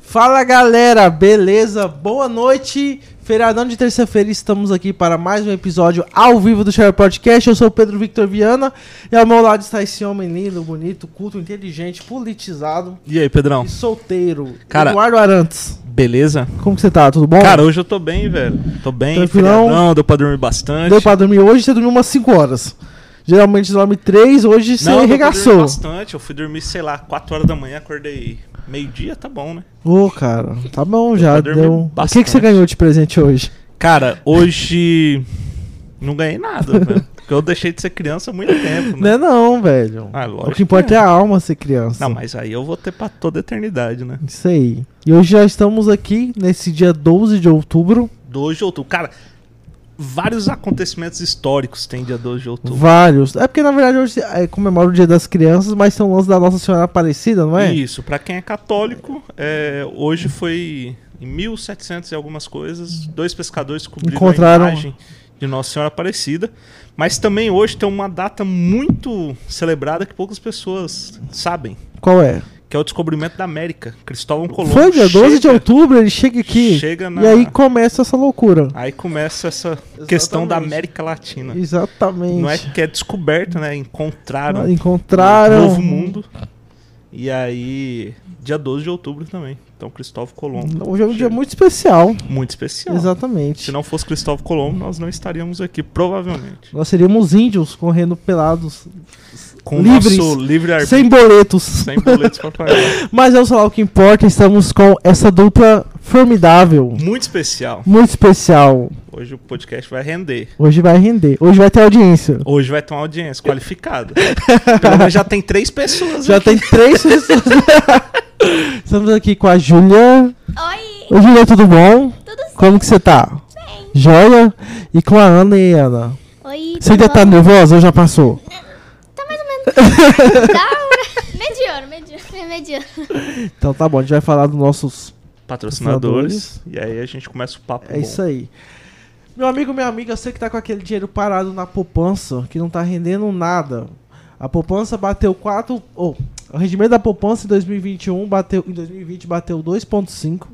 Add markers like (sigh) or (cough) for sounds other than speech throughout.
Fala galera, beleza? Boa noite. Feriadão de terça-feira, estamos aqui para mais um episódio ao vivo do Share Podcast. Eu sou o Pedro Victor Viana e ao meu lado está esse homem lindo, bonito, culto, inteligente, politizado E aí, Pedrão? e solteiro, Cara- Eduardo Arantes. Beleza? Como que você tá? Tudo bom? Cara, hoje eu tô bem, velho. Tô bem, Tranquilão. feriadão, deu pra dormir bastante. deu pra dormir hoje, você dormiu umas 5 horas. Geralmente você dorme 3, hoje você Não, deu pra dormir arregaçou. bastante. Eu fui dormir, sei lá, 4 horas da manhã, acordei meio-dia, tá bom, né? Ô, cara, tá bom já, pra dormir deu. O que, que você bastante. ganhou de presente hoje? Cara, hoje não ganhei nada, velho. Porque eu deixei de ser criança há muito tempo, Não né? é não, velho. Ah, o lógico que importa que é é. a alma ser criança. Não, mas aí eu vou ter pra toda a eternidade, né? Isso aí. E hoje já estamos aqui nesse dia 12 de outubro. 2 de outubro. Cara, vários acontecimentos históricos tem dia 2 de outubro. Vários. É porque na verdade hoje é, comemora o Dia das Crianças, mas tem um lance da Nossa Senhora Aparecida, não é? Isso, pra quem é católico, é, hoje foi em 1700 e algumas coisas, dois pescadores descobriram Encontraram- a imagem de Nossa Senhora Aparecida, mas também hoje tem uma data muito celebrada que poucas pessoas sabem, Qual é? que é o descobrimento da América. Cristóvão Colombo Foi dia 12 de chega- outubro, ele chega aqui. Chega na- E aí começa essa loucura. Aí começa essa questão da América Latina. Exatamente. Ah, né? Ah, Não é que é descoberta, né? Encontraram Encontraram. um novo mundo. E aí, dia 12 de outubro também. Então, Cristóvão Colombo. Hoje é um dia chega. muito especial. Muito especial. Exatamente. Se não fosse Cristóvão Colombo, nós não estaríamos aqui, provavelmente. Nós seríamos índios correndo pelados, Com o Livres. nosso livre-arbítrio, sem boletos. (laughs) sem boletos pra pagar. Mas é o lá o que importa, estamos com essa dupla formidável. Muito especial. Muito especial. Hoje o podcast vai render. Hoje vai render. Hoje vai ter audiência. Hoje vai ter uma audiência qualificada. Pelo menos já tem três pessoas. né? Já aqui. tem três pessoas. (laughs) Estamos aqui com a Júlia. Oi, Oi, Júlia, tudo bom? tudo sim? Como que você tá? Joia? E com a Ana e a Ana. Oi, Você ainda tá bom? nervosa ou já passou? Tá mais ou menos. Dá um... Mediano, (laughs) mediano. É mediano. Então tá bom, a gente vai falar dos nossos. Patrocinadores. E aí a gente começa o papo. É isso aí. Meu amigo, minha amiga, você que tá com aquele dinheiro parado na poupança, que não tá rendendo nada. A poupança bateu 4. Oh, o rendimento da poupança em 2021 bateu. Em 2020 bateu 2,5.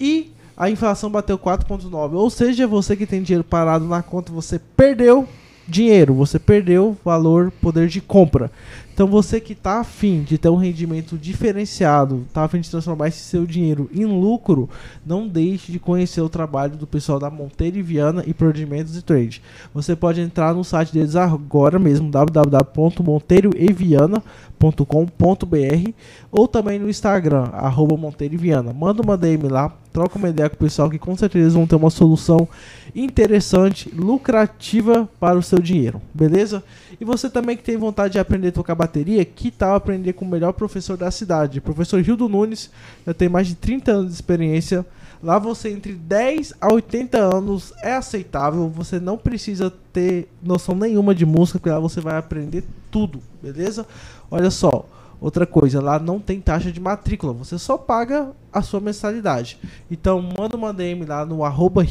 E a inflação bateu 4,9. Ou seja, você que tem dinheiro parado na conta, você perdeu dinheiro, você perdeu valor, poder de compra. Então você que tá afim de ter um rendimento diferenciado, tá afim de transformar esse seu dinheiro em lucro, não deixe de conhecer o trabalho do pessoal da Monteiro e Viana e Procedimentos e Trade. Você pode entrar no site deles agora mesmo, www.monteiroeviana.com.br ou também no Instagram, arroba Monteiro e Viana. Manda uma DM lá, troca uma ideia com o pessoal que com certeza eles vão ter uma solução interessante, lucrativa para o seu dinheiro, beleza? E você também que tem vontade de aprender a tocar bateria, que tal aprender com o melhor professor da cidade? Professor Rildo Nunes já tem mais de 30 anos de experiência. Lá você entre 10 a 80 anos é aceitável, você não precisa ter noção nenhuma de música, porque lá você vai aprender tudo, beleza? Olha só, outra coisa, lá não tem taxa de matrícula, você só paga a sua mensalidade. Então manda uma DM lá no arroba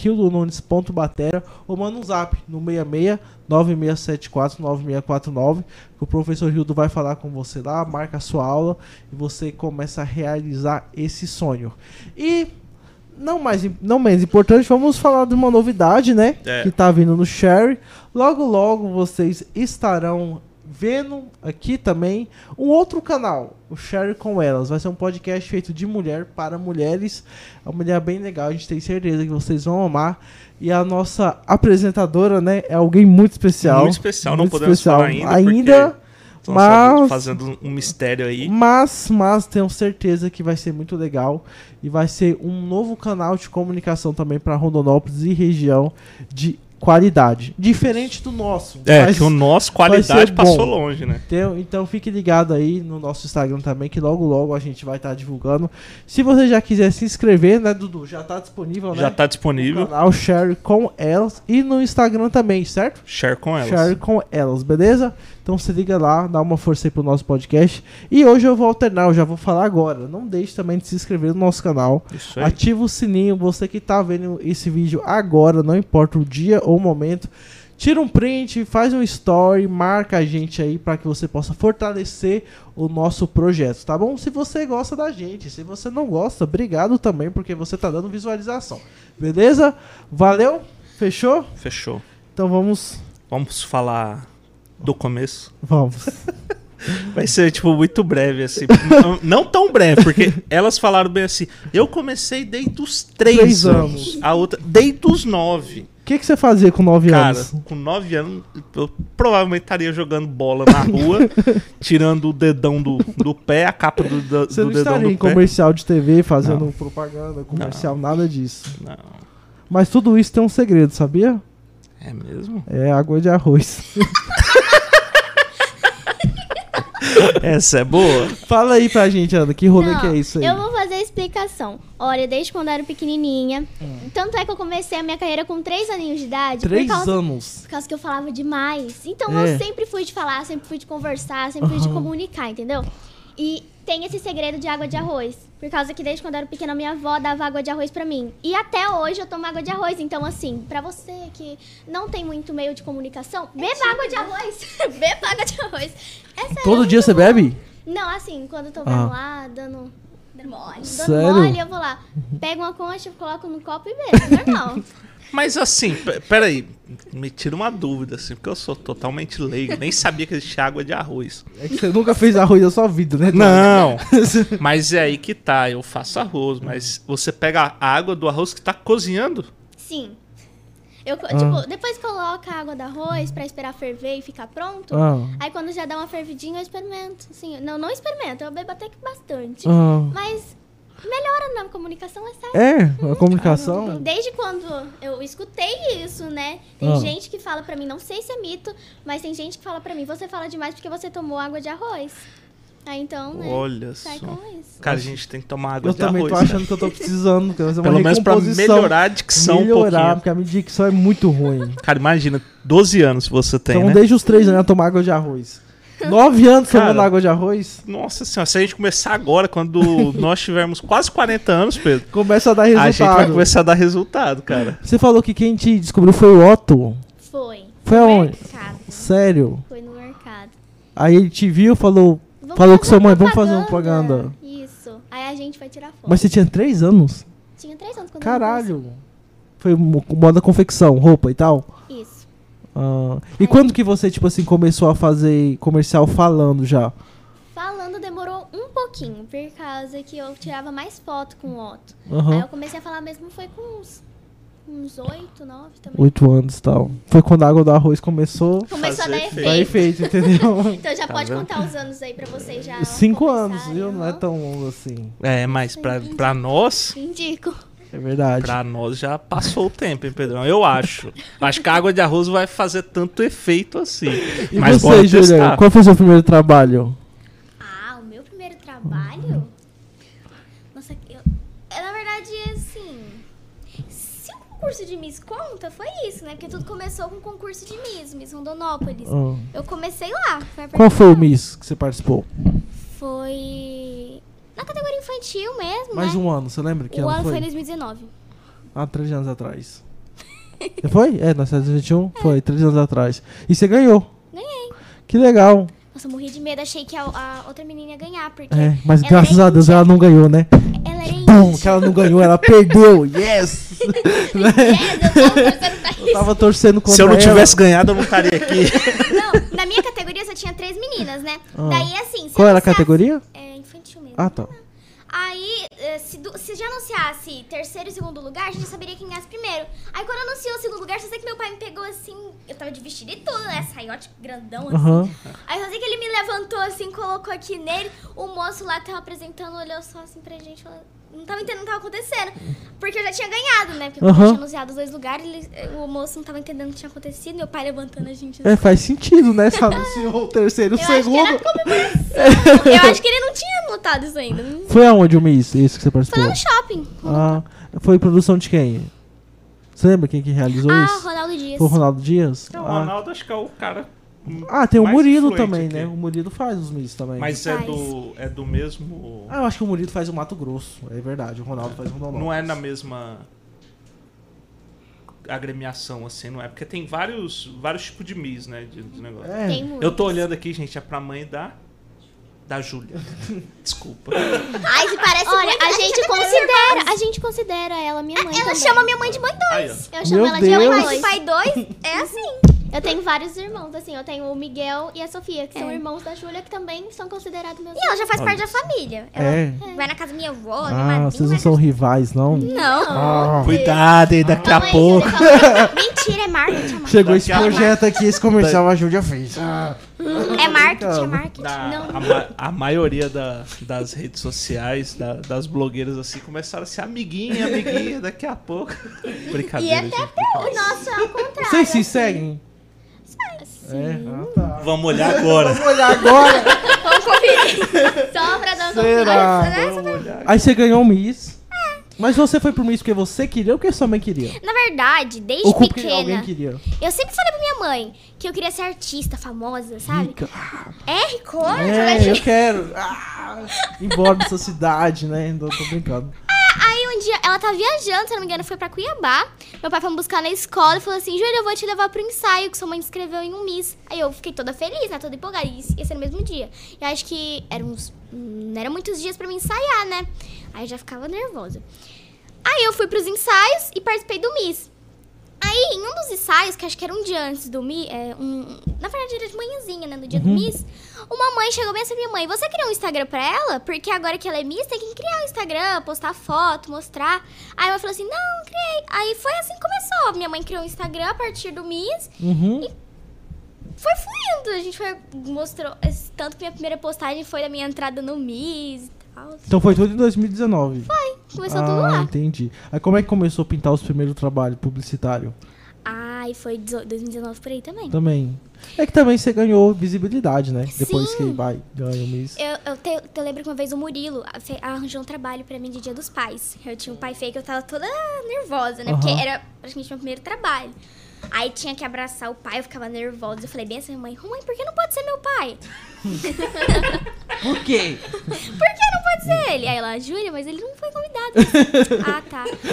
riodonunes.batera ou manda um zap no 66 9674 9649 que o professor Rildo vai falar com você lá, marca a sua aula e você começa a realizar esse sonho. E não mais im- não menos importante, vamos falar de uma novidade, né? É. Que tá vindo no Sherry. Logo logo vocês estarão vendo aqui também um outro canal, o Share com Elas. Vai ser um podcast feito de mulher para mulheres. É uma mulher bem legal, a gente tem certeza que vocês vão amar. E a nossa apresentadora, né, é alguém muito especial. Muito especial, não Muito podemos especial. falar ainda. Ainda, porque nós estamos mas- Fazendo um mistério aí. Mas, mas tenho certeza que vai ser muito legal e vai ser um novo canal de comunicação também para Rondonópolis e região de qualidade, diferente do nosso. É, mas que o nosso vai ser qualidade bom. passou longe, né? então, então fique ligado aí no nosso Instagram também, que logo logo a gente vai estar divulgando. Se você já quiser se inscrever, né, Dudu? Já tá disponível, né? Já tá no disponível. canal Share com elas e no Instagram também, certo? Share com elas. Share com elas, beleza? Então se liga lá, dá uma força aí pro nosso podcast. E hoje eu vou alternar, eu já vou falar agora. Não deixe também de se inscrever no nosso canal. Isso aí. Ativa o sininho, você que tá vendo esse vídeo agora, não importa o dia ou o momento. Tira um print, faz um story, marca a gente aí para que você possa fortalecer o nosso projeto, tá bom? Se você gosta da gente, se você não gosta, obrigado também porque você tá dando visualização. Beleza? Valeu? Fechou? Fechou. Então vamos, Vamos falar do começo. vamos. Vai ser, tipo, muito breve, assim. (laughs) Não- Não tão breve, porque elas falaram bem assim. Eu comecei desde os três, Três anos. A outra, desde os nove. O que que você fazia com 9 Cara, anos? com nove anos, eu provavelmente estaria jogando bola na (laughs) rua, tirando o dedão do, do pé, a capa do, do, Você do não dedão estaria do em pé. comercial de TV fazendo propaganda comercial, nada disso. Não. Mas tudo isso tem um segredo, sabia? É mesmo? É água de arroz. (laughs) Essa é boa. Fala aí pra gente, Ana, que rolê Não, que é isso aí? Eu vou fazer a explicação. Olha, desde quando eu era pequenininha. Tanto é que eu comecei a minha carreira com 3 aninhos de idade. Hum. Três por causa, anos. Por causa que eu falava demais. Então É. eu sempre fui de falar, sempre fui de conversar, sempre fui de Aham. comunicar, entendeu? E tem esse segredo de água de arroz. Por causa que desde quando eu era pequena, minha avó dava água de arroz pra mim. E até hoje eu tomo água de arroz. Então, assim, pra você que não tem muito meio de comunicação, beba água de arroz. (laughs) beba água de arroz. É sério, é Todo dia muito você bom. bebe? Não, assim, quando eu tô Ah. vendo lá, dando. Dando mole. Sério? Dando mole, eu vou lá. Pego uma concha, coloco no copo e bebo. (laughs) Normal. Mas assim, pe- peraí, me tira uma dúvida, assim, porque eu sou totalmente leigo, nem sabia que existia água de arroz. É que você nunca fez arroz na sua vida, né? Não! (laughs) Mas é aí que tá, eu faço arroz, mas você pega a água do arroz que tá cozinhando? Sim. Eu, co- Ah. tipo, depois coloca a água do arroz pra esperar ferver e ficar pronto. Ah, Aí quando já dá uma fervidinha, eu experimento. Assim, não, não experimento, eu bebo até que bastante. ah. Mas melhora na comunicação, é sério. É, a comunicação. Desde quando eu escutei isso, né? Tem Ah. gente que fala pra mim, não sei se é mito, mas tem gente que fala pra mim, você fala demais porque você tomou água de arroz. Aí então, né? Olha sai só. com isso. Cara, a gente tem que tomar água Eu de também arroz. tô achando que eu tô precisando. que vai ser uma Pelo menos pra recomposição. melhorar a dicção um Melhorar, pouquinho. porque a minha dicção é muito ruim. Cara, imagina, 12 anos você tem, então né? desde os três anos eu tomar água de (laughs) arroz. Nove anos Cara. tomando água de arroz, Nossa senhora, se a gente começar agora, quando (laughs) nós tivermos quase 40 anos, Pedro, começa a dar a gente vai resultado. começar a dar resultado, cara. Você falou que quem te descobriu foi o Otto. Foi. Foi no aonde? mercado. é. Sério. Foi no mercado. Aí ele te viu falou. Vamos Falou com fazer sua mãe, uma vamos fazer uma propaganda. Isso. Aí a gente vai tirar foto. Mas você tinha três anos? Tinha três anos quando eu Caralho. Foi mo- moda confecção, roupa e tal? comecei. Isso. Ah, e quando que você, tipo assim, começou a fazer comercial falando já? Falando demorou um pouquinho, por causa que eu tirava mais foto com o Otto. Aí Aham. eu comecei a falar mesmo, foi com uns uns oito, nove também. Oito anos e tal. Foi quando a água do arroz começou. Começou a Fazer dar efeito. Tá Dá efeito. efeito, (laughs) entendeu? Então já pode vendo? contar os anos aí pra vocês já. Cinco começarem, anos, viu? Não é aham. tão longo assim. É, mas pra, pra nós, Indico. É verdade. Pra nós já passou o tempo, hein, Pedrão? Eu acho. Acho que a água de arroz vai fazer tanto efeito assim. E Mas você, bora Juliana, testar. qual foi o seu primeiro trabalho? Ah, o meu primeiro trabalho? Nossa, eu. É, na verdade, assim. Se o concurso de Miss conta, foi isso, né? Porque tudo começou com o concurso de Miss, Miss Rondonópolis. Ah. Eu comecei lá. Foi a Qual primeira- foi o Miss que você participou? Foi. Na categoria infantil mesmo, Mais né? um ano, você lembra que o ano ano foi em foi? 2019. Há três anos atrás. foi? É, nós 21? Foi, três anos atrás. E você ganhou. Ganhei. Que legal. Nossa, eu morri de medo, achei que a, a outra menina ia ganhar, porque. É, mas ela graças era a Deus ela não ganhou, né? in- Ela era Pum, índia. que ela não ganhou, ela perdeu. (laughs) Yes! (laughs) Eu tava torcendo contra Se eu não ela. tivesse ganhado, eu não (laughs) estaria aqui. Não, na minha categoria só tinha três meninas, né? Ah. Daí, assim... se Qual era a anunciasse- categoria? É, infantil mesmo. Ah, tá. Aí, eh, se, du- se já anunciasse terceiro e segundo lugar, a gente já saberia quem ganhasse primeiro. Aí, quando anunciou o segundo lugar, só sei que meu pai me pegou, assim... Eu tava de vestido e tudo, né? Saiote grandão, assim. Aham. Aí, só sei que ele me levantou, assim, colocou aqui nele. O moço lá tava apresentando, olhou só, assim, pra gente, falou... Não tava entendendo o que tava acontecendo. Porque eu já tinha ganhado, né? Porque quando Aham. eu tinha anunciado os dois lugares, ele- eh, o moço não tava entendendo o que tinha acontecido. Meu pai levantando a gente, assim. É, faz sentido, né? Se anunciou o terceiro, o Eu acho que segundo. era (laughs) comemoração. Eu acho que ele não tinha notado isso ainda. Foi Foi aonde o Miss, isso que você participou? lá no shopping. Ah, foi produção de quem? Você lembra quem que realizou Ah, isso? Ronaldo Dias. Foi o Ronaldo Dias? O ah. Ronaldo, acho que é o cara. Ah, tem o mais Murilo influente também, aqui. né? O Murilo faz os Miss também. Mas é Faz. do, é do mesmo. Ah, eu acho que o É Murilo faz o Mato Grosso. É verdade, o Ronaldo faz o Rondonópolis. Não é na mesma. agremiação, assim, não é? Porque tem vários, vários tipos de MIS, né? De, de negócio. É. Tem muito. Eu tô olhando aqui, gente, é pra mãe da. Da Júlia. (laughs) Desculpa. Ai, se parece Olha, muito. a gente considera, a gente considera ela minha mãe Ah, Ela também. chama minha mãe de mãe dois. Aí, ó. Eu chamo Meu ela de mãe Deus. Mas dois. de pai dois é (laughs) assim. Eu tenho vários irmãos, assim, eu tenho o Miguel e a Sofia, É. que são irmãos da Júlia, que também são considerados meus E ela já faz Olha parte da família. Ela É. vai na casa da minha avó, minha Ah, madrinha. vocês não vai são na- rivais, (laughs) não? Não. Ah. Cuidado aí, daqui a Mãe, é pouco. você fala- Mentira, é marketing. é Chegou esse Daqui a- projeto aqui, esse comercial a Júlia fez. Ah. marketing. É marketing, é marketing. Da- a, ma- a maioria da- das redes sociais, da- das blogueiras assim, começaram a ser amiguinha, amiguinha, daqui a pouco. Brincadeira, E até gente, brincadeira. O nosso é o contrário. Vocês se seguem? É, ah, tá. Vamos olhar agora. Vamos olhar agora. Vamos (laughs) conferir. Só pra dar um Será? né? Vamos olhar. Aí você ganhou um Miss. Mas você foi pro Miss porque você queria ou porque sua mãe queria? Na verdade, desde Ou porque alguém pequena, queria? eu sempre falei pra minha mãe que eu queria ser artista, famosa, sabe? Rica. É, ricona, É, eu quero. Ah, embora dessa cidade, né? Não tô brincando. Aí um dia ela tá viajando, se eu não me engano, foi pra Cuiabá. Meu pai foi me buscar na escola e falou assim: Júlia, eu vou te levar pro ensaio que sua mãe escreveu em um Miss. Aí eu fiquei toda feliz, né? Toda empolgada. E isso ia ser no mesmo dia. E acho que eram uns. Não eram muitos dias pra me ensaiar, né? Aí eu já ficava nervosa. Aí eu fui pros ensaios e participei do Miss. Aí, em um dos ensaios, que acho que era um dia antes do Miss, na verdade era de manhãzinha, né? No dia do Miss, uma mãe chegou bem assim pra minha mãe, você criou um Instagram pra ela? Porque agora que ela é Miss, tem que criar um Instagram, postar foto, mostrar. Aí ela falou assim, não, criei. Aí foi assim que começou. Minha mãe criou um Instagram a partir do Miss Uhum. foi fluindo. A gente foi, mostrou. eh, Tanto que minha primeira postagem foi da minha entrada no Miss e tal. Então foi tudo em 2019. Começou ah, tudo lá. entendi. Aí como é que começou a pintar os primeiros trabalhos publicitários? Ai, foi 18 2019 por aí também. Também. É que também você ganhou visibilidade, né? Depois Sim. que vai, ganha o Miss. Eu, eu, te, eu lembro que uma vez o Murilo a- fe- arranjou um trabalho pra mim de Dia dos Pais. Eu tinha um pai feio que eu tava toda nervosa, né? Porque Aham. era praticamente meu primeiro trabalho. Aí tinha que abraçar o pai, eu ficava nervosa. Eu falei bem assim, mãe, mãe, por que não pode ser meu pai? (laughs) Por quê? Por que não pode ser ele? Aí ela, Júlia, mas ele não foi convidado. Eu falei, ah, tá. (laughs) (laughs)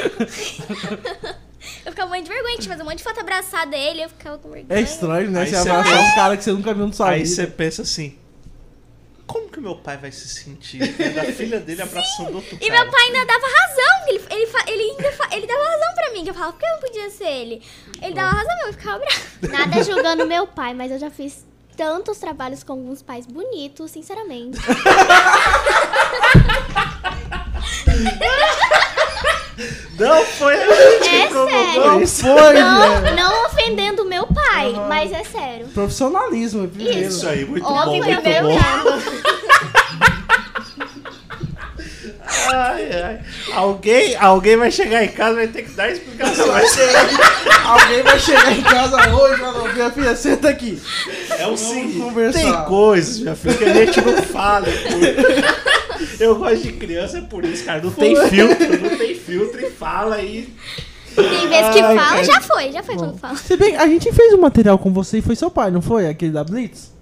eu ficava muito de vergonha, tinha que fazer um monte de foto abraçada a ele, eu ficava com vergonha. É estranho, né? Aí Você você- abraçar um cara que você nunca viu no sua Aí vida. você pensa assim. Como que meu pai vai se sentir vendo a filha dele abraçando outro E cara? meu pai ainda dava razão, ele, ele, fa- ele ainda fa- ele dava razão pra mim, que eu falava, por que não podia ser ele? Ele dava razão, eu ficava brava. (laughs) Nada julgando meu pai, mas eu já fiz tantos trabalhos com alguns pais bonitos, sinceramente. Não foi a gente que É incomodou. Não sério. foi, né? Não, não ofendendo meu pai, mas é sério. Profissionalismo, primeiro. Isso aí, muito bom, Óbvio que eu muito ganho bom. nada. Ai, ai. Alguém, alguém vai chegar em casa e vai ter que dar explicações. Alguém vai chegar em casa hoje e falar, minha filha, senta aqui. É o seguinte, conversar. tem coisas, minha filha, que a gente não fala. pô. Eu gosto de criança, é por isso, cara. Não tem filtro, não tem filtro e fala aí. Tem vezes que fala, Ai, cara. já foi, já foi quando fala. Ah, Se bem, a gente fez um material com você e foi seu pai, não foi? Aquele da Blitz?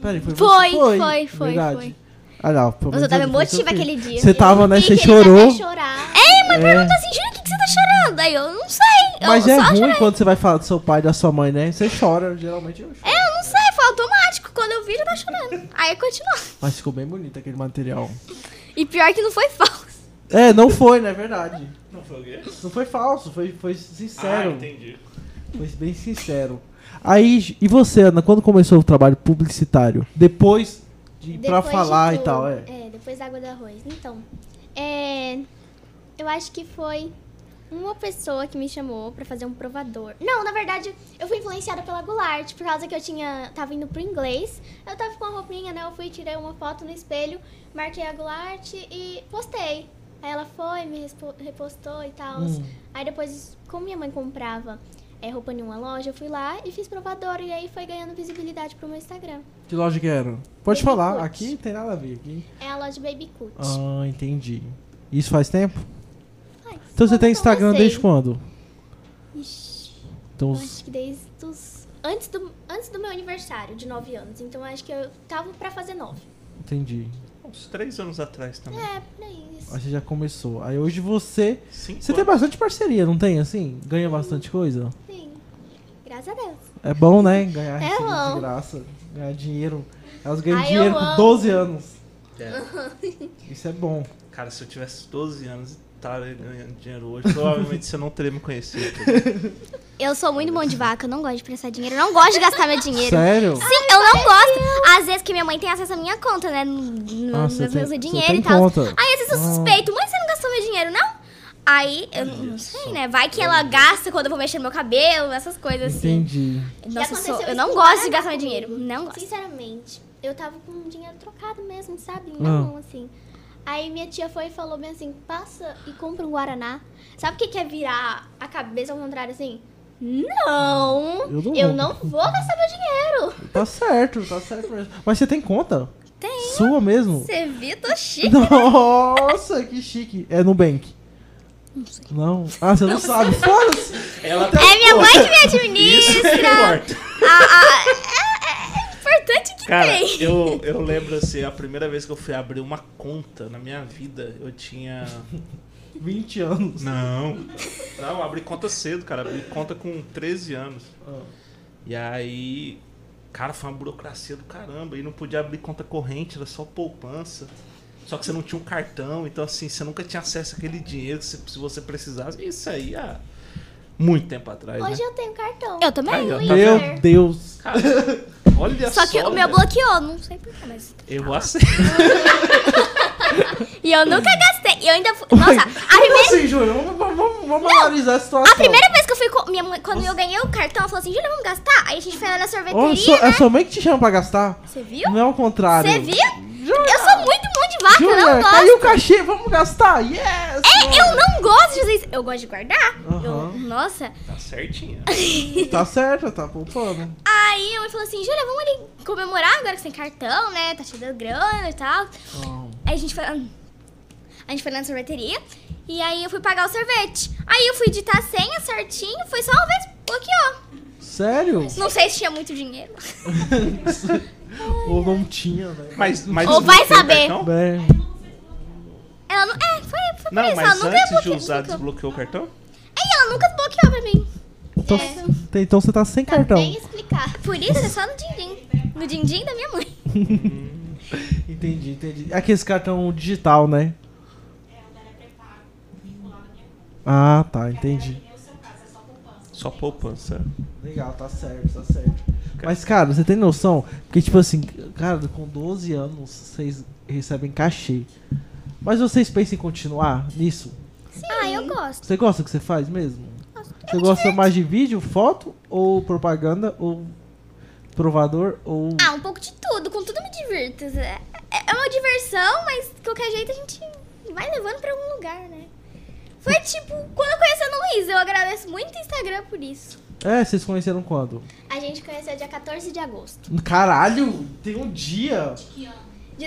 Peraí, foi, Foi, você? foi, foi, Verdade. foi. Ah, não, pelo Mas eu menos tava foi seu emotiva filho. aquele dia. Você tava, né? E Você que ele já chorou. vai chorar. Ei, mãe, É. pergunta assim, Júlia, o que, que você tá chorando? Aí eu não sei. Eu Mas só é ruim chorei. quando você vai falar do seu pai e da sua mãe, né? Você chora, geralmente eu choro. É, eu não sei, foi automático. Quando eu vi, já tá chorando. Aí continua. Mas ficou bem bonito aquele material. E pior que não foi falso. É, não foi, né? Verdade. Não foi o quê? Não foi falso, foi, foi sincero. Ah, entendi. foi bem sincero. Aí, e você, Ana, quando começou o trabalho publicitário? Depois de ir pra Depois de falar e tudo- tal, é. É, depois da água do arroz. Então, é, eu acho que foi uma pessoa que me chamou pra fazer um provador. Não, na verdade, eu fui influenciada pela Goulart, por causa que eu tinha, tava indo pro inglês. Eu tava com uma roupinha, né? Eu fui, tirei uma foto no espelho, marquei a Goulart e postei. Aí ela foi, me respo- repostou e tal. Hum. Aí depois, como minha mãe comprava é, roupa em uma loja, eu fui lá e fiz provador. E aí foi ganhando visibilidade pro meu Instagram. Que loja que era? Pode Baby falar, Foot. aqui não tem nada a ver. Aqui. É a loja Baby Cut. Ah, entendi. Isso faz tempo? Ai, Então você tem como que eu Instagram não sei? desde quando? Ixi, Então, eu acho que desde os... Antes do, antes do meu aniversário, de 9 anos. Então, eu acho que eu tava pra fazer 9. entendi. uns três anos atrás também. É, por aí. isso. Aí Você já começou. Aí hoje você. Cinco Você tem anos. bastante parceria, não tem? Assim? Ganha bastante coisa? Sim. Graças a Deus. É bom, né? Ganhar É receber bom. de graça. Ganhar dinheiro. Elas ganham Ai, eu dinheiro com amo. 12 anos. É. Isso é bom. Cara, se eu tivesse 12 anos e estaria ganhando dinheiro hoje, provavelmente você não teria me conhecido. cara. Eu sou muito mão de vaca, eu não gosto de prestar dinheiro, eu não gosto de gastar meu dinheiro. Sério? Sim, eu não gosto. Às vezes que minha mãe tem acesso à minha conta, né? No, no, Ah, no você meu tem- você dinheiro tem e tal. conta. Aí às vezes eu Ah. suspeito, mãe, você não gastou meu dinheiro, não? Aí, eu não sei, né? Vai que ela gasta quando eu vou mexer no meu cabelo, essas coisas assim. Entendi. Nossa, eu, aconteceu sou- eu isso não com gosto de várias gastar meu comigo. dinheiro. Não gosto. Sinceramente, eu tava com um dinheiro trocado mesmo, sabe? Ah. Na mão, assim. Aí minha tia foi e falou bem assim, passa e compra um Guaraná. Sabe o que que é virar a cabeça ao contrário, assim? Não! Eu não vou. vou gastar meu dinheiro! Tá certo, tá certo mesmo. Mas você tem conta? Tem. Sua mesmo? Você viu? Tô chique. (laughs) Nossa, que chique. É Nubank. Não. Ah, você não, sabe. Foda-se. Ela É minha mãe que me administra. Isso que importa. Ah, é, Importante que Cara, tem. eu, eu lembro assim, a primeira vez que eu fui abrir uma conta na minha vida, eu (laughs) tinha. 20 anos. Não. Não, eu abri conta cedo, cara. Abri conta com 13 anos. E aí, cara, foi uma burocracia do caramba. E não podia abrir conta corrente, era só poupança. Só que você não tinha um cartão, então assim, você nunca tinha acesso àquele dinheiro que se, se você precisasse. Isso aí há muito tempo Uhum. atrás, Hoje né? eu tenho cartão. Eu também. Aí, ó, tá vendo? Meu Deus. (laughs) Cara, olha Só que o meu velho. bloqueou, não sei porquê, mas. Eu aceito. E eu nunca gastei. E eu ainda fui. Nossa, a Como primeira. assim, Júlia? Vamos, vamos, vamos analisar a situação. A primeira vez que eu fui com minha mãe, quando eu ganhei o cartão, ela falou assim, Júlia, vamos gastar? Aí a gente foi lá na Oh, sorveteria, sua- é né? sua mãe que te chama pra gastar? Você viu? Não é o contrário. Você viu? Eu sou muito mão de vaca, eu não Júlia, Tá gosto. caiu o cachê, vamos gastar. Yes! É, eu não gosto de fazer isso. Eu gosto de guardar. Eu- Aham. nossa. Tá certinho. É. Tá certo, tá poupando. Aí minha mãe falou assim, Júlia, vamos ali comemorar agora que você tem cartão, né? Tá cheio de grana e tal. Aí a gente foi. hum, A gente foi na sorveteria. E aí eu fui pagar o sorvete. Aí eu fui digitar a senha certinho, foi só uma vez, bloqueou. Sério? é. Não sei se tinha muito dinheiro. Ou não tinha, né? Mas, mas Ou vai não tem saber. cartão? Bem, é, Ela não. É, foi, foi por Não, isso. ela mas nunca antes de bloqueou. usar, desbloqueou. desbloqueou o cartão? Aí ela nunca desbloqueou pra mim. então, então você tá sem é. Tá cartão. bem explicado. Por isso é só no din-din. No din-din da minha mãe. Entendi, entendi. É aquele cartão digital, né? É, Ah, tá, entendi. Só poupança. Legal, tá certo, tá certo. Mas, cara, você tem noção? Porque, tipo assim, cara, com 12 anos vocês recebem cachê. Mas vocês pensam em continuar nisso? Ah, eu gosto. Você gosta do que você faz mesmo? Você é gosta mais de vídeo, foto ou propaganda ou provador ou. Ah, um pouco de tudo. Com tudo me divirto. É, é uma diversão, mas de qualquer jeito a gente vai levando pra algum lugar, né? Foi tipo, quando eu conheci a Ana Luísa, eu agradeço muito o Instagram por isso. É, vocês conheceram quando? A gente conheceu dia 14 de agosto Caralho, tem um dia. de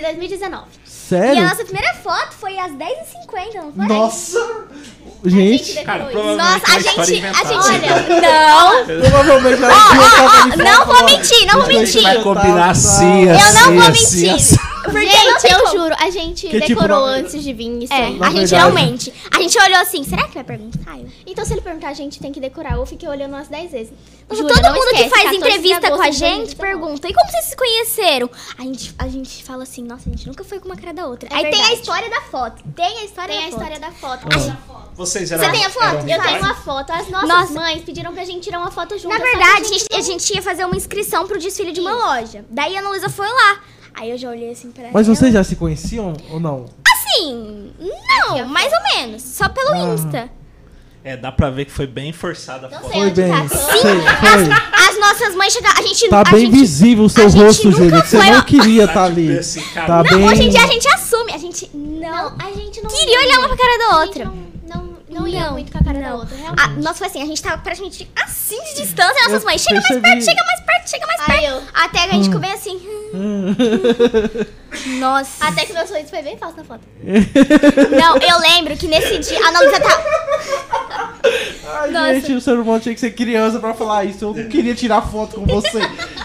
E 2019. a Sério? nossa primeira foto foi às 10h50, não foi? Nossa! A Gente, gente Cara, decorou isso. provavelmente é Nossa, a uma história gente. A inventada. gente. Não! provavelmente ela Ó, tinha ó, tava ó, de não foto vou agora. mentir, não vou Gente, mentir. vai combinar assim, Eu não vou mentir. Porque não Gente, tem eu como. juro, a gente Que tipo, decorou na- antes de vir isso É, aí. Na a gente verdade. não mente. A gente olhou assim, será que vai perguntar? Eu- Então, se ele perguntar, a gente tem que decorar. Eu fiquei olhando umas 10 vezes. Nossa, Júlia, todo não mundo esquece, que faz 14 de entrevista com a agosto é tá de gente 2019. pergunta, e como vocês se conheceram? A gente, a gente fala assim, nossa, a gente nunca foi com uma cara da outra. É Aí tem a verdade. história da foto. Tem a história Tem da a foto. história da foto. Vocês eram Você tem a foto? eram Eu rivais? tenho uma foto. As nossas Nossa. mães pediram pra gente tirar uma foto Na juntas. só que verdade, a a gente, a gente ia fazer uma inscrição pro desfile de uma loja. Daí a Ana Luísa foi lá. Aí eu já olhei assim pra Mas ela. vocês já se conheciam ou não? Assim, não, mais ou menos. Só pelo Ah. Insta. É, dá pra ver que foi bem forçada a Não foto. sei. Foi onde bem. tá. Sei, foi. As nossas mães chegaram. A gente Tá assim? a bem gente, visível o seu a gente rosto, nunca Júlia. que Você foi, não ó. queria Tá, tá tipo, ali. assim, cara, Tá Não, bem. hoje em dia a gente assume. A gente. Não. Não, a gente não... Queria olhar uma pra cara da A outra. gente não, não, não ia Não, muito com a cara da não. outra, Ah, realmente. nossa, foi assim, a gente tava praticamente assim de distância, nossas Eu mães, chega mais percebi. perto, chega mais perto, chega mais Aí perto. eu. Até que a gente ficou bem assim. hum. Nossa. Até que meu sorriso foi bem falso na foto. Não, eu lembro que nesse dia a Ana Luísa tá. Ai, Nossa. gente, o ser humano É. (laughs) tinha que ser criança pra falar isso. Eu não queria tirar foto com você.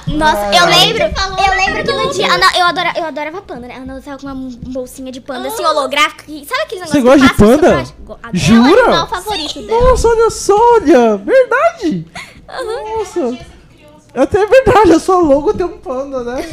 Nossa, Ai, eu ai. lembro. Eu lembro Aquele dia, a Ana- eu, adora, eu adorava panda, né? A Ana tava com uma bolsinha de panda, assim, holográfica. que- Sabe aqueles Você negócios gosta de que passa panda? no seu braço? Go- É o Jura? animal favorito dela. Nossa, olha só, olha, verdade. Nossa. Até é verdade, a sua logo tem um (laughs) panda, né?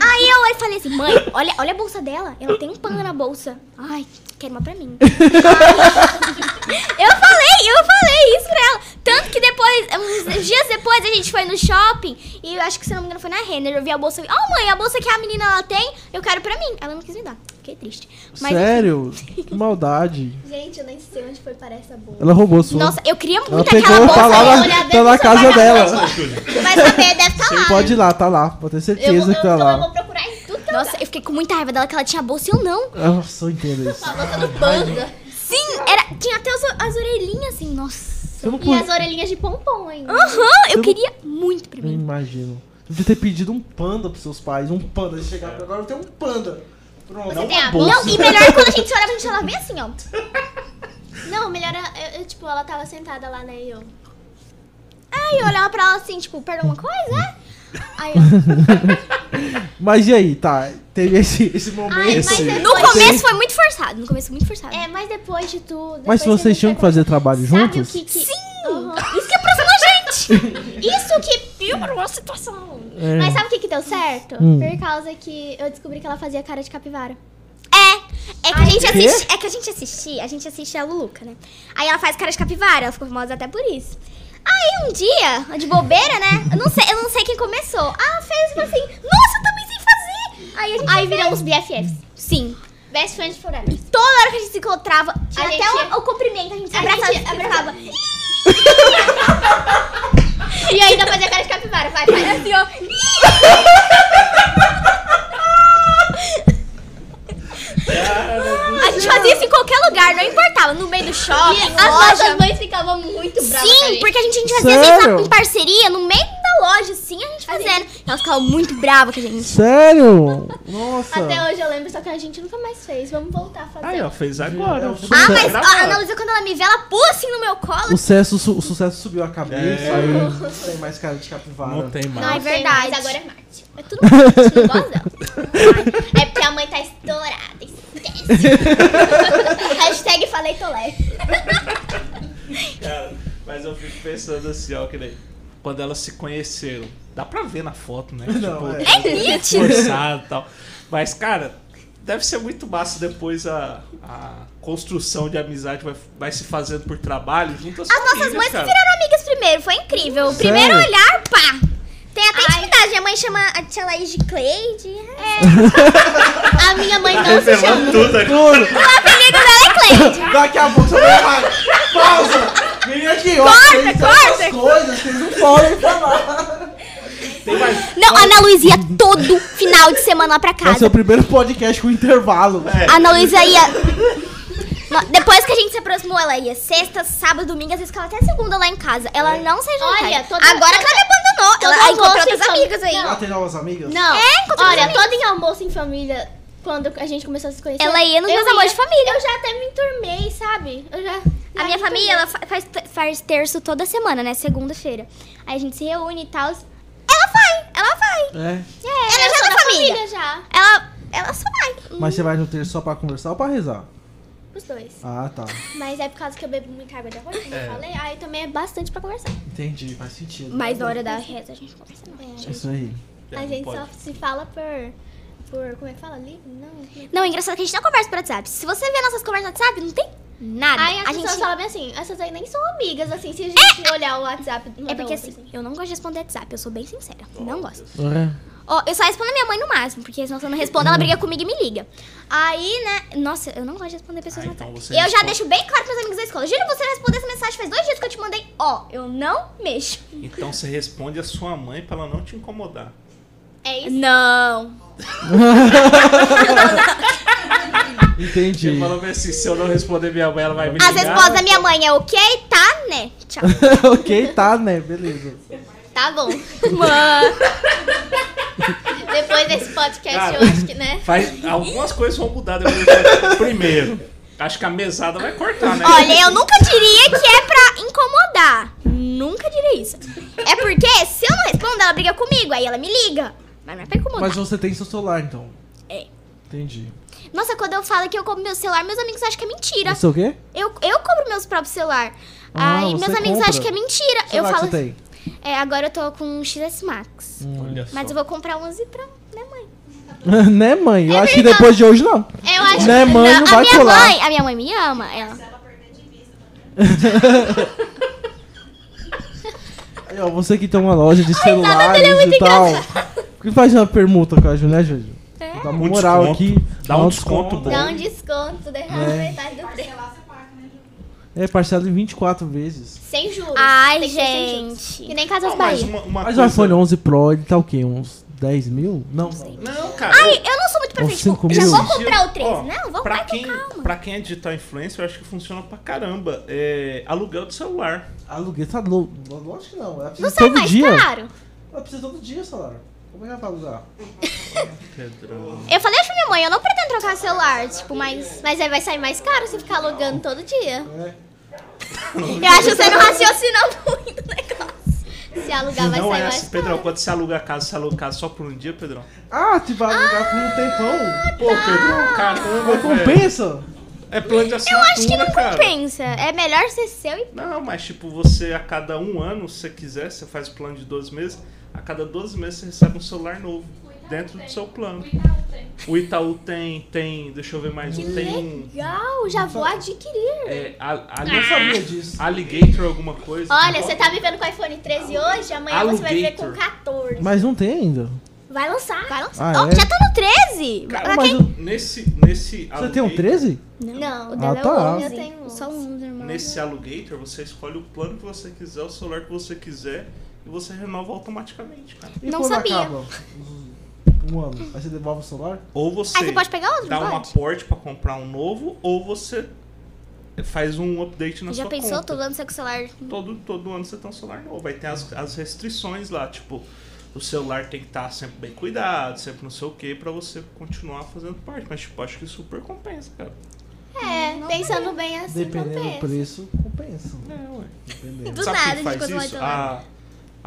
Aí eu aí falei assim, mãe, olha, olha a bolsa dela. Ela tem um panda na bolsa. Ai, quero uma pra (laughs) mim. Ai. eu falei, eu falei isso pra ela. Tanto que depois, uns dias depois, a gente foi no shopping. E eu acho que, se não me engano, foi na Renner. Eu vi a bolsa. Ó, mãe, a bolsa que a menina ela tem, eu quero pra mim. Ela não quis me dar. Fiquei triste. Mas, Sério? Que maldade. Gente, eu nem sei onde foi parar essa bolsa. Ela roubou a sua. nossa, eu queria muito Ela aquela pegou, bolsa. tá lá, eu na- olhei- olhar tá dentro na do casa sapato. dela. Júlia. Vai saber, deve estar lá. Pode ir lá, tá lá. Pode ter Eu, vou- certeza eu, que tá então eu lá. vou procurar em tudo que eu Nossa, eu fiquei com muita raiva dela que ela tinha bolsa e eu não. Nossa, eu entendo isso. a bolsa do panda. Sim, era, tinha até as, as orelhinhas assim, nossa. Eu não E as podia. orelhinhas de pompom ainda. Aham, eu Eu- queria muito pra mim. imagino. Você podia ter pedido um panda pros seus pais. Um panda. Eles chegaram pra agora, eu tenho um panda. Pronto. Não tem uma a- bolsa. Não, e melhor quando a gente olhava, a gente olhava bem assim, ó. Não, melhor, eu, eu, tipo, ela tava sentada lá, né, e eu... Aí eu olhava pra ela assim, tipo, perdeu uma coisa? Aí eu... Mas e aí, tá? Teve esse, esse momento. Ai, mas é No começo foi muito forçado, no começo foi muito forçado. É, mas depois de tudo... Mas depois se vocês tinham que fazer trabalho Sabe juntos? o que que... Sim! Aham. Isso que é aproxima a gente! Isso que piorou a situação. É. Mas sabe o que que deu certo? Hum. Por causa que eu descobri que ela fazia cara de capivara. É, é que a Ai, gente quê? assiste, é que a gente assistia, a gente assiste a Luluca, né? Aí ela faz cara de capivara, ela ficou famosa até por isso. Aí um dia, de bobeira, né? Eu não sei, eu não sei quem começou. Ah, fez e falou assim, nossa, eu também sei fazer! Aí a gente Aí viramos BFFs. Sim. Best friends forever. Toda hora que a gente se encontrava, tinha A até gente- o, o cumprimento, a gente se A abraçava. gente e abraçava. (laughs) ficava, E ainda fazia cara de capivara. Vai, vai. assim, ó. (laughs) A gente fazia isso em qualquer lugar, não importava. No meio do shopping, E as as lojas. nossas mães ficavam muito bravas. com a Sim, gente. porque a gente, a gente fazia isso Sério? na- em parceria, no meio da loja, assim, a gente fazendo. E Elas ficavam muito bravas com a gente. Sério? Nossa. Até hoje eu lembro, só que a gente nunca mais fez. Vamos voltar a fazer. Aí, ó, fez agora. Ah, Ah, Sucesso. mas ó, a Ana Luísa, quando ela me vê, ela pula assim no meu colo. O sucesso, su- o sucesso subiu a cabeça. É. aí Não tem mais cara de capivara. Não tem mais. Não, é Não sei, verdade. mas agora é Marte. É tudo mal, a gente não gosta dela. (laughs) É porque a mãe tá estourada. Esquece. (laughs) Hashtag falei tolé. Cara, mas eu fico pensando assim, ó, que nem quando elas se conheceram. Dá pra ver na foto, né? Não, é. É nítido. forçado e tal. Mas, cara, deve ser muito massa depois a, a construção de amizade vai, vai se fazendo por trabalho junto às As nossas mães que cara. viraram amigas primeiro, foi incrível. O primeiro Sério? olhar, pá! Tem até intimidade. Minha mãe chama a tia Laís de Cleide. É. (laughs) A minha mãe não se chama. Revelando tudo aqui. Tudo. O apelido dela é Cleide. Daqui a pouco você vai errar. Pausa. Vem aqui, ó. Corta, Tem corta. tantas coisas, um vocês não podem falar. Tem mais. Não, a Ana Luísa ia todo final de semana lá pra Vai ser casa. é o primeiro podcast com intervalo. É. A Ana Luísa ia. No- Depois que a gente se aproximou, ela ia sexta, sábado, domingo, às vezes ficava até segunda lá em casa. Ela não se Olha, Olha, toda- Agora que ela me abandonou. Ela aí encontrou almoço outras em fam- amigas aí. Ela tem novas amigas? Não. É, encontrou Olha, meus todo em almoço em família, quando a gente começou a se conhecer. Ela ia nos eu meus amores de família. Eu já até me enturmei, sabe? Eu já. já A minha me família, ela fa- faz, te- faz terço toda semana, né? Segunda-feira. Aí a gente se reúne e tal. Ela vai, ela vai. É. enturmei. ela eu já sou é da família. já. Ela, ela só vai. Mas você vai no terço só pra conversar ou pra rezar? Os dois. Ah, tá. Mas é por causa que eu bebo muita água de arroz, como É. eu falei. Aí também é bastante pra conversar. Entendi, faz sentido. Mas na hora da reza a gente conversa não. É isso aí. É, a não gente pode. só se fala por. Por. Como é que fala? Livre? Não. como é que- Não, é engraçado que a gente não conversa por WhatsApp. Se você vê nossas conversas no WhatsApp, não tem nada. Aí as a pessoas gente... falam bem assim, essas aí nem são amigas, assim, se a gente olhar o WhatsApp. uma É da porque outra, assim, eu não gosto de responder WhatsApp, eu sou bem sincera. não gosto. É. Ó, eu só respondo a minha mãe no máximo, porque senão se eu não respondo, Uhum. ela briga comigo e me liga. Aí, né? Nossa, eu não gosto de responder pessoas Ah, no então WhatsApp. você eu já responde. deixo bem claro pros amigos da escola. Júlio, você respondeu essa mensagem faz dois dias que eu te mandei. Ó, eu não mexo. Então você responde a sua mãe pra ela não te incomodar. É isso. Não. Entendi. Você falou assim, se eu não responder minha mãe, ela vai me ligar. As respostas da minha mãe é ok, tá, né? (laughs) Tchau. (laughs) ok, tá, né? Beleza. Tá bom. Mano. (laughs) Depois desse podcast, Cara. eu acho que, né? Faz- algumas coisas vão mudar depois. do- Primeiro, acho que a mesada vai cortar, né? Olha, eu nunca diria que é pra incomodar. Nunca diria isso. É porque se eu não respondo, ela briga comigo, aí ela me liga. Mas não é pra incomodar. Mas você tem seu celular, então. É. Entendi. Nossa, quando eu falo que eu compro meu celular, meus amigos acham que é mentira. Isso é o quê? Eu, eu compro meus próprios celular. Ah, Aí você meus amigos compra. acham que é mentira. Que celular eu falo. que você tem? Um É, agora eu tô com um XS Max. Olha só. Mas eu vou comprar 11 pra. né, mãe? (laughs) né, mãe? É Eu acho que depois de hoje não. Eu acho Né, que- mãe? Não a vai minha colar. mãe, a minha mãe me ama. Ela. Aí, ó, você que tem uma loja de celulares é e tal. Por que faz uma permuta com a Ju, né, Júlio? Dá uma Um moral desconto. aqui. Dá um desconto bom. É. Dá um desconto, derrama É. metade do preço. um É parcelado em 24 vezes. Sem juros. Ai, Tem que ser sem juros. gente. Que nem Casas Não, Ah, mas Bahia. uma, uma Mas o coisa- iPhone 11 Pro, ele tá o quê? Uns 10 mil? Não, não. Não, cara. Ai, eu não sou muito pra Uns frente. cinco Tipo, já mil. vou Esse comprar dia- o 13. ó, não, vou pra vai com quem, calma. pra quem é digital influencer, eu acho que funciona pra caramba. É aluguel de celular. Aluguel tá louco. Lógico que não. Ela Não precisa sai todo é mais dia. caro. Ela precisa todo dia, salário. Como é que ela vai alugar? Pedrão. Eu falei pra minha mãe, eu não pretendo trocar celular, tipo, mas. Mas aí vai sair mais caro se ficar alugando todo dia. É. Eu acho que você não raciocinou muito o negócio. Se alugar vai Não sair é mais assim, Pedrão. Quando você aluga a casa, você aluga a casa só por um dia, Pedrão? Ah, tipo, vai alugar por um tempão. Pô, Pedrão, caramba, velho. Mas compensa? É plano de Eu assinatura, acho que não cara. compensa. É melhor ser seu e. Não, mas tipo, você a cada um ano, se você quiser, você faz o plano de 12 meses, a cada 12 meses você recebe um celular novo dentro do seu plano. O Itaú tem, tem, deixa eu ver mais um, tem um Legal, já vou adquirir. é, a- Ah, é Eu ali- sabia disso. Alligator alguma coisa. Olha, você tá vivendo com o iPhone 13 hoje, amanhã você vai ver com Alugator. 14. Mas não tem ainda. Vai lançar. Vai lançar. Ah, Ó, é? já tá no 13. Cara, Pra mas quem- o- Nesse nesse você tem um Alligator- 13? Não, Não, o o dela dela é o Ah, tá. 11. é o 11. Eu tenho só um, irmão. Nesse Alligator, você escolhe o plano que você quiser, o celular que você quiser e você renova automaticamente, cara. E Não quando sabia. acaba? Um ano. Aí você devolve o celular? Ou você, Aí Ah, você pode pegar outro, dá não um pode? aporte pra comprar um novo, ou você faz um update na Já sua pensou? conta. Tô dando seu celular. Todo, todo ano você tem um celular novo. Aí tem as, as restrições lá, tipo, o celular tem que estar sempre bem cuidado, sempre não sei o que, pra você continuar fazendo parte. Mas, tipo, acho que super compensa, cara. é, pensando bem assim, Dependendo do compensa. preço, compensa. É, ué. Dependendo. Do Sabe nada, quem de faz quando vai isso? tomar. A,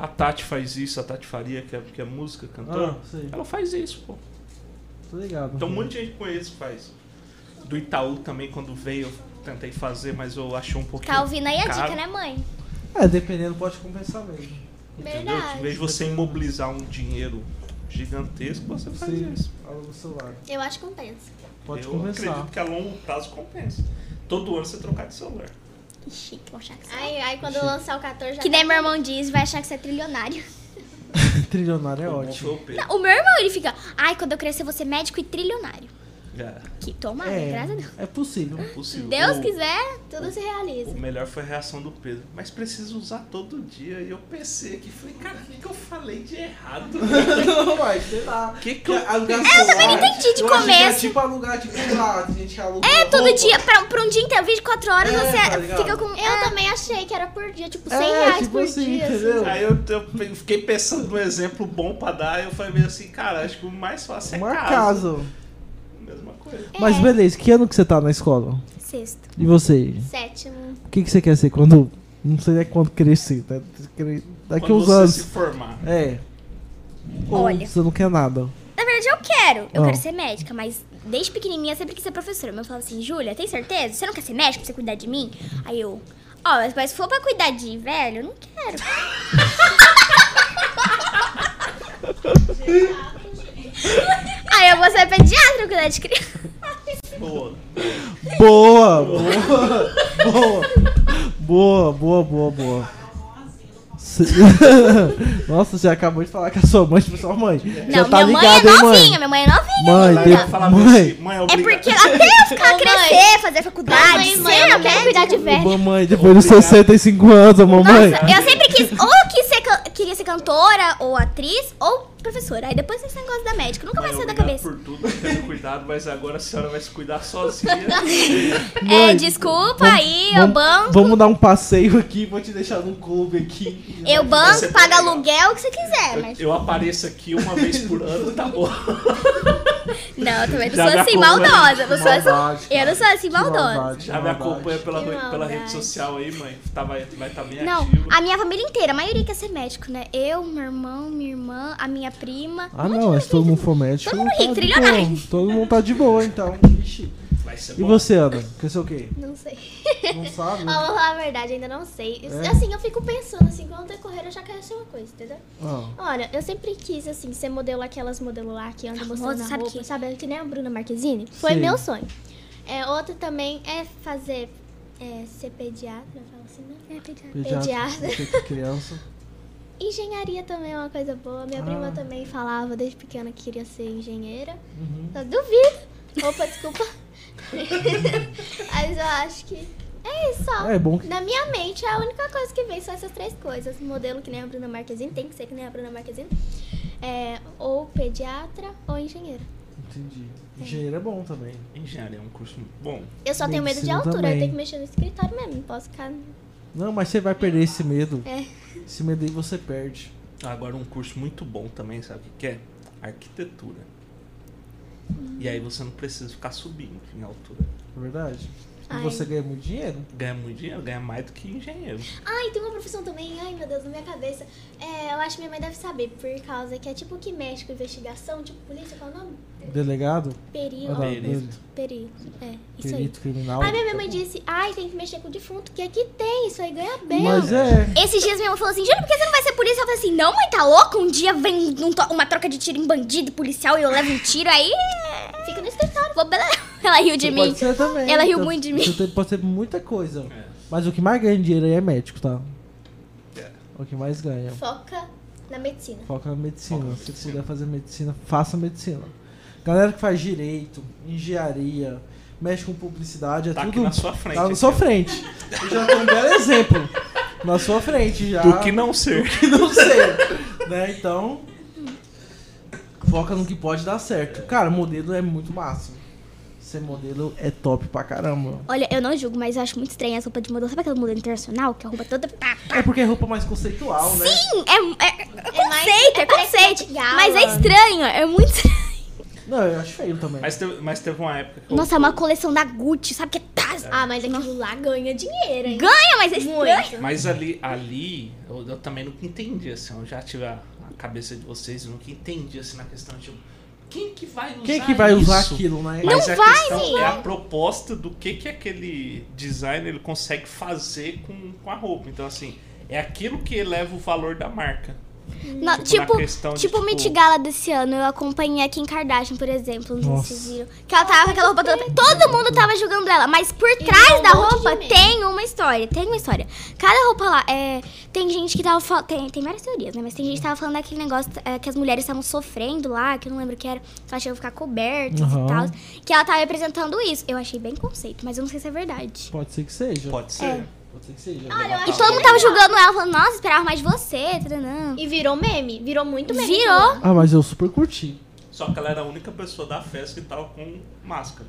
a Tati faz isso, a Tati Faria, que é, que é música, cantora. Ah, Uhum. sei. Ela faz isso, pô. Tô ligado. Então, um monte de gente que conhece faz. Do Itaú também, quando veio, eu tentei fazer, mas eu achei um pouquinho. Tá ouvindo aí a caro, dica, né, mãe? É, dependendo pode compensar mesmo. é Entendeu? Em vez de você imobilizar um dinheiro gigantesco, você faz Você isso. aluga o celular. (laughs) Eu acho que compensa. Pode eu compensar. acredito que a longo prazo compensa. Todo ano você trocar de celular. Que chique, vou achar que é você. Aí, aí quando eu lançar o 14 já Que tá nem meu irmão diz, vai achar que você é trilionário. (laughs) Trilionário é Foi Tá bom, ótimo. foi o Pedro. O meu irmão, ele fica, ai, quando eu crescer, você é médico e trilionário. Já, Que tomara, graças a Deus. É, é possível. possível. Deus o, quiser. Tudo se realiza. O melhor foi a reação do Pedro. Mas preciso usar todo dia. E eu pensei aqui, falei, cara, o que, que eu falei de (laughs) errado? Não, mas sei lá. Que que eu- alugar Eu também não celular, entendi de eu acho que começo. É tipo alugar, tipo, sei lá, tem gente que aluga. É, todo roupa. dia, pra, pra um dia inteiro, 24 horas, É, você tá ligado? fica com... ah, Eu também achei que era por dia, tipo 100 É, reais tipo por assim, dia. assim. entendeu? Aí eu, eu fiquei pensando num exemplo bom pra dar. Eu falei meio assim, cara, acho que o mais fácil é Uma casa. casa. Mesma coisa. Um É. Mas beleza, que ano que você tá na escola? Sexto. E você? Sétimo. O que, que você quer ser quando. Não sei é quando crescer, tá? Cre- Daqui Quando uns você anos. se formar. É. Ou Olha. Você não quer nada. Na verdade, eu quero. Eu Ah. quero ser médica, mas desde pequenininha eu sempre quis ser professora. Meu pai falava assim, Júlia, tem certeza? Você não quer ser médica pra você cuidar de mim? Aí eu, ó, mas- mas se for pra cuidar de velho, eu não (laughs) quero. Aí eu vou ser pediatra pra cuidar de criança. Boa. Boa, boa, boa, boa, boa, boa, boa. Cê- (laughs) Nossa, você acabou de falar com a sua mãe, tipo, sua mãe. já Não, tá minha mãe é ligada, hein, novinha, mãe? minha mãe é novinha. Mãe, Aí de- eu falava mãe, assim, mãe, É obrigado. porque até eu ficar (laughs) Ô, mãe. crescer, fazer faculdade, Mãe, mãe, ser eu não quero cuidar de velho. mamãe, depois dos Obrigado. 65 anos, a mamãe. Nossa, eu sempre quis, ou quis ser, can- queria ser cantora, ou atriz, ou professora. Aí depois esse negócio da médica, nunca Mãe, mais saiu da obrigado cabeça. por tudo, pelo cuidado, mas agora a senhora vai se cuidar (laughs) sozinha. É, Mãe, desculpa aí, eu vamos- banco. Vamos dar um passeio aqui, vou te deixar num clube aqui. Eu Você banco, tá paga legal. É, aluguel, o que você quiser, Eu, mas... (laughs) eu apareço aqui uma vez por ano, tá bom. Não, eu também não Já sou me assim, acompanha. maldosa. Eu não sou assim, Maldade, eu não sou assim, cara. Que maldosa. que Já me maldade. acompanha pela, Que pela maldade. rede social aí, mãe. Tá, vai estar tá bem Não, ativa. a minha família inteira, a maioria quer ser médico, né? Eu, meu irmão, minha irmã, a minha prima. Ah, não, mas se todo mundo for médico. é Todo mundo rico, de trilionário. boa. Todo mundo tá de boa, então. Ixi. Vai ser E bom. você, Ana? Quer ser o (laughs) quê? Não sei. Não sabe? Hum. Ó, vou falar a verdade, ainda não sei. É? Assim, eu fico pensando, assim, quando decorrer eu já quero ser uma coisa, entendeu? Ah. Olha, eu sempre quis, assim, ser modelo, aquelas modelo lá que andam Famosa, mostrando a sabe roupa, que- sabe? Que nem a Bruna Marquezine. Foi Sim. meu sonho. É, outro também é fazer, é, ser pediatra, fala assim, né? É, pediatra. Pediatra. Você que Criança. Engenharia também é uma coisa boa. Minha Ah. prima também falava desde pequena que queria ser engenheira. Uhum. Eu duvido. Opa, desculpa. (laughs) Mas eu acho que é isso. ó. É bom que. Na minha mente, a única coisa que vem são essas três coisas. Modelo que nem a Bruna Marquezine, tem que ser que nem a Bruna Marquezine. É, ou pediatra ou engenheiro. Entendi. Engenheiro é bom também. Engenharia é um curso muito bom. Eu só tenho medo de Medicina altura, também. eu tenho que mexer no escritório mesmo. não Posso ficar. Não, mas você vai perder esse medo. É. Esse medo aí você perde. Agora um curso muito bom também, sabe o que que é? Arquitetura. E aí você não precisa ficar subindo em altura. É verdade? E Ai. você ganha muito dinheiro. Ganha muito dinheiro, ganha mais do que engenheiro. Ai, tem uma profissão também, ai meu Deus, na minha cabeça. É, eu acho que minha mãe deve saber, por causa que é tipo que mexe com investigação, tipo polícia, qual é o nome? Delegado? Peri, Ah, ó, não, Perito. perito. peri. É, isso aí. Perito criminal. Aí minha mãe é disse, ai, tem que mexer com o defunto, que aqui tem, isso aí ganha bem. Mas é. Esses dias minha mãe falou assim, Júlio, por que você não vai ser polícia? Eu falei assim, não mãe, tá louco? Um dia vem um to- uma troca de tiro em bandido, policial, e eu levo um tiro, aí... Fica no escritório. Vou... bela- (laughs) Ela riu de Você mim. Pode ser também. Ela riu Tá- muito de mim. Você tem- pode ser muita coisa. É. Mas o que mais ganha dinheiro aí é médico, tá? É. O que mais ganha. Foca na medicina. Foca na medicina. Foca na Se medicina. puder fazer medicina, faça medicina. Galera que faz direito, engenharia, mexe com publicidade, é Tá aqui tudo. na sua frente. tá na aqui, sua ó. frente. Eu já tem um belo exemplo. Na sua frente já. Do que não ser. (laughs) (laughs) Não sei. né? Então. Foca no que pode dar certo. Cara, modelo é muito massa. Ser modelo é top pra caramba. Olha, eu não julgo, mas eu acho muito estranha essa roupa de modelo. Sabe aquela modelo internacional que a roupa toda... Pá, pá. É porque é roupa mais conceitual, né? Sim, é, é, é É mais- conceito, é é parece uma conceito. gala. Mas é estranho, é muito estranho. Não, eu acho feio também. Mas teve, mas teve uma época que eu- Nossa, é uma coleção da Gucci, sabe que é Taz? Ah, mas aquilo lá ganha dinheiro, hein? Ganha, mas é estranho. Muito. Mas ali, ali eu, eu também nunca entendi, assim, eu já tive a, a cabeça de vocês, eu nunca entendi, assim, na questão, tipo, quem que vai usar Quem que vai usar isso? aquilo, né? Mas a vai, questão sim. é a proposta do que, que aquele designer ele consegue fazer com, com a roupa. Então, assim, é aquilo que eleva o valor da marca. Não, Tipo, tipo, na questão de, tipo, tipo- Met Gala desse ano, eu acompanhei a Kim Kardashian, por exemplo, não sei se Nossa. vocês viram. Que ela tava com aquela roupa toda. Todo mundo tava julgando ela, mas por deu trás um da monte de roupa meme. tem uma história, tem uma história. Cada roupa lá, é, tem gente que tava falando. Tem, tem várias teorias, né? Mas tem gente que tava falando daquele negócio é, que as mulheres estavam sofrendo lá, que eu não lembro o que era, que elas tinham que ficar cobertas Uhum. e tal. Que ela tava representando isso. Eu achei bem conceito, mas eu não sei se é verdade. Pode ser que seja. Pode ser. Pode ser que seja. Olha, eu Tá. acho Ah, E todo mundo tava julgando ela, falando, nossa, esperava mais de você, taranã. E virou meme, virou muito meme. Virou. Ah, mas eu super curti. Só que ela era a única pessoa da festa que tava com máscara.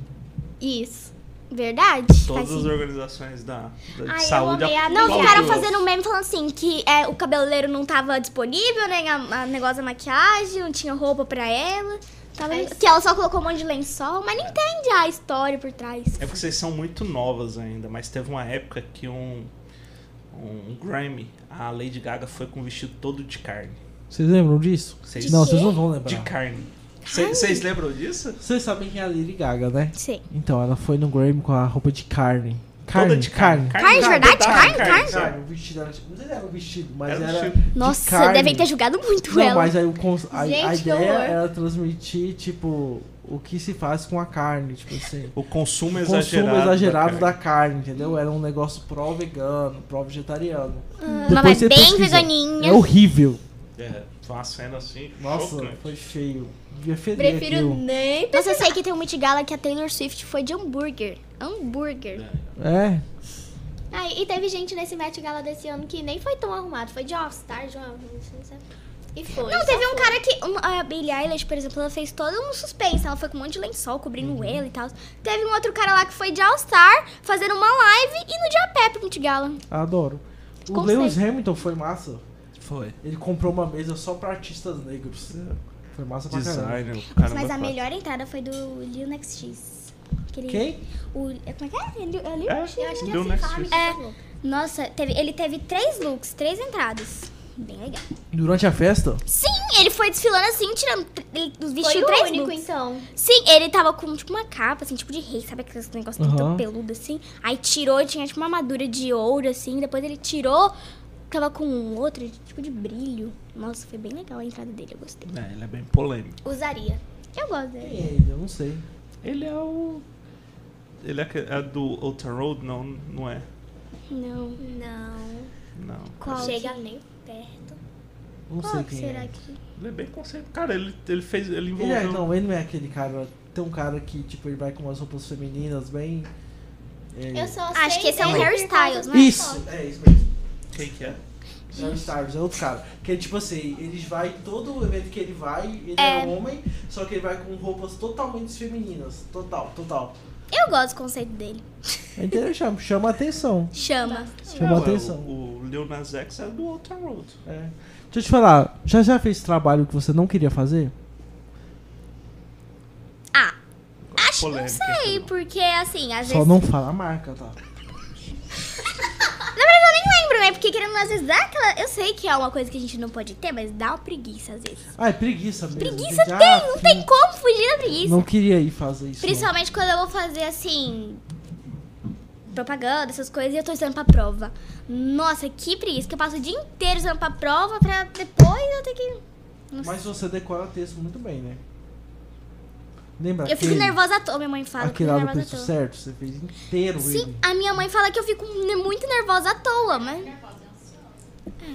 Isso. Verdade. faz Todas as sentido. organizações da, da de Ai, eu saúde amei a- Não, Meu ficaram aplaudiu. fazendo um meme falando assim, que é, o cabeleireiro não tava disponível, nem a, a negócio da maquiagem, não tinha roupa pra ela. Tava- Mas- que ela só colocou um monte de lençol, mas não entende a história por trás. É porque vocês são muito novas ainda, mas teve uma época que um, um Grammy, a Lady Gaga foi com um vestido todo de carne. Vocês lembram disso? Vocês- não, quê? vocês não vão De lembrar. carne. Vocês lembram disso? Vocês sabem quem é a Lady Gaga, né? Sim. Então, ela foi no Grammy com a roupa de carne. Carne, Toda de carne. Carne de tá, verdade? Carne, Carne, o vestido era tipo, não sei se era um vestido, mas Era um era. vestido. de Nossa, carne. devem ter julgado muito Não, ela. mas aí o cons- a, a Gente, que ideia horror. era transmitir, tipo, o que se faz com a carne, tipo assim. O consumo O exagerado. né, consumo da exagerado carne. da carne, entendeu? Era um negócio pró-vegano, pró-vegetariano. Ah, Uma é Depois voz você é bem pesquisa. veganinha. É horrível. É, foi uma cena assim. Nossa, chocante. foi feio. Devia feder Prefiro aquilo. nem. Mas eu sei que tem um Met Gala que a Taylor Swift foi de hambúrguer. Hambúrguer. É, Ai, e teve gente nesse Met Gala desse ano que nem foi tão arrumado. Foi de All-Star, João. não sei. E foi. Não, é. teve um cara que. um- a Billie Eilish, por exemplo, ela fez todo um suspense. Ela foi com um monte de lençol cobrindo Uhum. ela e tal. Teve um outro cara lá que foi de All-Star fazendo uma live e no dia a pé pro Met Gala. adoro. O Conceito. Lewis Hamilton foi massa. Foi. Ele comprou uma mesa só pra artistas negros. Foi massa pra caramba. Designer, o cara Mas da a parte. melhor entrada foi do Lil Nex X. Aquele- Quem? O, é- como é que é? Ele- é Lil É, Nex X. eu acho que é Lil assim, Nex fala, X. me É, Nossa, teve- ele teve três looks, três entradas. Bem legal. Durante a festa? Sim, ele foi desfilando assim, tirando. tr- Ele vestiu Foi o três único, looks. então. Sim, ele tava com tipo uma capa, assim, tipo de rei, sabe aqueles negócios Aham. todo peludo assim? Aí tirou, tinha tipo uma armadura de ouro, assim, depois ele tirou, tava com um outro, tipo de brilho. Nossa, foi bem legal a entrada dele, eu gostei. É, ele é bem polêmico. Usaria. Eu gosto dele. é Eu não sei. Ele é o. Ele é, que- é do Outer Road? Não, não é. Não. Não. Não. Qual? Chega nem perto. Não sei Qual que quem será é. que... Ele é bem conceito. Cara, ele, ele fez. Ele então, Ele é, envolveu. não, ele não é aquele cara. Tem um cara que, tipo, ele vai com umas roupas femininas bem. é, Eu só Acho sei que esse é um dele por Harry causa Styles, do né? Isso! É isso mesmo. Quem que é? Harry Styles é outro cara. Que é tipo assim, ele vai, todo evento que ele vai, ele é, É. homem, só que ele vai com roupas totalmente femininas. Total, total. Eu gosto do conceito dele. É interessante, chama atenção. Chama. Chama Não, é, atenção. O, o Lil Nas X é do Outer Road. É. Deixa eu te falar, já já fez trabalho que você não queria fazer? Ah, acho que não Polêmica, sei, então. porque assim, às Só vezes. não fala a marca, tá? Na verdade, eu nem lembro, né? Porque querendo, às vezes dá aquela. Eu sei que é uma coisa que a gente não pode ter, mas dá uma preguiça às vezes. Ah, é preguiça mesmo. Preguiça Ah, tem, não tem fi- como fugir da preguiça. Não queria ir fazer isso. não. Principalmente quando eu vou fazer assim. Propaganda, essas coisas, e eu tô estudando pra prova. Nossa, que preguiça, que eu passo o dia inteiro estudando pra prova pra depois eu ter que. Mas você decora texto muito bem, né? Lembra? Eu fico aquele- nervosa à toa, minha mãe fala. que Aquele eu lá fico do nervosa à texto toa. certo, você fez inteiro Sim, ele. a minha mãe fala que eu fico ne- muito nervosa à toa, mas. É,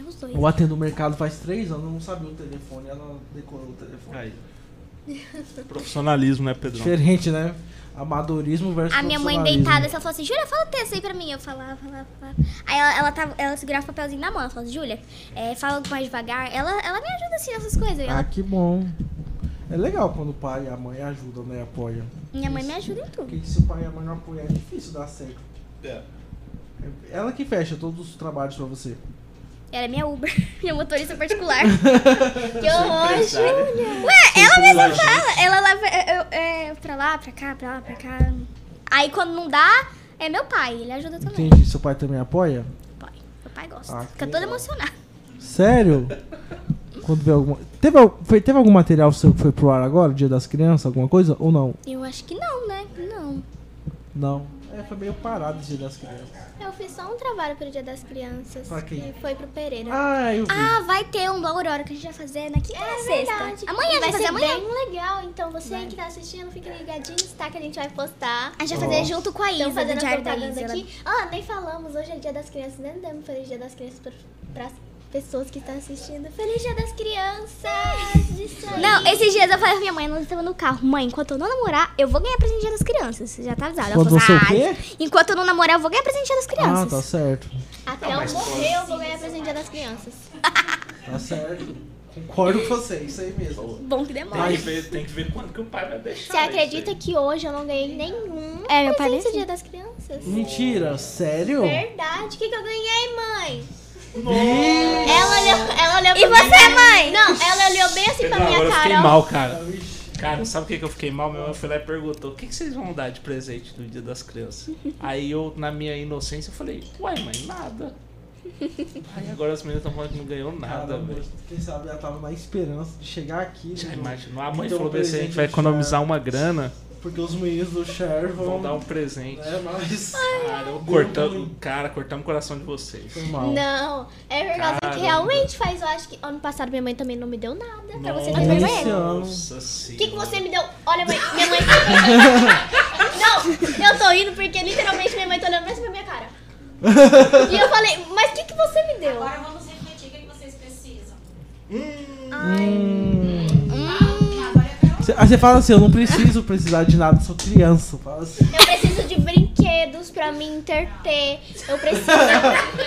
os dois. Eu atendo o mercado faz três anos, não sabia o telefone, ela decorou o telefone. Aí. Profissionalismo, né, Pedrão? Diferente, né? Amadorismo versus A minha mãe profissionalismo. deitada, ela falou assim, Júlia, fala o texto aí pra mim. Eu falava, falava, falava. Aí ela, ela, tava, ela segurava o papelzinho na mão, ela falou, Júlia, é, fala mais devagar. Ela, ela me ajuda assim nessas coisas. E Ah, ela- que bom. É legal quando o pai e a mãe ajudam, né? Apoiam. minha mãe me ajuda em tudo. Porque se o pai e a mãe não apoiar, é difícil dar certo. É É. Ela que fecha todos os trabalhos pra você. Ela é minha Uber, (laughs) minha motorista particular. Que horror, Empresária. ela mesma Lógico. fala, ela leva é, eu- é, pra lá, pra cá, pra lá, pra cá. Aí quando não dá, é meu pai, ele ajuda também. Entendi. Seu pai também apoia? Pai, meu pai gosta. Ah, que Fica todo legal. emocionado. Sério? Quando vê alguma. Teve, al- foi- teve algum material seu que foi pro ar agora, Dia das Crianças, alguma coisa? Ou não? Eu acho que não, né? Não. Não. É, foi meio parado o Dia das Crianças. Eu fiz só um trabalho pro Dia das Crianças. Pra quem? E foi pro Pereira. Ah, eu vi. Ah, vai ter um do Aurora que a gente vai fazer na quinta na sexta. Verdade. Amanhã, a gente vai vai fazer ser amanhã. bem legal. Então você que tá assistindo, fica ligadinho, está que a gente vai postar. A gente vai fazer Nossa. junto com a Isa, Estão do fazendo a Diário da propaganda Isa. né? ela- aqui. Ah, nem falamos, hoje é dia das crianças, nem damos Feliz Dia das Crianças para as pessoas que estão assistindo. Feliz Dia das É Crianças! Isso aí. Não, esses dias eu falei pra minha mãe, nós estava no carro. Mãe, enquanto eu não namorar, eu vou ganhar presente das crianças. Você já tá avisada. Ela Quando falou assim, você o "Ah, Enquanto eu não namorar, eu vou ganhar presente das Ah, crianças. tá certo. Até eu morrer, eu vou ganhar presente Dia das Crianças. Tá certo. Concordo com você, isso aí mesmo. Bom que demora. Tem que, ver, tem que ver quanto que o pai vai deixar. Você isso acredita aí. que hoje eu não ganhei nenhum É, meu pai presente nem- Dia das Crianças? Mentira, sério? Verdade, o que, que eu ganhei, mãe? Ih, Ela olhou, ela olhou E você, mãe? Não, ela olhou bem assim pra Pedrão, agora minha eu fiquei cara. ó. mal, cara. ixi. Cara, sabe o que, que eu fiquei mal? Minha mãe foi lá e perguntou: o que, que vocês vão dar de presente no dia das crianças? Aí eu, na minha inocência, eu falei: uai, mãe, nada. Aí agora as meninas estão falando que não ganhou nada, Caramba, velho. um, Quem sabe ela tava na esperança de chegar aqui. Já né? imaginou? A mãe Então, falou assim: a gente presente é vai do economizar uma grana, Porque os meninos do Cher vão, vão dar um presente. É, mas. Cara, eu cortando, cara, cortamos o coração de vocês. Foi mal. Não, é por causa Caramba. que realmente faz. Eu acho que ano passado minha mãe também não me deu nada. Pra você Nossa. também, mãe. Esse ano. Nossa O senhora. que, que você me deu? Olha, mãe, minha mãe. (laughs) não, eu tô rindo porque literalmente minha mãe tá olhando mesmo pra (laughs) minha cara. E eu falei, mas o que, que você me deu? Agora vamos refletir o que é que vocês precisam. Hum. Agora é pra Cê- Aí você fala assim, eu não preciso precisar de nada, sou criança. Fala assim. Eu preciso de brinquedos pra me interter. Eu preciso.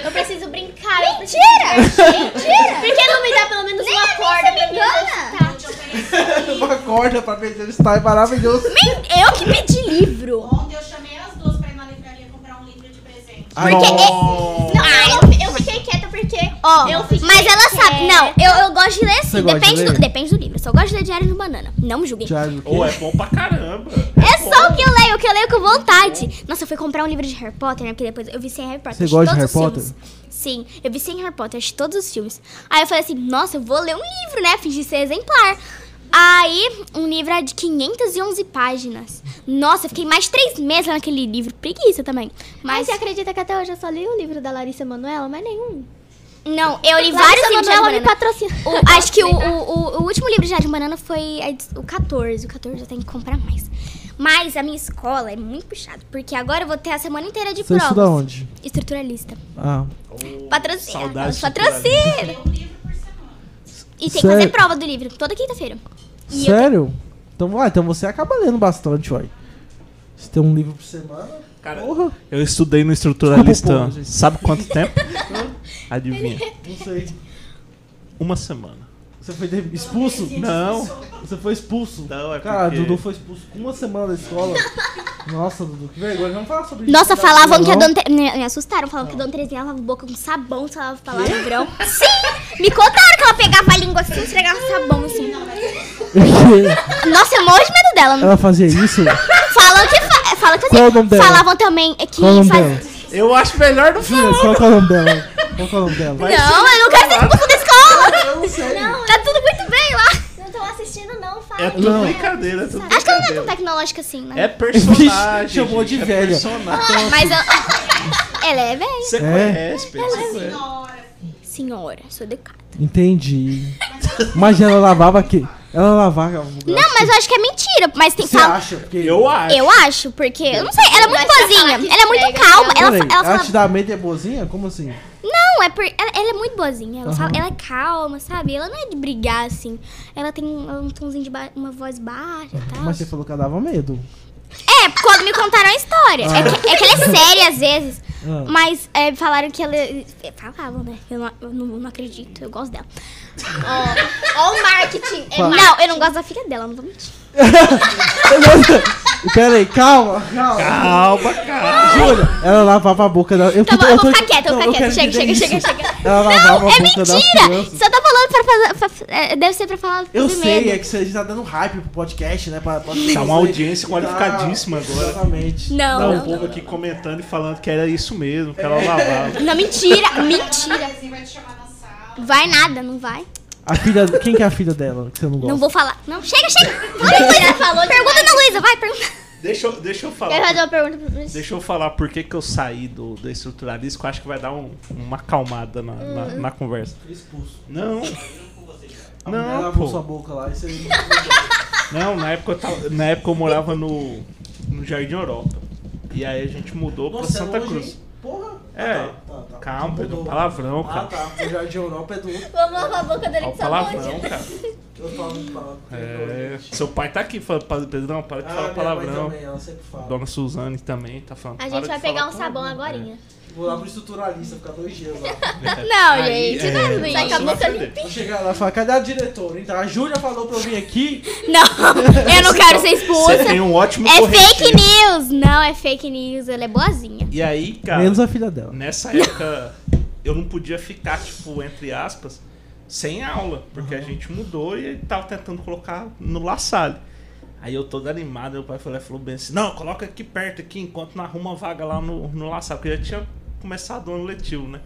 Eu preciso brincar. Mentira! Mentira! Por que não me dá pelo menos uma corda pra me exercitar? eu te ofereci. É. Uma corda pra vender está é maravilhoso. Eu que pedi livro. Ontem eu chamei as duas pra ir na livraria comprar um livro de presente. Ai, Porque é- nossa. Não, eu, eu fiquei quieta porque Ó, Eu fiquei mas ela sabe. Não, eu, eu gosto de ler Você sim. gosta de Depende, ler? Do, depende do livro. Eu só gosto de ler Diário de uma Banana. Não julguem. Diário do quê? Ou é bom pra caramba. É só o que eu leio, o que eu leio com vontade. Nossa, eu fui comprar um livro de Harry Potter, né? Porque depois eu vi sem Harry Potter. Você assisti gosta de todos Harry os Filmes. Sim, eu vi sem Harry Potter, assisti todos os filmes. Aí eu falei assim, nossa, eu vou ler um livro, né? Fingi ser exemplar. Aí, um livro era de 511 páginas. Nossa, eu fiquei mais de três meses naquele livro. Preguiça também. Mas Mas, você acredita que até hoje eu só li o livro da Larissa Manoela? Mas nenhum. não, eu li Larissa vários livros de Manoela Harry me Potter. patrocina. O- acho que o, o- o- o último livro de Jardim Banana foi a edi- o 14. O 14 eu tenho que comprar mais. Mas a minha escola é muito puxada, porque agora eu vou ter a semana inteira de Você provas. estuda onde? Estruturalista. Ah, Patrocina. Saudades Patrocina. Lê um livro por semana. E tem que Sério? fazer prova do livro toda quinta-feira. E eu sério? Então, ah, então você acaba lendo bastante, uai. Você tem um livro por semana? Cara, Porra, eu estudei no estruturalista. Desculpa o povo, gente. sabe quanto tempo? Adivinha? não sei. Uma semana. Você foi de- expulso? Não. Você foi expulso? Não, é Cara, porque- Dudu foi expulso com uma semana (laughs) da escola. Nossa, Dudu, que vergonha. Vamos falar sobre Nossa, isso. falavam que a Não. Dona Te- Me me assustaram, falavam que a Dona Terezinha lavava a boca com sabão, se lavava palavrão. Sim! Me contaram que ela pegava a língua assim, esfregava sabão (laughs) assim. Nossa, eu morro de medo dela. Ela fazia isso? Falam que fa falam que assim, Ah. Qual é o nome dela? Falavam também é que Qual é o nome faz- dela? Eu acho melhor não falar. Filha, qual que é o nome dela? Qual que é o nome dela? Não, eu não quero ser expulsa da escola. Eu não sei. Tá tudo muito bem lá. Não tô assistindo, não, fala. É tudo Não. brincadeira, é tudo Acho que ela não é tão brincadeira. tecnológica assim, né? É personagem. Vixe, chamou de gente, é velha. personagem. Ah, Mas ela, ela é velha. Você conhece, Pedro. você conhece. Senhora, filho. Senhora, sou educada. Entendi. Mas ela lavava que. Ela lavava. Não, mas eu acho que é mentira. Mas tem Você fala- acha? Porque... Eu acho. Eu acho, porque. Eu não sei, ela é muito boazinha. Ela é muito calma. Ela, Peraí, fa- ela fala. te dá medo e é boazinha? Como assim? Não, é porque. Ela, ela é muito boazinha. Ela, fala- Aham. ela é calma, sabe? Ela não é de brigar assim. Ela tem um, um tomzinho de ba- uma voz baixa e tal. Mas você falou que ela dava medo. É, quando me contaram a história. É, que, é que ela é séria às vezes. Ah. Mas é, falaram que ela. Falavam, né? Eu não, eu não- não acredito, eu gosto dela. Ó, ó o marketing. É marketing. Não, eu não gosto da filha dela, não vou mentir. Peraí, calma, calma. Calma, cara. Júlia, ela lavava a boca da. Eu, Tá bom, eu vou ficar quieta, eu não, vou ficar quieta. quero Chega, entender chega, chega, isso. chega. Ela lavava Não, a é boca das mentira! crianças. Só tá falando pra fazer. pra- é, deve ser pra falar. Eu primeiro. sei, é que você tá dando hype pro podcast, né? Pra, pra Tá uma audiência qualificadíssima agora. Exatamente. Não, Tá não, o povo aqui comentando e falando que era isso mesmo, que ela lavava. Não, (laughs) mentira, A mentira. Terezinha vai te chamar na sala. Vai nada, não vai. A filha, quem que é a filha dela que você não gosta? Não vou falar. Não, chega, chega. Luísa, falou pergunta na Luísa, vai, pergunta. Deixa eu, deixa eu Quer falar. fazer um uma pergunta pra mim? Deixa eu falar por que, que eu saí do, do estruturalismo, que eu acho que vai dar um- uma acalmada na, na, na conversa. Expulso. Não, A Não, mulher pô. lavou sua boca lá e você. não, na época eu, tava- na época eu morava no, no Jardim Europa. E aí a gente mudou pra é Santa longe, Cruz. hein? Porra! É, Ah, tá, tá, tá. calma, Pedro, um Mudou. palavrão, Ah, cara. tá. O Jardim Europa é do outro. Vamos lavar a boca dele Olha com o sabonete. palavrão, (laughs) cara. Eu falo de palavrão. É, seu pai tá aqui falando, pa- Pedrão, para de Ah, falar minha mãe palavrão. também, ela sempre fala. Dona Suzane também tá falando. A "Para gente de vai falar pegar um palavrão". sabão agorinha. Vou lá pro estruturalista, ficar dois dias lá. (laughs) (laughs) Não, Aí, gente, é, não é nossa, ruim. Sai com a vai boca perder. Vou chegar lá e falar, cadê a diretora? Então, a Júlia falou pra eu vir aqui. Não, eu não quero ser expulsa. Você tem um ótimo É corretivo. fake news! Não, é fake news, ela é boazinha. E aí, cara, Menos a filha dela. nessa época eu não podia ficar, tipo, entre aspas, sem aula, porque a gente mudou e tava tentando colocar no La Salle. Aí eu todo animado, meu pai falou, falou bem assim, não, coloca aqui perto aqui, enquanto não arruma uma vaga lá no, no La Salle, porque já tinha começado o ano letivo, né?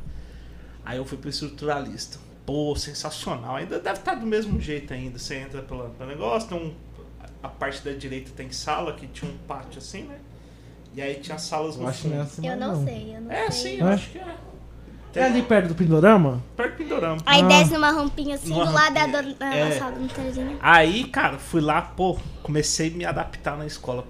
Aí eu fui pro estruturalista. Pô, sensacional. Ainda deve estar do mesmo jeito ainda. Você entra pela- pelo, negócio, tem um, a parte da direita tem sala, que tinha um pátio assim, né? E aí tinha salas Eu no acho que não é fundo. assim, Eu mais, não sei, eu não É, sei. sim, eu É? acho que é. É ali perto do Pindorama? Perto do Pindorama. Aí Ah. desce numa rampinha assim, Numa do lado da, rampinha. da, da É. sala do Terezinha. Aí, cara, fui lá, pô, comecei a me adaptar na escola.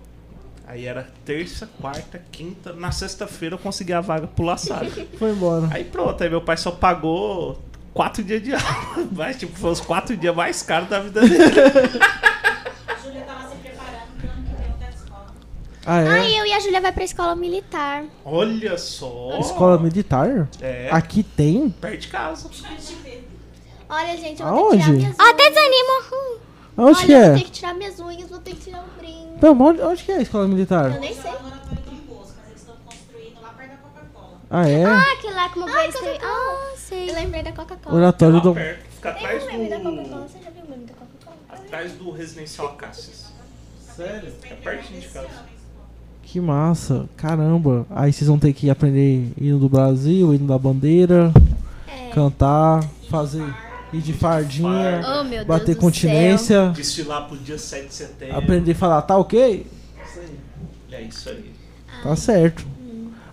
Aí era terça, quarta, quinta, na sexta-feira eu consegui a vaga pro La (laughs) Salle. Foi embora. Aí pronto, aí meu pai só pagou quatro dias de aula. (laughs) Mas, tipo, foi os quatro dias mais caros da vida dele. A Júlia tava se preparando pro ano que vem até a escola. Ah, é? Ai, eu e a Júlia vai pra escola militar. Olha só. Escola militar? Oh. É. Aqui tem? Perto de casa. Olha, gente, eu vou ter que tirar Aonde? minhas Ó, até desanimo. Hum. Onde que Olha, eu é? vou ter que tirar minhas unhas, vou ter que tirar o brinco. Não, onde, onde que é a escola militar? Eu nem Hoje é sei. lá no oratório Dom Bosco, mas eles estão construindo lá perto da Coca-Cola. Ah, é? Ah, que lá como vai escrever. Ah, sei. Eu lembrei da Coca-Cola. Oratório Lá do. Ah, perto, fica Tem atrás um meme da Coca-Cola, do. você já viu o meme da Coca-Cola? Atrás do residencial Acácias. Sério? É pertinho de casa. Que massa, caramba. Aí vocês vão ter que aprender hino do Brasil, hino da bandeira, cantar, fazer ir de fardinha, Oh, meu Deus bater do céu. continência, Desfilar pro dia 7 de setembro. aprender a falar, tá ok? É isso aí. Tá certo.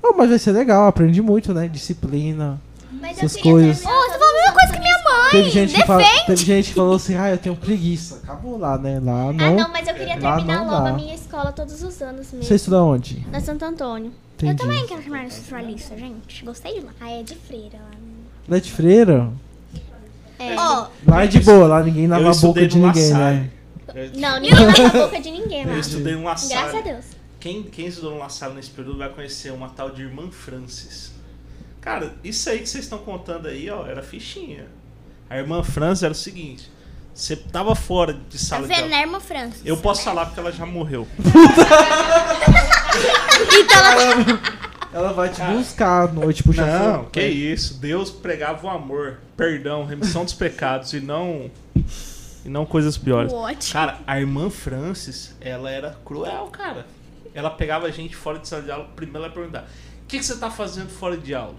Oh, mas vai ser legal, aprendi muito, né? Disciplina. Mas Essas eu queria coisas. Ô, você tá falou a mesma coisa que minha mãe. teve, gente que fala- Defende. teve gente que falou assim, ah, eu tenho preguiça. Acabou lá, né? Lá Ah, não. não, mas eu queria Lá terminar não logo dá. a minha escola todos os anos mesmo. Você estuda onde? Na Santo Antônio. Entendi. Eu também quero chamar isso pra lista, gente. Gostei de lá. Ah, é de freira lá. Lá de freira? Ó, (laughs) Lá é de boa, lá ninguém lava eu a boca estudei de no ninguém, Lassari. né? Eu- Não, ninguém lava a boca de ninguém lá. Eu estudei no La Graças a Salle. Deus. Quem, quem estudou no La Salle nesse período vai conhecer uma tal de Irmã Francis. Cara, isso aí que vocês estão contando aí, ó, era fichinha. A Irmã Francis era o seguinte: você tava fora de tá sala de vendo, aula. né, irmã França? Eu posso falar porque ela já morreu. Ela vai te buscar à noite, puxa Ah. Não, fogo. né? que isso. Deus pregava o amor, perdão, remissão dos pecados e não e não coisas piores. What? Cara, a irmã Francis, ela era cruel, cara. Ela pegava a gente fora de sala de aula, primeiro ela perguntava: "O que, que você tá fazendo fora de aula?"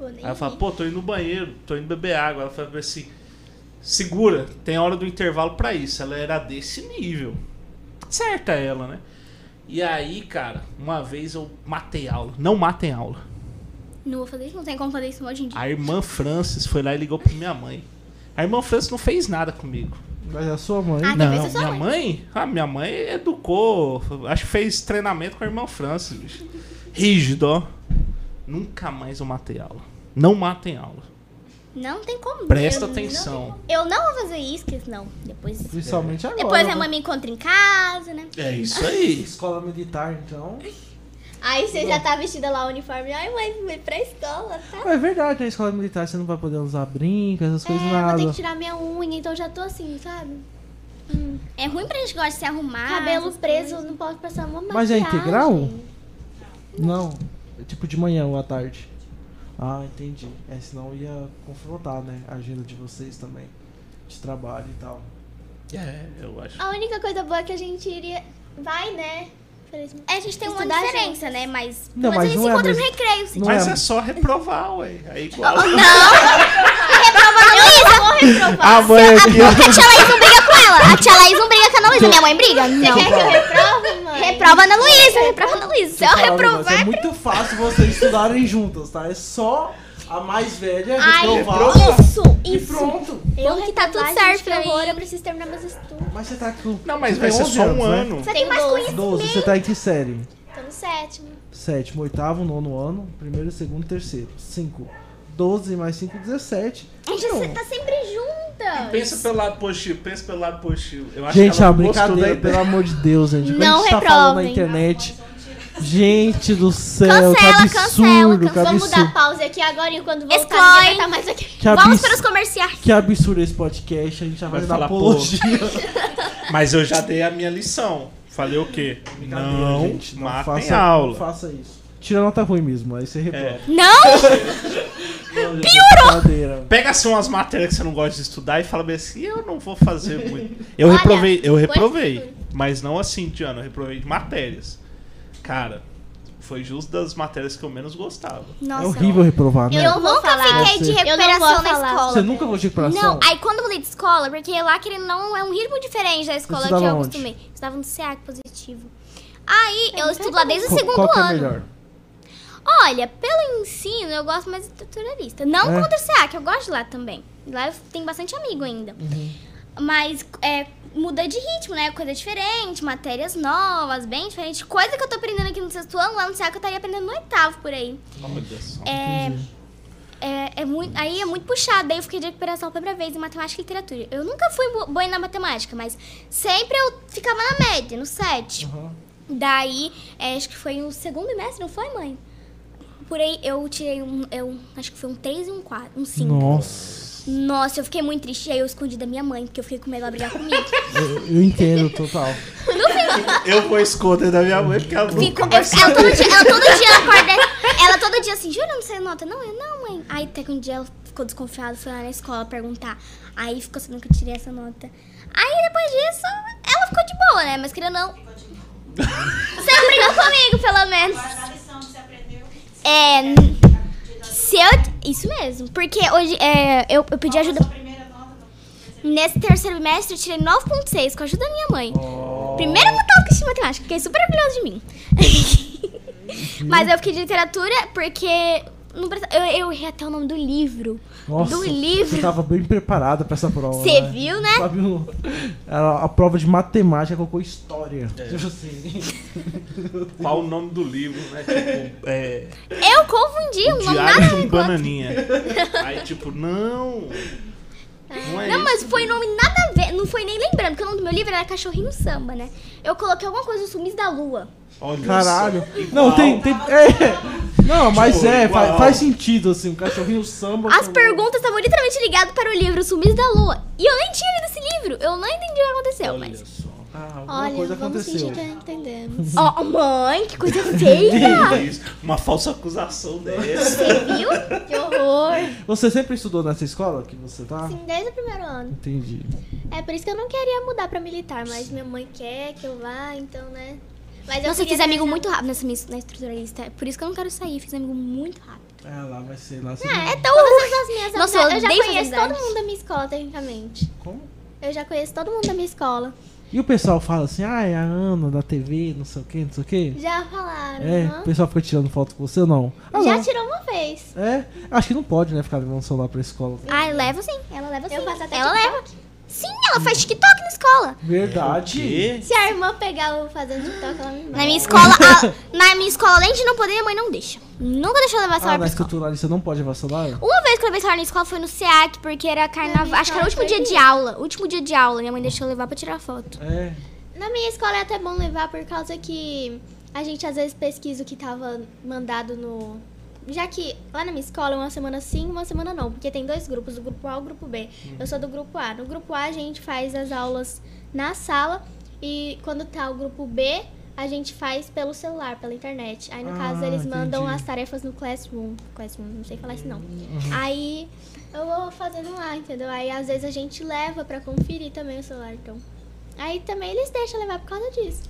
Aí ela fala: "Pô, tô indo no banheiro, tô indo beber água". Ela fala assim: "Segura, tem hora do intervalo pra isso". Ela era desse nível. Certa ela, né? E aí, cara, uma vez eu matei aula. Não matem aula. Não vou fazer isso, não tem como fazer isso hoje em dia. A irmã Francis foi lá e ligou pra minha mãe. A irmã Francis não fez nada comigo. Mas é a sua mãe? Ah, não, talvez seja sua minha mãe. Ah, minha mãe educou. Acho que fez treinamento com a irmã Francis, bicho. Rígido, ó. Nunca mais eu matei aula. Não matem aula. Não tem como. Presta Eu não- atenção. eu não vou fazer isso, porque senão depois... Principalmente agora. Depois né? a mãe me encontra em casa, né? É isso aí. Escola militar, então. Aí você já tá vestida lá o uniforme. Ai, mãe, fui pra escola, tá? Ah, é verdade, na escola militar você não vai poder usar brinco, essas coisas É, vou nada. ter que tirar minha unha, então já tô assim, sabe? É ruim pra gente que gosta de se arrumar. Cabelo essas preso, coisas. não posso passar uma maquiagem. Mas é integral? Não. É tipo de manhã ou à tarde. Ah, entendi. É, senão ia confrontar, né? A agenda de vocês também. De trabalho e tal. É, eu Ah, acho. A única coisa boa é que a gente iria... Vai, né? Felizmente. É, a gente tem uma Estudar diferença, né? Mas, Não, mas a gente não se é encontra mesmo. no recreio. Sim. Não Mas é- é só reprovar, ué. É (laughs) igual. Tá, é Reprovar. A mãe aqui, ó. A tia Laís não briga com ela. A tia Laís não briga com a Ana Luísa. Minha mãe briga? Não. Reprova, mãe. Reprova a Ana Luísa. Reprova a Ana Luísa. Se eu Falar um negócio, É reprovar... muito fácil vocês estudarem juntas, tá? É só a mais velha Ai, reprovar isso, e isso. pronto. Eu Bom que tá tudo certo pra mim. Eu preciso terminar meus estudos. Mas você tá com. Não, mas você vai tem ser 11 só um anos, né? ano. Só tem mais conhecimento. 12, você tá em que série? Tô no sétimo. Sétimo, oitavo, nono ano, primeiro, segundo, terceiro. Cinco. 12 mais 5, 17. A gente Não. tá sempre junta. Pensa pelo lado positivo, pensa pelo lado positivo. Eu acho Gente, que é ela uma não gostou da brincadeira, ideia. pelo amor de Deus, gente. Quando a Não gente tá falando na reprovem. internet. Gente do céu, que Cancela, absurdo, cancela, que Vamos dar absurdo. pause aqui agora e quando voltar Exclui. ninguém vai tá mais aqui. Que, Vamos abs... para os comerciais. que absurdo esse podcast, a gente já vai, Vai dar falar, pô, apologia. (laughs) Mas eu já dei a minha lição. Falei o quê? Brincadeira, Não, gente, não matem faça, aula. Não faça isso. Tira nota ruim mesmo, aí você reprova. É. Não! É. Piorou! Brincadeira. Pega assim umas matérias que você não gosta de estudar e fala bem assim, eu não vou fazer (laughs) muito. Eu reprovei, eu reprovei. Mas não assim, Diana, eu reprovei de matérias. Cara, foi justo das matérias que eu menos gostava. Nossa, é horrível reprovar, né? Eu, nunca fiquei de Você- Eu recuperação não na vou falar. escola. Você nunca gostou de recuperação? Não, aí é quando eu mudei de escola, porque lá querendo ou não é um ritmo diferente da escola que estudava eu onde? acostumei. Eu Estudava no CA positivo. Aí eu estudo lá desde o Qual- segundo Qual que é ano. melhor? Olha, pelo ensino eu gosto mais de tutoralista. Não É? contra o CA, que eu gosto de lá também. Lá eu tenho bastante amigo ainda. Uhum. Mas é, muda de ritmo, né? Coisa diferente, matérias novas, bem diferente. Coisa que eu tô aprendendo aqui no sexto ano, lá no CA que eu estaria aprendendo no oitavo por aí. Olha só. É, é, é muito, aí é muito puxado. Daí eu fiquei de recuperação a primeira vez em matemática e literatura. Eu nunca fui bo- boa na matemática, mas sempre eu ficava na média, no 7. Aham. Daí, é, acho que foi no segundo mestre, não foi, mãe? Por aí eu tirei um, eu acho que foi um 3 e um 4, um 5. Nossa, Nossa, eu fiquei muito triste. E aí eu escondi da minha mãe, porque eu fiquei com medo dela brigar comigo. eu, eu entendo total. Eu vou esconder da minha mãe porque ela Fico, nunca eu- vai ela, saber. todo dia, ela todo dia acorda. Ela todo dia assim, jura, não sei nota. Não, eu não, mãe. Aí até que um dia ela ficou desconfiado, foi lá na escola perguntar. Aí ficou sabendo que eu tirei essa nota. Aí depois disso, ela ficou de boa, né? Mas querendo ou não, Ficou de novo. você aprendeu comigo, pelo menos. Agora dá a lição que você aprendeu. É. n- De Se eu. Isso mesmo. Porque hoje é, eu, eu pedi ajuda. sua primeira nota do terceiro Nesse terceiro bimestre, eu tirei 9,6 com a ajuda da minha mãe. Primeira nota alta que eu tive em matemática. Fiquei super orgulhosa de mim. (laughs) Mas eu fiquei de literatura porque. Não precisa- eu, eu errei até o nome do livro. Nossa, do livro. você tá tava bem preparada pra essa prova. Você viu, né? Sabe, o- era a prova de matemática colocou história. Tipo assim. Qual o nome do livro, (laughs) né? Tipo, é. Eu confundi o nome nada. Diário de um Bananinha. Aí, tipo, não. Não é Não, isso. mas foi nome nada a ver. Não foi nem lembrando, porque o nome do meu livro era Cachorrinho Samba, né? Eu coloquei alguma coisa no sumis da lua. Olha Caralho. só, igual. Não, tem. tem é. Não, mas Tipo, é, fa- igual. faz, sentido, assim, um cachorrinho samba. As com- perguntas estavam literalmente ligadas para o livro Sumis da Lua. E eu nem tinha lido esse livro. Eu não entendi o que aconteceu, Olha mas. só. Ah, alguma Olha, coisa vamos aconteceu. fingir que entendemos. Ó, mãe, que coisa (laughs) feia! Que é isso, Uma falsa acusação dessa. Você viu? Que horror. é- Você sempre estudou nessa escola que você tá? Sim, desde o primeiro ano. Entendi. É por isso que eu não queria mudar pra militar, mas minha mãe quer que eu vá, então, né? Mas eu Nossa, eu queria fiz amigo viajar. muito rápido nessa minha na estruturalista. É Por isso que eu não quero sair, fiz amigo muito rápido. É, lá vai ser lá. Você... É tão Todas as minhas Nossa, eu amizades- eu já odeio fazer conheço amizade. todo mundo da minha escola, tecnicamente. Como? Eu já conheço todo mundo da minha escola. E o pessoal fala assim, ah, é a Ana da TV, não sei o que, não sei o que. Já falaram, É, aham. o pessoal fica tirando foto com você ou não? Ah, Já não. tirou uma vez. É, acho que não pode, né, ficar levando o celular pra escola. Ai, levo sim. Ela leva sim. Ah, Eu faço até ela TikTok. leva. Sim, ela faz TikTok na escola. Verdade. Que? Se a irmã pegar o fazendo TikTok, ela me mata. Na minha (laughs) escola, a- na minha escola, além de não poder, minha mãe não deixa. Nunca deixou eu levar celular Ah, pra mas escola. culturalista não pode levar celular? Uma vez que eu levei celular na escola foi no SEAC, porque era carnaval. Acho que era o último dia de aula. Último dia de aula. Minha mãe deixou eu levar pra tirar foto. É. Na minha escola é até bom levar por causa que a gente às vezes pesquisa o que tava mandado no. Já que lá na minha escola é uma semana sim, uma semana não, porque tem dois grupos, o grupo A e o grupo B. Eu sou do grupo A. No grupo A a gente faz as aulas na sala e quando tá o grupo B, a gente faz pelo celular, pela internet. Aí no Ah, caso eles mandam entendi. Uhum. as tarefas no Classroom. Classroom, não sei falar isso não. Aí eu vou fazendo lá, entendeu? Aí às vezes a gente leva pra conferir também o celular, então. Aí também eles deixam levar por causa disso.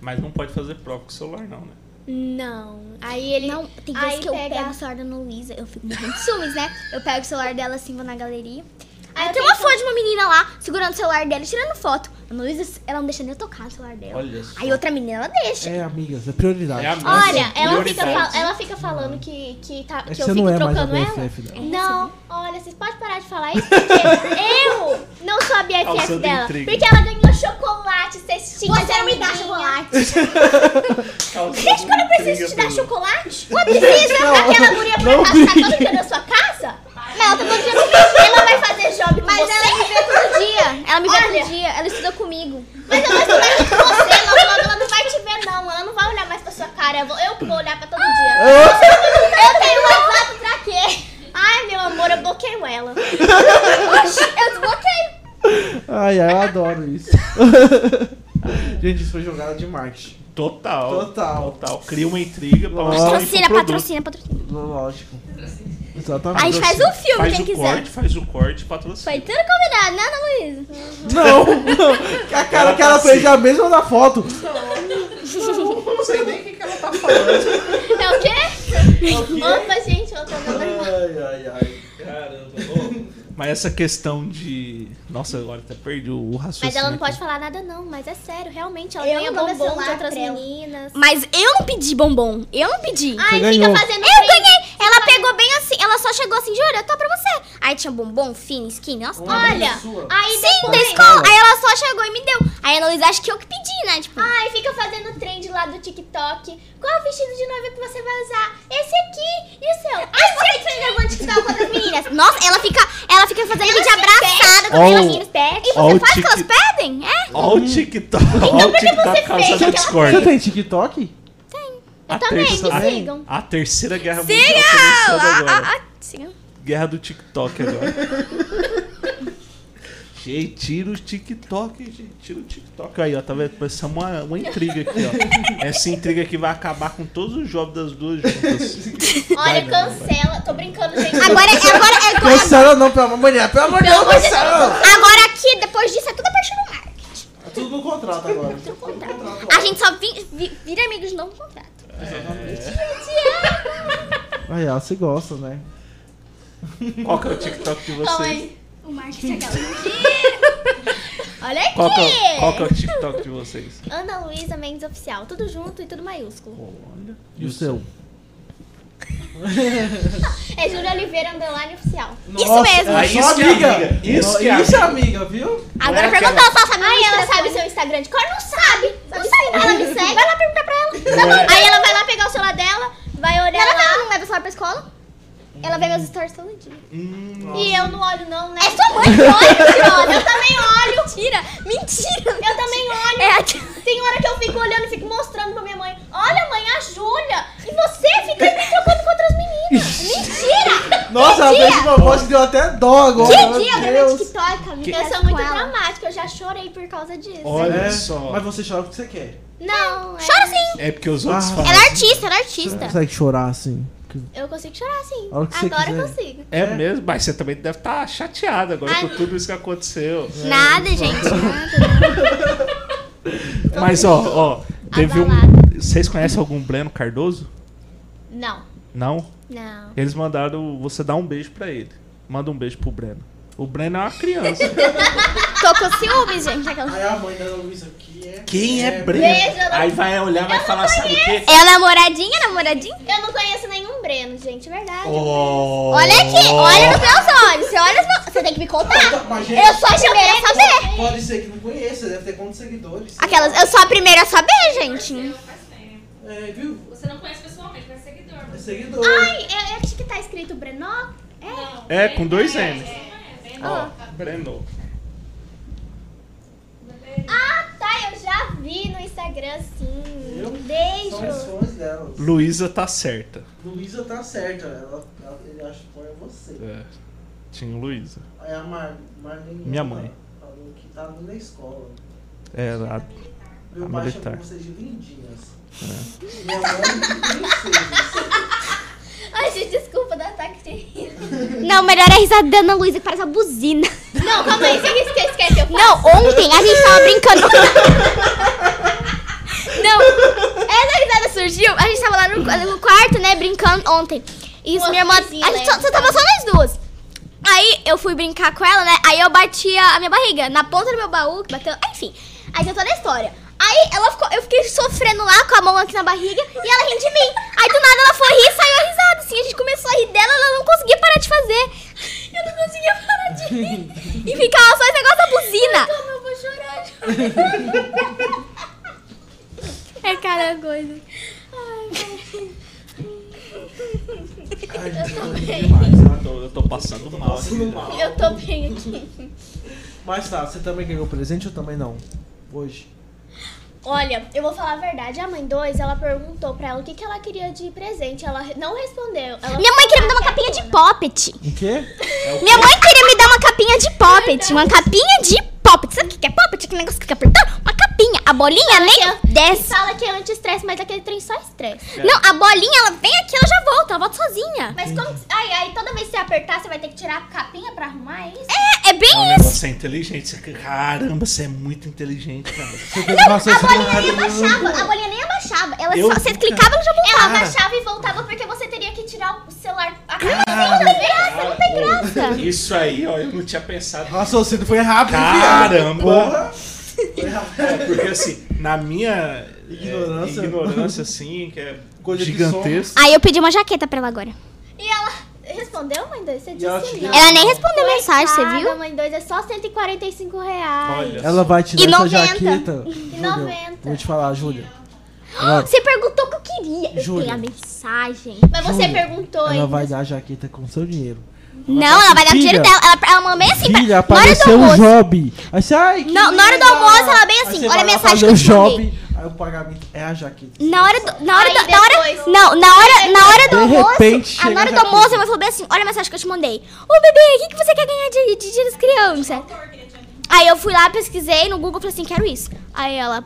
Mas não pode fazer prova com o celular, não, né? Não. Aí ele. Não, tem aí vezes que eu pega- pego o celular da Ana Luísa, eu fico morrendo de ciúmes, né? Eu pego o celular dela assim, vou na galeria. Aí eu tem tenho uma que- foto de uma menina lá, segurando o celular dela e tirando foto. A Ana Luísa, ela não deixa nem eu tocar no celular dela. Olha só. Aí outra menina, ela deixa. É, amigas, é prioridade. É a nossa Olha, ela fica, prioridade. fal- ela fica falando que, que, tá, É que que eu você fico não é mais a trocando ela. BFF dela. né? Não, olha, vocês podem parar de falar isso, porque (laughs) eu não sou a BFF Causando dela. intriga. Porque ela ganhou chocolate, cestinha. Você não me dá chocolate. Gente, quando eu Preciso te dar chocolate? Pô, precisa. Aquela guria pra não passar todo dia na sua casa? Mas ela tá todo dia comigo. Ela vai fazer job com Mas ela me vê todo dia. Ela me vê todo dia. Ela estuda comigo. Mas eu vou estudar com você, ela, ela não vai te ver, não. Ela não vai olhar mais pra sua cara. Eu vou, eu vou olhar pra todo dia. Ah! Eu tenho um WhatsApp pra quê? Ai, meu amor, eu bloqueio ela. Oxi, eu desbloqueio. Ai, ai, eu adoro isso. (laughs) Gente, isso foi jogada de marketing. Total. Total. Total. Cria uma intriga pra mostrar o Patrocina, produto. patrocina, patrocina. Lógico. A gente Exatamente. faz o filme, Faz quem o quiser. corte, faz o corte, patrocina. Foi tudo combinado, né, Ana Luísa? Não, não. Que A cara que ela fez é a mesma da foto. Não sei nem o que que ela tá falando. É o quê? Opa, gente, outra não. Ai, ai, ai. Caramba. ô. Mas essa questão de... Nossa, agora até perdi o raciocínio. Mas ela não aqui. pode falar nada, não. Mas é sério, realmente. Ela Eu ganha não dou bombom celular de outras pra ela. meninas. Mas eu não pedi bombom. Eu não pedi. Ai, ganhou. fica fazendo. Eu ganhei! Ela pegou bem assim, ela só chegou assim, juro, tá pra você. Aí tinha bombom, fino, skin, nossa. Olha. Olha, Sua. aí Sim, depois. da escola. Aí ela só chegou e me deu. Aí a Ana Luísa acha que eu que pedi, né? Tipo, Ai, fica fazendo trend lá do TikTok. Qual vestido de noiva que você vai usar? Esse aqui e o seu. Ai, você que fez algum TikTok com as meninas. Nossa, ela fica, ela fica fazendo vídeo abraçada com Ó, aquelas o- meninas. E ó, você o faz o que elas tique- pedem? É? Ó o TikTok. Ó o TikTok causando a Você discórdia. tem TikTok? Eu também, me sigam. A terceira guerra mundial Ah, começando agora. sim. Guerra do TikTok agora. (laughs) Gente, tira o TikTok, gente. Tira o TikTok. Aí, ó, tá vendo? Parece uma, uma intriga aqui, ó. Essa intriga aqui vai acabar com todos os jogos das duas juntas. Olha, Vai, não, cancela. Tô brincando, gente. Agora, é, agora, agora, é, Cancela não, pelo amor de Deus. Pelo amor de Deus, cancela não. agora aqui, depois disso, é tudo a partir do marketing. É tudo no contrato agora. do contrato. A gente só vi, vi, vira amigo de novo no contrato. Aí, ó, você gosta, né? Qual que é o TikTok de Calma vocês? aí. O marketing é aquela. Olha aqui. Qual que, é, o- qual que é o TikTok de vocês? Ana Luísa Mendes Oficial. Tudo junto e tudo maiúsculo. Olha. E o seu? É Júlia Oliveira Underline Oficial. Nossa, mesmo. é Aí só isso que é amiga. amiga. Isso que é isso é amiga, viu? Agora aquela- perguntou, ela sabe Aí ela sabe. sabe o seu Instagram de cor? Não sabe. Não sabe. Ela (laughs) me segue. Vai lá perguntar pra ela. Não é. Aí ela vai lá pegar o celular dela, vai olhar Ela lá. não leva o celular pra escola? Ela vê meus stories todo dia. Hum, E eu não olho não, né? É sua mãe que olha, Olha, idiota. Eu também olho. Mentira, mentira. Eu também olho. É a... Tem hora que eu fico olhando e fico mostrando pra minha mãe. Olha, mãe, a Júlia. E você fica aí trocando com outras meninas. Mentira! Nossa, ela fez uma voz que deu até dó agora. Que meu dia eu gravei Deus. TikTok, amiga. Eu sou é Com muito ela. dramática, eu já chorei por causa disso. olha É, só. Mas você chora o que você quer. Não, é- Chora sim. É porque os outros Ah. falam. Ela é artista, ela é Você artista. consegue chorar assim? Eu consigo chorar sim. A hora que você Agora eu quiser. consigo. É mesmo? Mas você também deve estar chateada agora Ai. com tudo isso que aconteceu. Nada, gente. Mas, ó, ó, teve Abalada. um. Vocês conhecem algum Breno Cardoso? Não. Não? Não. Eles mandaram você dar um beijo pra ele. Manda um beijo pro Breno. O Breno é uma criança. Tô com ciúmes, gente. é Aquela... a mãe da Luísa aqui é. (laughs) Quem é Breno? Beijo, eu não- Aí vai olhar, vai falar, sabe o quê? É a namoradinha, namoradinha? Eu não conheço nenhum Breno, gente, é verdade. Oh. Olha aqui, olha nos meus olhos. Você olha os meus... Você tem que me contar. Mas, gente, Eu sou a primeira a saber. pode ser que não conheça, deve ter quantos seguidores. Aquelas... Eu sou a primeira a saber, gente. Faz tempo. É, viu? Você não conhece pessoalmente, mas é seguidor. Ah, É Mas... seguidor. Ai, eu, eu acho que tá escrito Breno. Não, É, bem com dois mais, N's. bem mais, bem Ó, mais. Breno. Ah, tá, eu já vi no Instagram, sim. Eu? Um São os beijo. fãs delas. Luísa tá certa. Luísa tá certa, ela, ela, ele acha que foi você. É. Tinha Luísa. Aí a Mar, Marlene. Minha mãe. Falou que tá na escola. Era É, a Tá Meu A pai militar. chamou vocês de lindinhas. Minha mãe de princesas. Ai, gente, desculpa do ataque de riso. Não, melhor é a risada da Ana Luísa, que parece uma buzina. Não, calma aí, você esquece, esquece. Eu falo. Não, ontem a gente tava brincando. Não, essa risada surgiu. A gente tava lá no, no quarto, né, brincando ontem. E isso, Uma minha irmã. vizinha A gente só, lembra. só tava só nós duas. Aí eu fui brincar com ela, né? Aí eu bati a, a minha barriga na ponta do meu baú, que bateu. ah, Enfim, aí tem toda a história. Aí ela ficou, eu fiquei sofrendo lá com a mão aqui (laughs) na barriga e ela rindo de mim. Aí do nada ela foi rir e saiu a risada. Assim, a gente começou a rir dela, ela não conseguia parar de fazer. Eu não conseguia parar de rir. E ficava só esse negócio da buzina. Como eu vou chorar? gente? É cara coisa. demais. Ai, gente, eu tô Eu tô, Tá eu tô passando mal. aqui, passando né? mal. Eu tô bem aqui. Mas tá, você também ganhou presente ou também não? Hoje. Olha, eu vou falar a verdade. A mãe 2, ela perguntou pra ela o que, que ela queria de presente. Ela re- não respondeu. Ela Minha mãe queria me dar uma capinha de poppet. O quê? Minha mãe queria me dar uma capinha de poppet. Uma capinha de poppet. Sabe o que que é poppet? Aquele negócio que fica apertando? Uma capinha. A bolinha nem desce. fala que é anti-estresse, mas aquele trem só estresse. É. Não, a bolinha, ela vem aqui, ela já volta. Ela volta sozinha. Mas como que... Ai, ai, toda vez que você apertar, você vai ter que tirar a capinha pra arrumar, é isso? É, é Não, bem né, isso. Você é inteligente. você- Caramba, você é muito inteligente, cara. Você fez um raciocínio nem errado. abaixava, a bolinha nem abaixava. Ela Eu- só Você clicava, ela já voltava. ela Cara. abaixava e voltava porque você teria que tirar o celular. A Cara. graça, não tem graça. graça. Isso aí, ó, eu não tinha pensado. O raciocínio foi rápido. Caramba! Porra. É, porque assim, na minha ignorância, Ignorância. ignorância assim, que é Coisa de gigantesca. Aí eu pedi uma jaqueta pra ela agora. E ela respondeu, mãe 2? Você disse ela te não. deu- Ela nem respondeu É a mensagem, você Coitada, viu? mãe 2 é só 145 reais. Olha Ela vai te dar E essa 90. jaqueta. Júlia, 90. Vou te falar, Júlia. Ela, Você perguntou o que eu queria. Eu Júlia. tenho a mensagem. Mas você Júlia, perguntou, ela hein? vai dar a jaqueta com seu dinheiro. Não, ela vai dar o dinheiro dela. Filha. Ela, ela mandou bem assim, pra- Filha, na hora do apareceu o almoço. job. Aí você, ai, que Não, na hora do legal. almoço, ela bem Aí assim, você olha vai a lá mensagem fazer que eu o te job. Aí o pagamento é a jaqueta. Na hora do. Na hora Aí do. Na hora, depois- não, na hora, na hora do De almoço. repente, a- chega na hora do já almoço, tudo. eu vou saber assim: olha a mensagem que eu te mandei. Ô bebê, o que, que você quer ganhar de, de dia das crianças? um Autor, queria te animar. Aí eu fui lá, pesquisei no Google, falei assim, quero isso. Aí ela,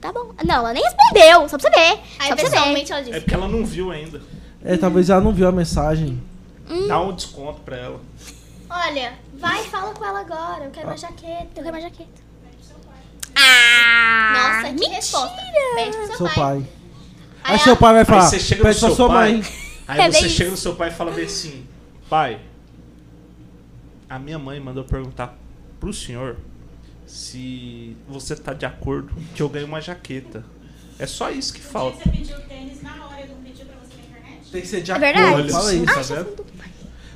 tá bom. Não, ela nem respondeu, só pra você ver. só Aí, pra você ver. pessoalmente, ela É disse. porque ela não viu ainda. É, talvez ela não viu a mensagem. Hum. Dá um desconto pra ela. É. Olha, vai e fala com ela agora. Eu quero Ah. uma jaqueta. Eu quero uma jaqueta. Ah, Nossa, que mentira. resposta. Pede pro seu, Seu pai. pai. Aí Aí seu pai vai falar, aí você chega no pede pra seu sua pai. mãe. Aí É você bem chega isso. no seu pai e fala bem assim: Pai, a minha mãe mandou perguntar pro senhor se você tá de acordo que eu ganhe uma jaqueta. É só isso que falta. Você pediu tênis na hora, ele não pediu pra você na internet? Tem que ser de É verdade. acordo, fala só, isso. tá vendo?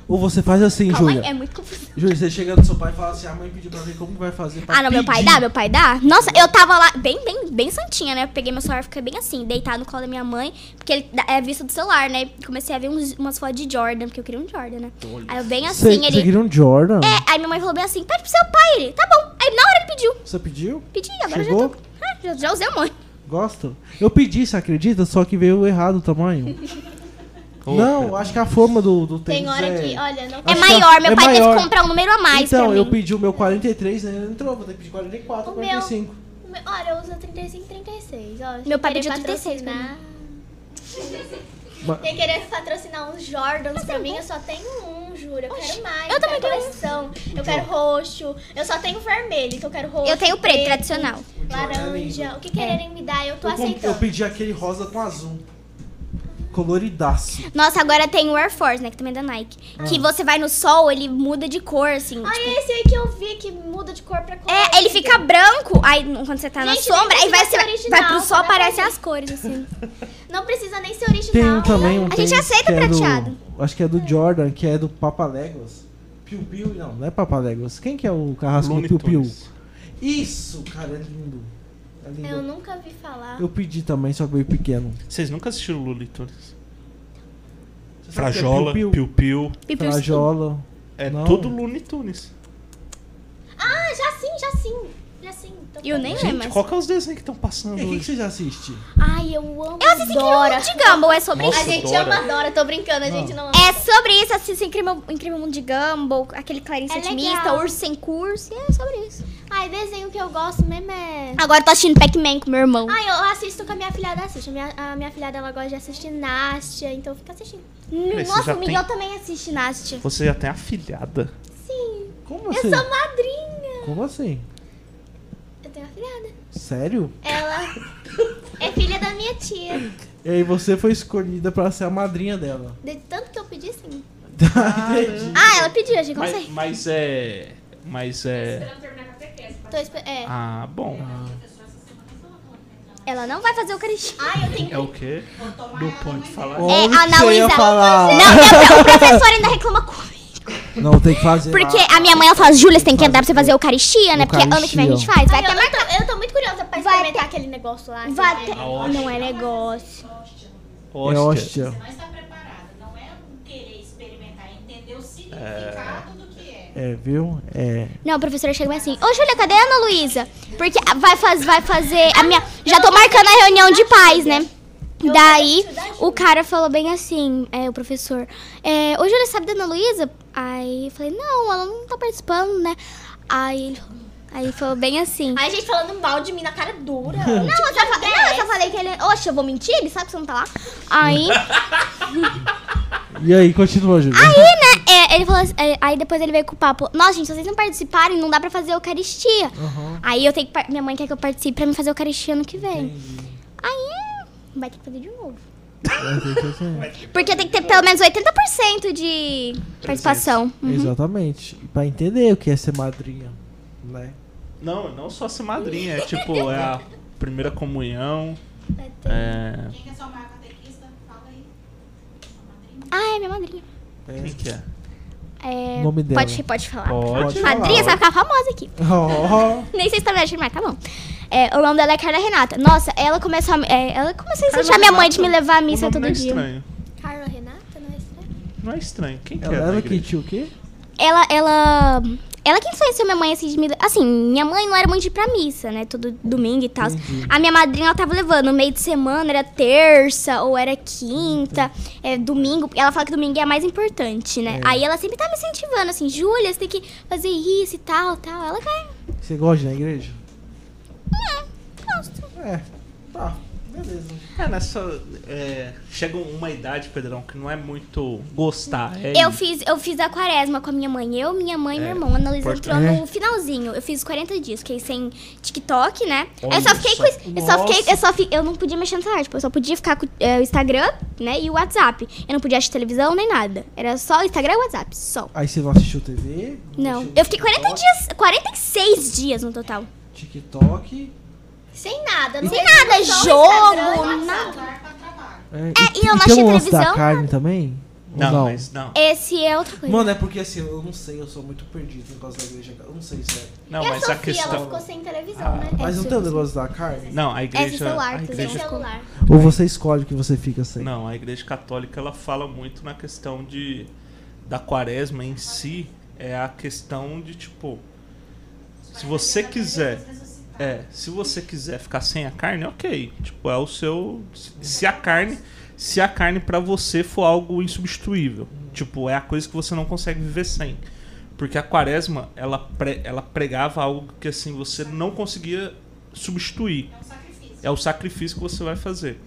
Ou você faz assim, Calma aí, Júlia. é muito confuso. Júlia, você chega no seu pai e fala assim, a mãe pediu pra ver como vai fazer pra Ah, não, meu pai pedir. dá, meu pai dá. Nossa, eu tava lá bem, bem, bem santinha, né? Eu peguei meu celular, fiquei bem assim, deitado no colo da minha mãe, porque ele dá- é vista do celular, né? Comecei a ver uns- umas fotos de Jordan, porque eu queria um Jordan, né? Aí eu bem Você, assim, você ele. queria um Jordan? É, aí minha mãe falou bem assim, pede pro seu pai, ele. Tá bom. Aí na hora ele pediu. Você pediu? Pedi, agora Chegou? já tô. Ah, já, já usei um monte. Gosto. Eu pedi, você acredita? Só que veio errado o tamanho. não, acho que a forma do, do tênis Tem hora é... que, olha, não É Acho que maior, é- meu é pai teve maior. que comprar um número a mais Então, pra eu mim. pedi o meu 43, né? Ele não entrou, vou ter que pedir 44, O 45. Olha, eu uso 35, 36. Ó, Meu pai querer pediu 36 pra mim. patrocinar. Mas- Quem querer patrocinar uns Jordans pra mim, eu só tenho um, juro. Eu quero mais. eu também quero quero um. coleção. Eu quero roxo. Eu só tenho vermelho, então eu quero roxo. Eu tenho preto É. tradicional. Laranja. O que quererem me dar, eu tô Eu, com- eu aceitando. pedi aquele rosa com azul. Coloridaço. Nossa, agora tem o Air Force, né? Que também é da Nike. Que Ah. você vai no sol, ele muda de cor, assim. Ai, tipo- é esse aí que eu vi que muda de cor pra cor. É, ele fica branco, aí no- quando você tá na Gente, sombra, nem aí vai, precisa você vai, ser vai pro original, sol, tá na aparecem parede. as cores, (laughs) assim. Não precisa nem ser Tem um original. também, um gente tênis aceita que é do- prateado. acho que é do Jordan, que é do Papaléguas. Piu Piu, não, não é Papaléguas. Quem que é o carrasco do Looney Piu Piu? Tunes. Isso, cara, é lindo. É lindo. Eu Eu, nunca vi falar. pedi também, só que veio pequeno. Vocês nunca assistiram Lully Tunes? Você sabe que é Frajola, Piu Piu, piu-piu. Tá Pipiu- Frajola. É Não. tudo Looney Tunes. Ah, já sim, já sim. Já sim. Então tô Eu nem lembro, Gente, mas... qual que é os desenhos que estão E passando aí, o que, que hoje? você já assiste? Ai, eu amo Eu assisti Dora. Incrível Mundo de Gumball, é sobre Nossa, A isso. gente Dora. ama Dora, tô brincando, a gente não ama. É sobre isso, assim, Incrível, Incrível Mundo de Gumball, aquele Clarice É Otimista, legal. Urso Sem Curso, é sobre isso. Ai, desenho que eu gosto mesmo é. Agora eu tô assistindo Pac-Man com meu irmão. Ai, eu assisto com a minha filhada assiste. A minha, a minha filhada ela gosta de assistir Nastia, então fica assistindo. Peraí, você Nossa, já o tem- Miguel também assiste Nastia. Você já tem afilhada. Sim, Como eu assim? sou madrinha. Como assim? Eu tenho uma filhada. Sério? (laughs) Ela é filha da minha tia. E aí você foi escolhida pra ser a madrinha dela. De tanto que eu pedi, sim. Entendi. Ah, ela pediu, achei que eu não Mas, sei. mas é. Mas é. Esperando terminar a catequese. Tô espe- é. Ah, bom. Ela não vai fazer o Eucaristia. Ai, eu tenho. É o quê? Não pode falar. Olha o que É, Ana eu ia Luísa. falar. Não, (laughs) eu- o professor ainda reclama comigo. Não, tem que fazer. Porque lá. a minha mãe, ela fala, Júlia, você tem que andar pra você fazer Eucaristia, né? Porque ano que vem a gente Eucaristia. faz. Vai Ai, até eu, marcar. eu, tô, eu tô muito curiosa Vai pra experimentar aquele negócio lá. né? Vai aquele- até... Não é negócio. É Hóstia. hóstia. Você não está preparado. Não é um querer experimentar, é entender o significado do que é. É, viu? É. Não, a professora chega assim, ô Júlia, cadê a Ana Luísa? Porque vai, faz, vai fazer a minha... Já tô marcando a reunião de pais, né? Daí, o cara falou bem assim, é, o professor, é, ô Júlia, sabe da Ana Luísa? Aí eu falei, não, ela não tá participando, né? Aí ele falou- aí falou bem assim... Ai, gente falando mal de mim na cara dura. (laughs) Não, eu só, fa- não, eu só falei que ele... Oxe, eu vou mentir? Ele sabe que você não tá lá? Aí... E aí, continua, Júlia. Aí, né, é, ele falou assim- é, aí depois ele veio com o papo, nossa, gente, se vocês não participarem, não dá pra fazer Eucaristia. Aí eu tenho que, par- minha mãe quer que eu participe pra me fazer Eucaristia ano que vem. Aí, vai ter que fazer de novo. Porque tem que ter pelo menos 80% de participação. Exatamente. E Pra entender o que é ser madrinha, né? Não, não só ser madrinha. É tipo, é a primeira comunhão. É. Quem quer somar a catequista? Fala aí. Ah, é minha madrinha. É. Quem que é? É, O nome dela. Pode, pode falar. Pode falar. Madrinha, você vai ficar famosa aqui. Oh, Nem sei se tá me achando, mas tá bom. É, o nome dela é Carla Renata. Nossa, ela começou a, me- é, ela começou a incentivar minha mãe de me levar à missa O nome todo não é dia. estranho. Carla Renata, não é estranho? Não é estranho. Quem que é? ela da era que igreja? tinha o quê? ela, ela, ela que influenciou minha mãe, assim, de me... Assim, minha mãe não era muito de ir pra missa, né? Todo domingo e tal. A minha madrinha, ela tava levando. No meio de semana, era terça ou era quinta, é, domingo. porque Ela fala que domingo é a mais É. importante, né? Aí ela sempre tá me incentivando, assim, Júlia, você tem que fazer isso e tal, tal. Ela quer... Você Você gosta da igreja? Gosto. É. Tá. Beleza. É, nessa. é, chega uma idade, Pedrão, que não é muito gostar. É Eu fiz, eu fiz a quaresma com a minha mãe. Eu, minha mãe e meu É, irmão. A Ana Luísa entrou importante. no finalzinho. Eu fiz 40 dias, fiquei sem TikTok, né? eu Olha só fiquei só. com. es- Eu só fiquei. Nossa. Eu, só fi- eu não podia mexer no celular. Tipo, eu só podia ficar com é, o Instagram, né? E o WhatsApp. Eu não podia assistir televisão nem nada. Era só Instagram e WhatsApp. Só. Aí você não assistiu TV? Não. assistiu Eu fiquei 40 TikTok, dias. 46 dias no total. TikTok. Sem nada, não Sem tem nada, só o jogo, Instagram e nada. Celular pra trabalho. É, e, e eu não e achei tem o lance da televisão, carne também? Ou Não, mas não. Esse é outra coisa. Mano, é porque assim, eu não sei, eu sou muito perdido no negócio da igreja. Eu não sei se é. Não, e a mas Sofia, a ela questão. ficou sem televisão, Ah, né? Mas não tem o negócio da carne? Não, a É sem igreja. celular, a tá Sem Deixa- igreja celular. Ou você escolhe o que você fica sem? Não, a igreja católica ela fala muito na questão de da quaresma em si, é a questão de tipo se você quiser, é, se você quiser ficar sem a carne, OK, tipo é o seu se a carne, se a carne pra você for algo insubstituível, tipo é a coisa que você não consegue viver sem. Porque a quaresma, ela, pre- ela pregava algo que assim você não conseguia substituir É um sacrifício. é o sacrifício que você vai fazer.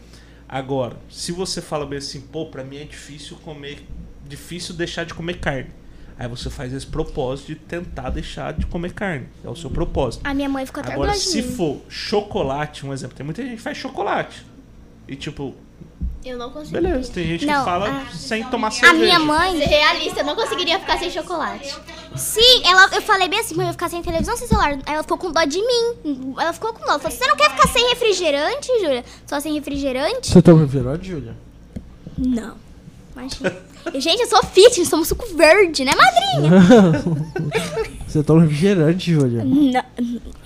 Agora, se você fala bem assim, pô, pra mim é difícil comer, difícil deixar de comer carne. Aí você faz esse propósito de tentar deixar de comer carne. É o seu propósito. A minha mãe ficou até Agora, orgulhosa de se mim. for chocolate, um exemplo, tem muita gente que faz chocolate. E tipo, Eu não consegui. beleza, tem gente Não, que fala a- sem tomar A cerveja. minha mãe. Ser realista, eu não conseguiria ficar sem chocolate. Sim, ela, eu falei bem assim, mas eu ia ficar sem televisão, sem celular. Aí Ela ficou com dó de mim. Ela ficou com dó. Ela falou, você não quer ficar sem refrigerante, Júlia? Só sem refrigerante? Você toma refrigerante, Júlia? Não. Imagina. (laughs) Eu, Gente, eu sou fitness, somos suco verde, né, madrinha? Você toma refrigerante, Júlia? Não.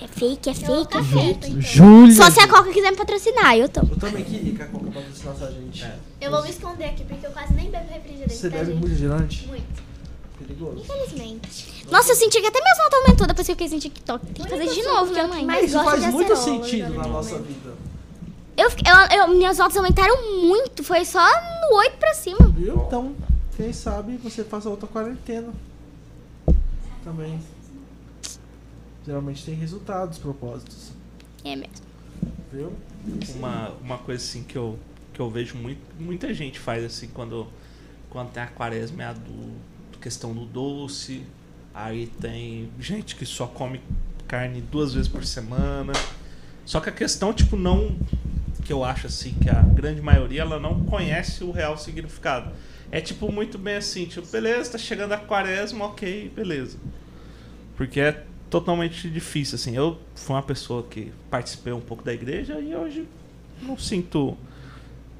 É fake, é Tá fake, é fake. Júlia! Só se a Coca quiser me patrocinar, eu tomo. Eu também queria que a Coca patrocinasse a gente. É. Eu vou me esconder aqui, porque eu quase nem bebo refrigerante. Você tá, bebe gente? muito refrigerante? Muito. Perigoso. Infelizmente. Nossa, eu senti que até minhas notas aumentou depois que eu fiquei sem TikTok. Tem que fazer de novo, minha mãe. Mas É, Isso gosta faz de muito acerola, sentido né? na nossa vida. Eu, fiquei- eu, eu- minhas notas aumentaram muito, foi só no 8 pra cima. Viu? Então, quem sabe você faça outra quarentena. Também. Geralmente tem resultados, propósitos. É mesmo. Viu? Tipo, uma, uma coisa assim que eu, que eu vejo muito, muita gente faz assim quando, quando tem a quaresma é a do, questão do doce, aí tem gente que só come carne duas vezes por semana. Só que a questão, tipo, não. Que eu acho assim, que a grande maioria ela não conhece o real significado. É tipo muito bem assim, tipo, beleza, tá chegando a quaresma, ok, beleza. Porque é totalmente difícil, assim. Eu fui uma pessoa que participei um pouco da igreja e hoje não sinto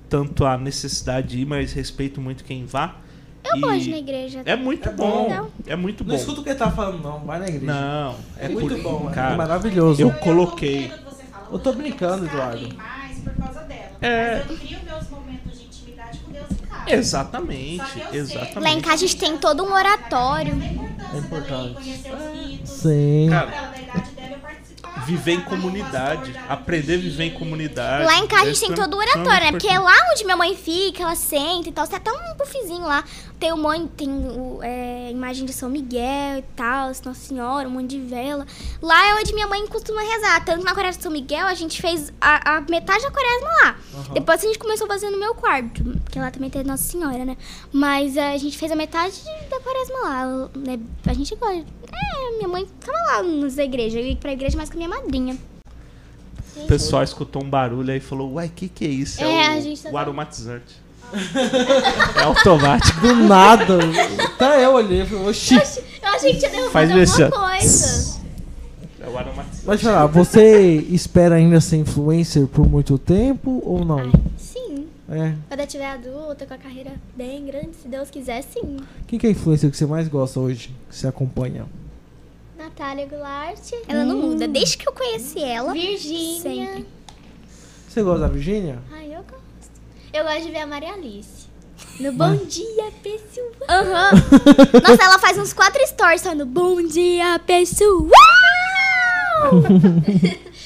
tanto a necessidade de ir, mas respeito muito quem vá. Eu E gosto de ir na igreja. É muito É bom. bom. Não. É muito Não bom. escuta o que ele tá falando, não. Vai na igreja. Não, É muito por- bom, é cara. maravilhoso. eu tô coloquei. vendo o que você fala. Eu tô Hoje brincando, buscado Eduardo. e mais por causa dela. É. Mas eu crio meus momentos de intimidade com Deus em casa. Só que Exatamente, eu sei- Lá em exatamente. casa a gente tem todo um oratório. Mas É a importância importante. também conhecer os ritos. Sim. Cara, Ela, da idade dela, eu participava, Viver em tava com o comunidade, pastor, dava aprender a viver em comida. comunidade. Lá em casa a gente Isso tem é todo o muito oratório, né? Porque importante. lá onde minha mãe fica, ela senta e tal. Tem até um puffzinho lá. Tem um monte, tem o, é, imagem de São Miguel e tal, Nossa Senhora, um monte de vela. Lá é onde minha mãe costuma rezar. Tanto na Quaresma de São Miguel, a gente fez a, a metade da Quaresma lá. Aham. Depois a gente começou a fazer no meu quarto, porque lá também tem Nossa Senhora, né? Mas é, a gente fez a metade da Quaresma lá. né? A gente gosta. É, minha mãe ficava lá nas igrejas. Eu ia pra igreja mais com a minha madrinha. O pessoal escutou um barulho aí e falou: Uai, o que, que é isso? É, É, o, a gente tá o (laughs) aromatizante. é automático. Do nada. Até eu olhei e falei, oxi. Eu achei que tinha Faz derrubado esse, alguma ó. coisa. É o aromatizante. Mas falar, você espera ainda ser influencer por muito tempo ou não? Sim. É. Quando eu tiver adulta, com a carreira bem grande, se Deus quiser, sim. Quem que é a influencer que você mais gosta hoje? Que você acompanha? Natália Goulart. Ela não Hum. muda. Desde que eu conheci ela. Virgínia. Sempre. Você gosta da Virgínia? Ai, eu gosto. Eu gosto de ver a Maria Alice. No Bom Dia, pessoal. Aham. (laughs) Nossa, ela faz uns quatro stories falando Bom dia, (laughs) pessoal!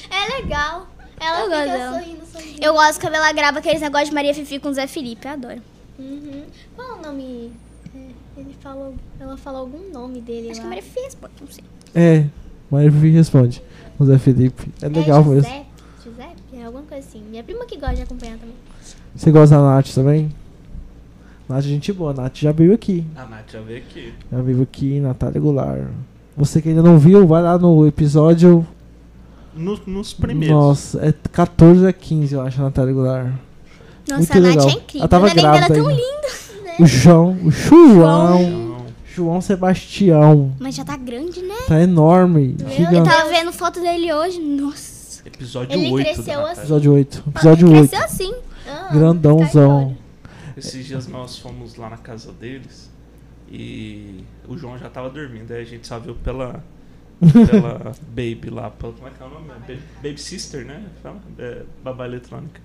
É legal. Ela Eu fica gosto dela. sorrindo, sorrindo. Eu gosto quando ela grava aqueles negócios de Maria Fifi com o Zé Felipe. Eu adoro. Uhum. Qual o nome? É, Ele falou, ela falou algum nome dele Acho que lá. é Maria Fifi, pô, não sei. É. Mas me responde. O Zé Felipe. É legal é, mesmo. Giuseppe? Giuseppe? É alguma coisa assim. Minha prima que gosta de acompanhar também. Você gosta da Nath também? Nath, é gente boa. Nath já veio aqui. A Ah, Nath já veio aqui. Já veio aqui, Natália Goulart. Você que ainda não viu, vai lá no episódio. No- nos primeiros. Nossa, é 14 a 15, eu acho, a Natália Goulart. Nossa, Muito a Nath legal. é incrível. Ela tava o neném dela é grávida tão ainda. lindo, né? O João, o João. Então, João Sebastião. Mas já tá grande, né? Tá enorme. Eu, eu Gigante. tava vendo foto dele hohoje. Nossa. episódio Ele 8. cresceu da Natália. assim, Episódio 8. Episódio 8. Cresceu assim. Ah, Grandãozão. Esses dias nós fomos lá na casa deles e o João já tava dormindo. Aí a gente só viu pela, pela Baby lá. Pela, como é que é o nome? Baby, baby Sister, né? Fala, É, babá eletrônica.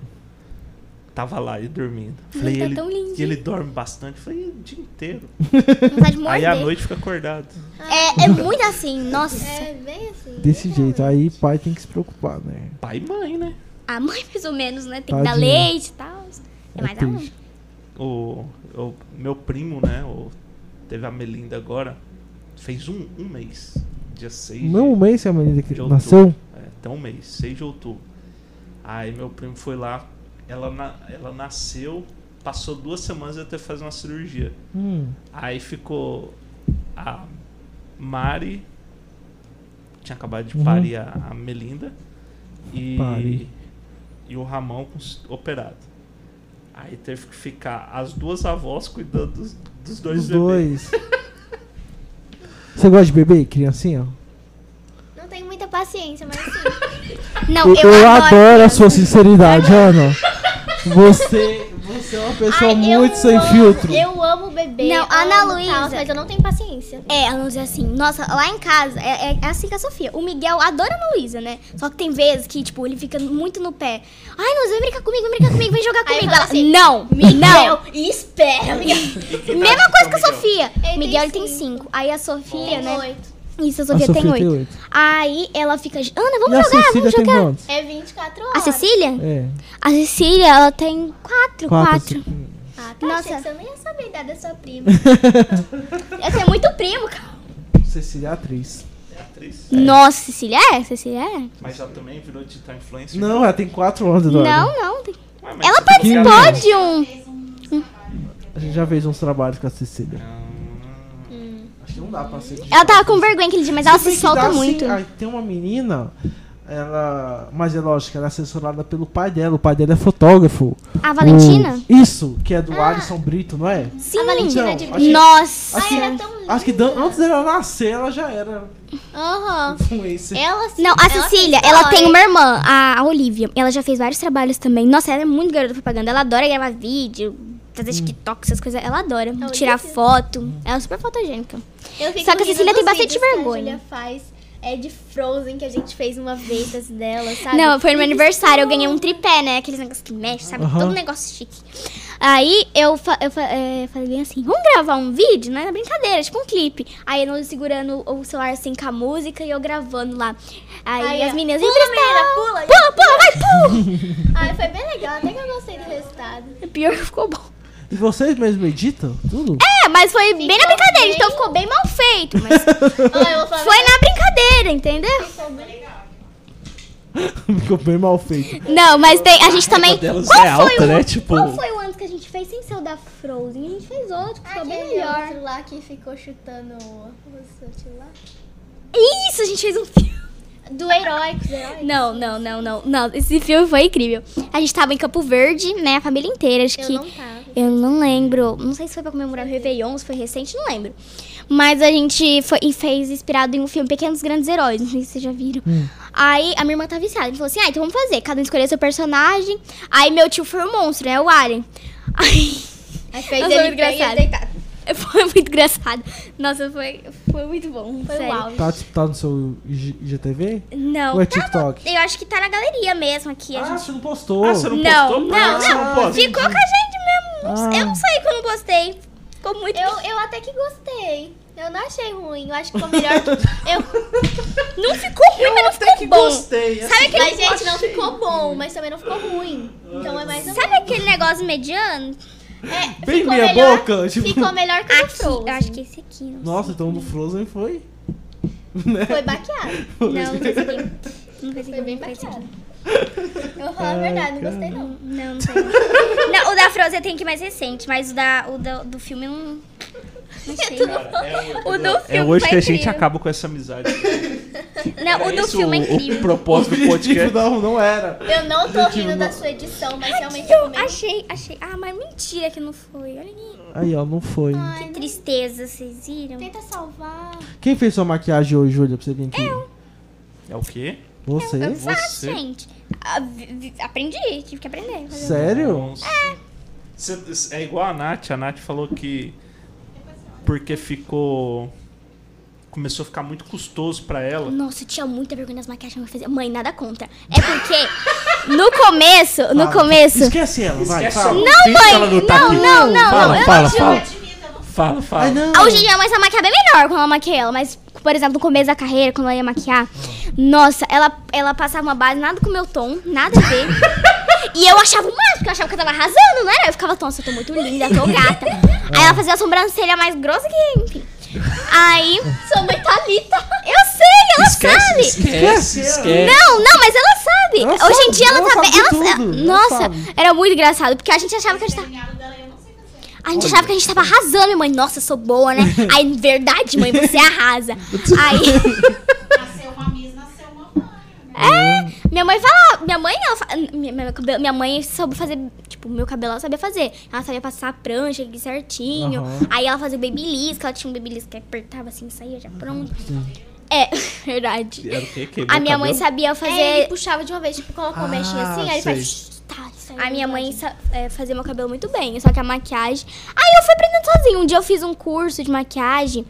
Tava lá e dormindo. Falei, tá ele, tão lindinho. e ele dorme bastante. Falei, o dia inteiro. Vontade de Aí morder. à noite fica acordado. É, é muito assim. Nossa. É bem assim. Desse jeito. Aí pai tem que se preocupar, né? Pai e mãe, né? A mãe, mais ou menos, né? Tem que dar Tadinho. leite e tal. É mais a mãe. triste. O, o meu primo, né? O, teve a Melinda agora. Fez um, um mês. Dia 6. Não um mês que a menina que de outubro. nasceu. É, até um mês, 6 de outubro. Aí meu primo foi lá, ela, na- ela nasceu, passou duas semanas até fazer uma cirurgia. Hum. Aí ficou a Mari, tinha acabado de parir a, a Melinda, e, Uhum. Pare. e o Ramon com s- operado. Aí teve que ficar as duas avós cuidando dos, dos dois Os bebês. dois. Você gosta de bebê, criancinha? Não tenho muita paciência, mas assim. Não, Eu, eu, eu adoro, a adoro sua sinceridade, Ana. Você, você é uma pessoa Ai, eu muito sem amo- filtro. Eu amo bebê. Não, amo Ana tal, Luísa. Mas eu não tenho paciência. É, ela não diz assim, nossa, lá em casa, é, é- é assim com a Sofia. O Miguel adora a Ana Luísa, né? Só que tem vezes que, tipo, ele fica muito no pé. Ai, Luísa, vem brincar comigo, vem brincar comigo, vem jogar Aí eu comigo. falo Ela, assim, não, Miguel, não. espera, Miguel. (laughs) Mesma coisa que a Miguel? Sofia. tem Miguel, ele tem cinco. cinco. Aí a Sofia, né? Oito. Isso, a a Sofia, Sofia tem oito. oito. Aí ela fica, Ana, E a vamos jogar, Cecília vamos tem jogar. quantos? É 24 horas. A Cecília? É. A Cecília, ela tem quatro, quatro. assim. Eu Nossa. achei que você não ia saber né, da da sua prima. É, Ela tem muito primo, cara. Cecília é atriz. É atriz. Nossa, Cecília é? Cecília é? Mas ela também virou digital influencer. Não, ela tem quatro anos, Eduardo. Não, não. tem- Ué, mas Ela você falou que participou de um... A gente já fez uns trabalhos com a Cecília. Ah, Acho que não dá pra ser. Ela tava com vergonha aquele dia, mas ela Tudo bem se que dá, solta assim, muito. aí tem uma menina, ela. Mas é lógico, ela é assessorada pelo pai dela. O pai dela é fotógrafo. A Valentina? O- Isso, que é do Alisson Brito, não é? Sim. A Valentina de Então, acho que- Nossa. Assim, era tão linda. acho que dan- antes dela nascer, ela já era Aham. influencer. Ela sim. Não, a fez Cecília, ela história. tem uma irmã, a a Olivia. Ela já fez vários trabalhos também. Nossa, ela é muito garota propaganda. Ela adora gravar vídeo, Hum. fazer TikTok, essas coisas. Ela adora. Tirar foto. Ela é super fotogênica. Eu fico um- Só que a rindo Cecília tem dos bastante vídeos que a vergonha. Julia faz é de Frozen que a gente fez uma vez das dela, sabe? Não, foi no meu aniversário. Eu ganhei um tripé, né? Aqueles negócios que mexe, sabe? Aham. Todo negócio chique. Aí eu, fa eu fa- é, falei bem assim: vamos gravar um vídeo, né? Na brincadeira, tipo um clipe. Aí eu segurando o celular assim com a música e eu gravando lá. Aí, Aí, as ó, meninas pula, menina, pula, e- Pula, pula, vai, (laughs) pula! Ai, foi bem legal, até que eu gostei do resultado. É Pior que ficou bom. E vocês mesmos editam tudo? (laughs) É, mas foi bem na brincadeira, bem. então ficou bem mal feito. Mas Ó, eu vou falar foi na brincadeira, entendeu? Ficou bem mal feito. Não, mas tem, a gente também. delas Qual é foi alta, o- né? Tipo- Qual foi o ano que a gente fez sem ser o da Frozen? A gente fez outro, que ficou Aquele bem melhor. um outro lá que ficou chutando o- os outros lá. Isso, a gente fez um filme. Do Heróicos, Heróicos. Não, não, não, não, não. Esse filme foi incrível. A gente tava em Campo Verde, né? A família inteira, acho Eu que. não tava. Eu não lembro. Não sei se foi pra comemorar o Réveillon, se foi recente, não lembro. Mas a gente foi e fez inspirado em um filme Pequenos Grandes Heróis. Não sei se vocês já viram. Aí a minha irmã tá viciada. Ele falou assim: ah, então vamos fazer. Cada um escolheu seu personagem. Aí meu tio foi o monstro, né? O Alien. (laughs) Aí. Aí fez Nossa, ele muito bem engraçado. deitado. Foi muito engraçado. Nossa, foi, foi muito bom. Foi sério. o auge. Tá, tá no seu IG- IGTV? Não. Ou é tá- TikTok? eu acho que tá na galeria mesmo aqui. a Ah, gente- você não postou. Ah, você não Não, postou? não, Você não. posta? Ficou com a gente mesmo. Não sei- Ah. Eu não sei como postei. Ficou muito. Eu, eu até que gostei. Eu não achei ruim. Eu acho que ficou (laughs) melhor que. Eu... Não ficou ruim, mas não ficou bom. Gostei. Sabe aquele, assim, Mas, gente, não ficou bom, mas também não ficou ruim. Então é mais ou menos. sabe aquele negócio mediano? É, Bem ficou meia melhor- boca, tipo- Ficou melhor que o Aqui, Frozen. eu acho que esse aqui. Não Nossa, então o do Frozen foi Foi baqueado. Não, não (laughs) foi isso Não foi isso Foi bem baqueado. (laughs) Eu vou falar a verdade, não gostei não. Não, (laughs) não foi. não. Não, o da Frozen tem que ir mais recente, mas o, da, o da- do filme eu não. (laughs) Não sei. O do filme É hoje foi que a gente incrível. acaba com essa amizade. Não, o do Esse filme é o- incrível. O propósito do podcast. tipo, não, não era. Eu não tô Gente, rindo não- da sua edição, mas realmente eu Eu comi. achei, achei. Ah, mas mentira que não foi. Olha aí. Aí, ó, não foi. Que tristeza, vocês viram? Tenta salvar. Quem fez sua maquiagem hoje, Júlia, pra você vir aqui? Eu. É o quê? Você? Eu faço, Você. gente. Ah, vi- vi- Aprendi, tive que aprender. Fazer Sério? Nossa. Cê- É igual a Nath. A Nath falou que. Porque ficou. Começou a ficar muito custoso pra ela. Nossa, eu tinha muita vergonha das maquiagens que eu fazia. Mãe, nada contra. É porque no começo, no Fala. começo. Esquece ela, vai, Esquece fala. o vídeo que ela tá não, aqui. não, não, Fala, não, eu fala, Não fala, admita, não fala, Ai, fala. não. Hoje em dia, a mãe sabe maquiar bem melhor quando ela maquia ela, mas, por exemplo, no começo da carreira, quando ela ia maquiar, nossa, ela, ela passava uma base nada com o meu tom, nada a ver. e eu achava o máximo, porque eu achava que eu tava arrasando, não era? Eu ficava, nossa, eu tô muito linda, tô gata. Aí ela fazia a sobrancelha mais grossa que, enfim. Aí. Sua mãe Thalita. Eu sei, ela Esquece, sabe. esquece, esquece. Não, não, mas ela sabe. Ela Hoje em sabe, dia ela, ela tá sabe bem. de Ela sa- tudo, ela Nossa, sabe. era muito engraçado, porque a gente achava que a gente tava. desenhado dela, eu não sei fazer. A gente achava que a gente tava arrasando, minha mãe. Nossa, eu sou boa, (laughs) né? Aí, verdade, mãe, você arrasa. (laughs) Aí, Nasceu uma Miss, nasceu uma mãe, né? é. Minha mãe fala. Minha mãe, ela. fa- Minha, minha, cabelo- minha mãe soube fazer. Tipo, meu cabelo ela sabia fazer. Ela sabia passar a prancha aqui certinho. Aham. Aí ela fazia o babyliss, que ela tinha um babyliss que apertava assim, saía já pronto. É, (laughs) verdade. É, Era o quê? Queimou A minha o mãe cabelo? sabia fazer. É, ele puxava de uma vez, tipo, colocou Ah, o mexinho assim, aí ele faz. sei. "Shh, Tá, isso aí é A minha mãe verdade." sa- é, fazia meu cabelo muito bem, só que a maquiagem. Aí eu fui aprendendo sozinha. Um dia eu fiz um curso de maquiagem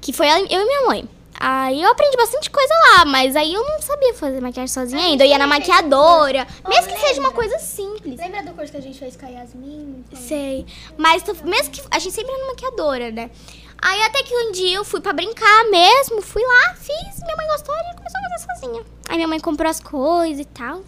que foi ela- eu e minha mãe. Aí eu aprendi bastante coisa lá, mas aí eu não sabia fazer maquiagem sozinha ainda. Eu ia na maquiadora, Ó, mesmo que seja uma lembra? coisa simples. Lembra do curso que a gente fez com a Yasmin? Sei. Mas tu- mesmo que a gente sempre era maquiadora, né? Aí até que um dia eu fui pra brincar mesmo, fui lá, fiz, minha mãe gostou e começou a fazer sozinha. Aí minha mãe comprou as coisas e tal.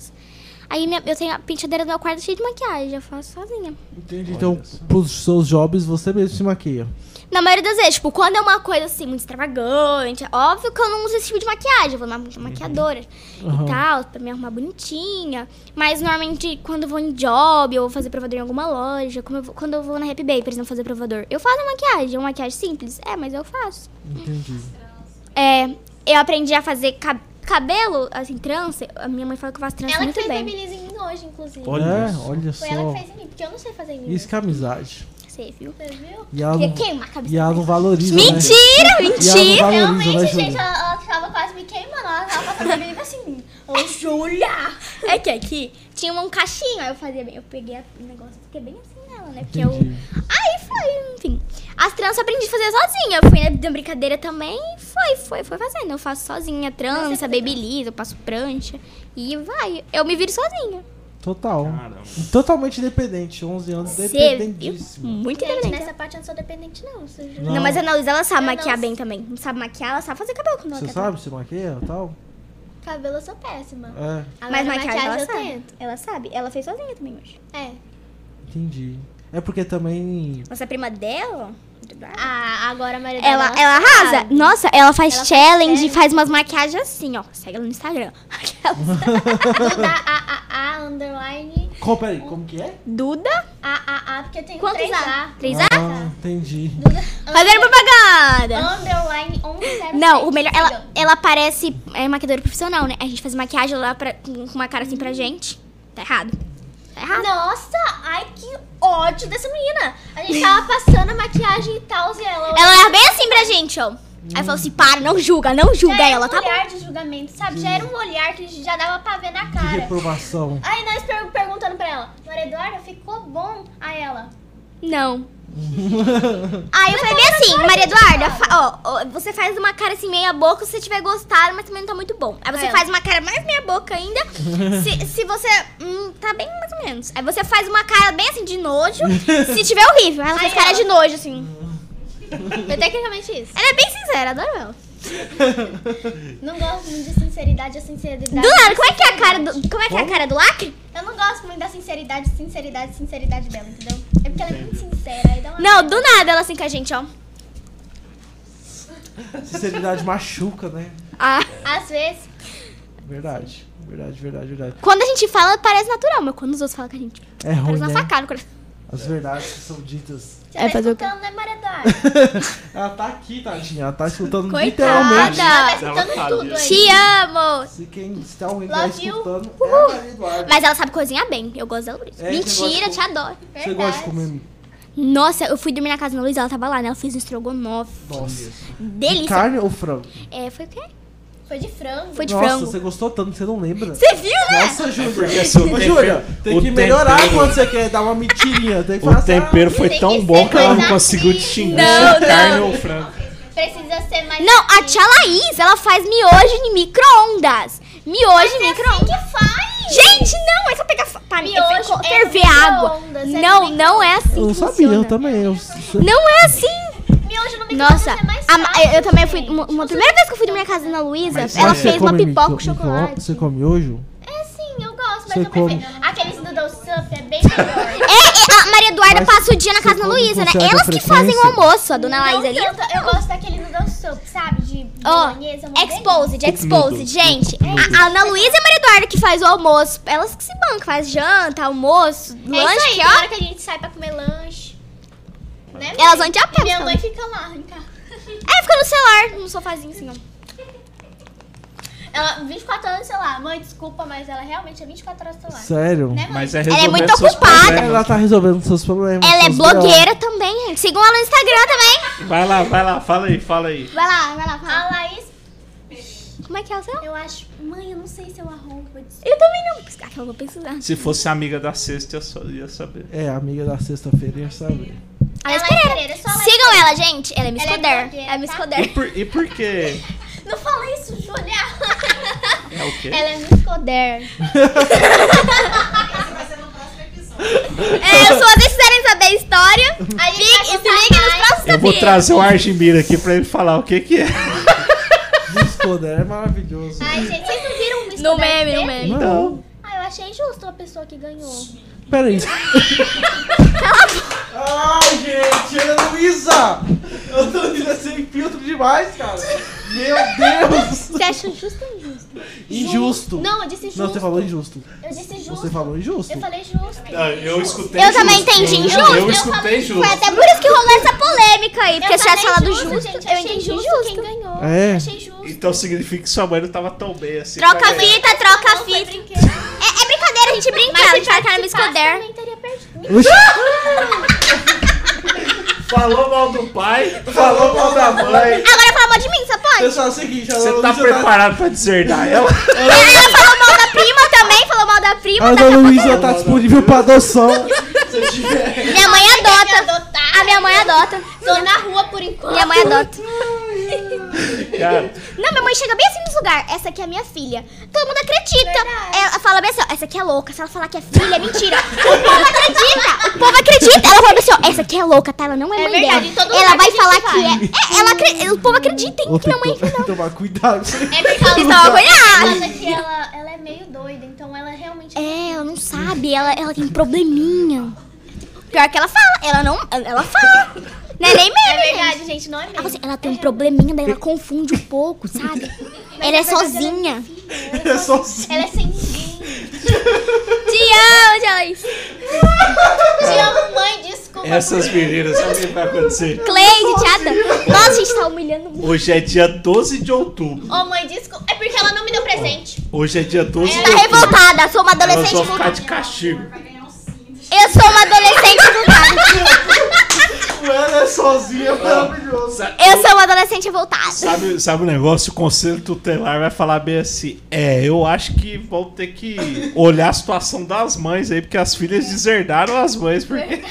Aí minha- eu tenho a penteadeira do meu quarto cheia de maquiagem, eu faço sozinha. Entendi. Então, pros seus jobs, você mesmo se maquia. Na maioria das vezes, tipo, quando é uma coisa assim muito extravagante, é óbvio que eu não uso esse tipo de maquiagem, eu vou na na maquiadora Aham. e tal, pra me arrumar bonitinha. Mas normalmente quando eu vou em job, eu vou fazer provador em alguma loja, como eu vou- quando eu vou na Happy Bay, por exemplo, fazer provador, eu faço a maquiagem, é uma maquiagem simples, é, mas eu faço. Entendi. É, eu aprendi a fazer cab- cabelo, assim, trança, a minha mãe fala que eu faço trança Ela que muito fez bem. babyliss em mim hoje, inclusive. Olha é, só. olha Foi ela só. que fez em mim, porque eu não sei fazer em mim. Isso que é amizade. Você viu? Você viu? E ela não, Queria queimar a cabeça. Tá e ela não valoriza, né? é? Mentira, E ela mentira! não valoriza, né, Realmente, gente, Júlia? ela, ela tava quase me queimando. Ela tava passando (laughs) babyliss assim. Ô, Júlia! É que aqui tinha um cachinho, aí eu fazia bem. Eu peguei a- o negócio e fiquei bem assim nela, né? Porque eu. Entendi. Aí foi, enfim. As tranças eu aprendi a fazer sozinha. Eu fui na- na brincadeira também e foi, foi, foi fazendo. Eu faço sozinha trança, babyliss, eu passo prancha e vai. Eu me viro sozinha. Total. Caramba. Totalmente independente. 11 anos, Você viu? independentíssimo. Muito Gente, independente. nessa parte eu não sou dependente, não. Você jura? Não. Não, mas a Ana Luísa, ela sabe Eu maquiar não- bem também. Não sabe maquiar, ela sabe fazer cabelo quando ela Você quer. sabe se maquia e tal? Cabelo eu sou péssima. É, Agora, Mas maquiagem, ela eu sabe. tento. Ela sabe. Ela fez sozinha também hoje. É. entendi. É porque também. Nossa a prima dela... Ah, agora a maioria Ela, ela arrasa. (laughs) Nossa, ela faz Ela faz challenge, challenge. faz, umas maquiagens assim, ó. Segue ela no Instagram. (laughs) Aquelas. Duda, a, a, a, underline, Co- peraí, como que é? Duda. a, a, a, porque eu tenho Quantos três A? A. Três A? Ah, entendi. Fazendo propaganda. Underline 107. Não, o melhor. Ela, ela parece é, maquiadora profissional, né? A gente faz maquiagem lá pra, com com uma cara assim pra gente. Tá errado. Tá errado. Nossa, ai que ódio dessa menina. A gente tava passando a maquiagem e tal, e ela. Ela olhava bem assim pra gente, ó. Aí falou assim: para, não julga, não já julga era ela, um tá bom? olhar de julgamento, sabe? Já era um olhar que já dava pra ver na Que cara. reprovação. Aí nós per- perguntando pra ela, Maria Eduarda, ficou bom a ela? Não. Aí eu falei bem assim, Maria Eduarda, fa- ó, ó, você faz uma cara assim meia boca se você tiver gostado, mas também não tá muito bom. Aí você É. faz uma cara mais meia boca ainda, se, se você hum, tá bem mais ou menos. Aí você faz uma cara bem assim de nojo, (laughs) se tiver horrível. Aí ela faz Aí cara ela- de nojo, assim. Foi tecnicamente isso. Ela é bem sincera, adoro ela. Não gosto muito de sinceridade, a sinceridade. Do nada, como é que é a cara do, como é que é a cara do lacre? Eu não gosto muito da sinceridade, sinceridade, sinceridade dela, entendeu? então, É porque ela é muito sincera. Aí dá uma Não, do nada ela assim com a gente, ó. Sinceridade machuca, né? Ah, Às vezes. Verdade, verdade, verdade, verdade. quando a gente fala, parece natural, mas quando os outros falam que a gente É ruim, parece uma né? facada no coração. As verdades que são ditas. Você É, tá fazer o quê? escutando, né, Maria Eduarda? Ela tá aqui, tadinha. Ela tá escutando Coitada. literalmente. Ela tá Ela escutando tá tudo ali. aí. Te amo! Se quem se tem alguém que tá Love you. escutando, é a Maria Eduarda. Mas ela sabe cozinhar bem. Eu gosto dela por isso. É, você gosta Mentira, de te adoro. Você gosta de comer Nossa, eu fui dormir na casa da Luísa, ela tava lá, né? Ela fez um estrogonofe. nossa. Delícia. Carne ou frango? É, foi o quê? Foi de frango. Foi de Nossa, frango. você gostou tanto que você não lembra. Você viu, né? Nossa, Júlia. É porque seu Ô, tempero- Júlia, tem o que melhorar tempero- quando você quer dar uma mentirinha. Tem que falar O assim, ah, tempero foi Tem tão que bom ser que ela não coisa conseguiu fina. distinguir Não, se é carne não. ou frango. Precisa ser mais. Não, a tia Laís, ela faz miojo em micro-ondas. Miojo em Assim micro-ondas. que faz! Gente, não, é só pegar fa- panela, Miojo co- é ferver água. micro-ondas, é Não, micro-ondas. não é assim Eu não que sabia, funciona. eu também. Eu, Não é assim. Miojo no micro-ondas Nossa, é mais a fácil, ma- eu, eu também fui. gente. Uma, uma primeira vez que eu fui dormir na casa da Ana Luísa, Mas ela você fez uma come pipoca com micro- micro- chocolate. Você come hoje? É sim, eu gosto, mas Você eu come. prefiro. Aqueles noodle surf é (laughs) bem melhor. É, é, a Maria Eduarda Mas passa o dia na você casa da come com Luísa, né? certa Elas que fazem o frequência? almoço, a dona Não né? Laís ali. tanto, eu gosto daquele noodle soup, sabe? De Ó, bolonhesa. uma Exposed, Cupido. exposed, gente. Cupido. A, a Ana Luísa e a Maria Eduarda que faz o almoço. Elas que se bancam, faz janta, almoço, delícia. É isso lanche, aí, que na ó. hora que a gente sai pra comer lanche. Né, mãe? Elas vão de a E pé. Minha pra mãe falar. fica lá, em casa. É, fica no celular, no sofazinho assim, ó. Ela, 24 horas no celular. Mãe, desculpa, mas ela realmente é 24 horas no celular. "Ah, Sério? Né, mãe? Mas é é resolvendo muito seus ocupada. problemas. Ela tá resolvendo seus problemas. Ela é seus B.O. blogueira também, gente. Sigam ela no Instagram também. Vai lá, vai lá, fala aí, fala aí. Vai lá, vai lá, vai lá. A Laís, Como é que é o seu? eu acho. Mãe, eu não sei se eu arranco. Eu disse, Eu também não. Ah, que eu vou pesquisar. Se fosse amiga da sexta, eu só ia saber. É, amiga da sexta-feira, ia saber. Ela é Laís Pereira. Pereira, só a Laís Sigam ela, gente. Ela é Miss Ela é Coder. blogueira, É Miss tá? E Coder. por, e por quê? Não fala isso, Julia. É o quê? Ela é Miss Coder. Esse vai ser no próximo episódio. É, se vocês quiserem saber a história, A fiquem- gente vai se contar liguem nos tá mais. próximos Eu vou capítulos. trazer o Argimiro aqui pra ele falar o que que é. Discoder é maravilhoso. Ai, gente, vocês não viram o Miss No Coder que meme, no teve? meme. Não. Ah, eu achei injusto a pessoa que ganhou. Peraí. Ai, gente, Ana Luísa! Ana Luísa é sem filtro demais, cara. Meu Deus! Você acha justo ou injusto? Injusto. é Não, eu disse justo. Não, você falou injusto. Eu disse justo. Você Ah, falou injusto. Eu falei justo. Eu escutei. Eu também entendi injusto. Eu escutei justo. Foi até por isso que rolou essa polêmica aí, porque Eu se tivesse falei falado justo, justo, gente, eu achei entendi justo, justo. quem ganhou. É. Achei justo. Então significa que sua mãe não tava tão bem assim. Troca pra a ganhar. fita, troca a Não, foi fita. brinquedo. É, é brincadeira, a gente brinca, a gente vai ficar na Miss Coder. também teria perdido. Oxi. Falou mal do pai, Falou mal da mãe. Agora fala mal de mim, só pode? Pessoal, é o seguinte, a Ana você tá Luísa preparado pra (laughs) deserdar ela? Ela falou mal da prima também, falou mal da prima. A Ah, Ana Luísa tá disponível pra adoção. Minha mãe adota. A minha mãe adota. Tô na rua por enquanto. Minha mãe adota. Cara, Não, minha mãe chega bem assim nos lugares. Essa aqui é minha filha. Todo mundo acredita. Verdade. Ela fala bem assim, ó. Essa aqui é louca. Se ela falar que é filha, é mentira. O povo acredita. O povo acredita. Ela fala bem assim, ó. Essa aqui é louca, tá? Ela não é É mãe verdade, em dela. todo ela lugar vai que a falar gente que vai. é. é ela acre- O povo acredita em que minha mãe... que tomar cuidado. É por Vocês causa tomam Por cuidado. causa que ela, ela é meio doida, então ela realmente. É, ela não sabe. Ela, ela tem um probleminha. Pior que ela fala. Ela não... Ela fala. Não é nem É meme, gente. verdade, gente, não é Ela, fala mesmo. assim, ela tem um probleminha, daí ela confunde um pouco, sabe? ela é na verdade, ela é sozinha. É assim. sozinho. Ela é sem ninguém. Te amo, Joyce. Te amo, mãe, desculpa. essas meninas, sabe o que vai acontecer? Cleide, te adoro. Nossa, a gente tá humilhando muito. Hoje é dia 12 de outubro. Ô, mãe, desculpa. É porque ela não me deu presente. Hoje é dia 12 Tá de outubro. revoltada, sou uma Elas adolescente vão ficar vulcânica. de castigo. Vai ganhar um cinto. Eu sou uma adolescente voltada. Ela é sozinha, é maravilhoso. Eu sou uma adolescente voltada. Sabe, sabe o negócio? O conselho tutelar vai falar bem assim: é, eu acho que vão ter que olhar a situação das mães aí, porque as filhas deserdaram as mães. (laughs) Porque...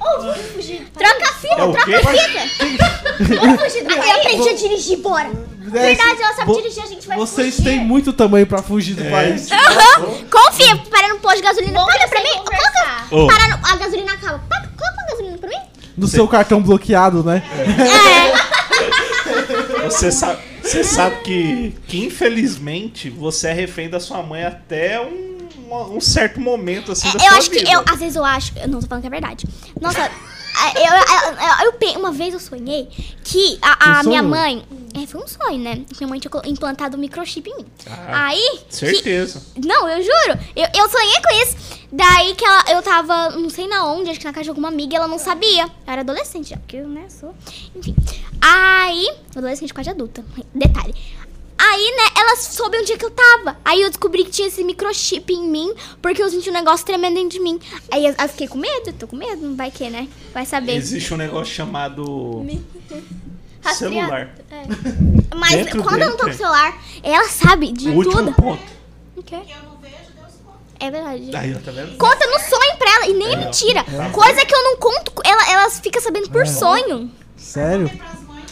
Ô, vou fugir. Troca a fita, É o troca quê? a fita. Vou fugir do Eu pai. aprendi a dirigir, bora. Verdade, ela sabe Vo- dirigir, a gente vai Vocês fugir. têm muito tamanho pra fugir do É. país. Aham. Confia, parar no posto de gasolina. Bom que Paga eu pra sei mim. conversar. Ô. Parar no... a gasolina acaba. Paga- Coloca a gasolina pra mim. No seu cartão bloqueado, né? É. Você sabe, você sabe que, que, infelizmente, você é refém da sua mãe até um, um certo momento assim da Eu sua acho que vida. é eu, às vezes eu acho, eu não tô falando que é verdade. Nossa, eu, eu- eu- eu pe- uma vez eu sonhei que a, a Você minha sonhou? mãe. É, foi um sonho, né? Minha mãe tinha colo- implantado um microchip em mim. Ah, Aí. que- Certeza. não, eu juro. Eu, eu sonhei com isso. Daí que ela, eu tava, não sei na onde, acho que na casa de alguma amiga, e ela não sabia. Eu era adolescente já, porque eu, né, sou. Enfim. Aí, adolescente quase adulta. Detalhe. Aí, né, ela soube onde é que eu tava. Aí eu descobri que tinha esse microchip em mim, porque eu senti um negócio tremendo dentro de mim. Aí eu, eu fiquei com medo, tô com medo, não vai que, né? Vai saber. Existe um negócio chamado Rastreado. celular. Mas Dentro quando eu não tô com o dele. celular, ela sabe de O último tudo. ponto. O quê? Que eu não vejo, Deus conta. É verdade. Aí, ó, tá vendo? Conta no sonho pra ela. E nem é É. mentira. É. Coisa que eu não conto, ela, ela fica sabendo por sonho. Sério? Tem pras mães.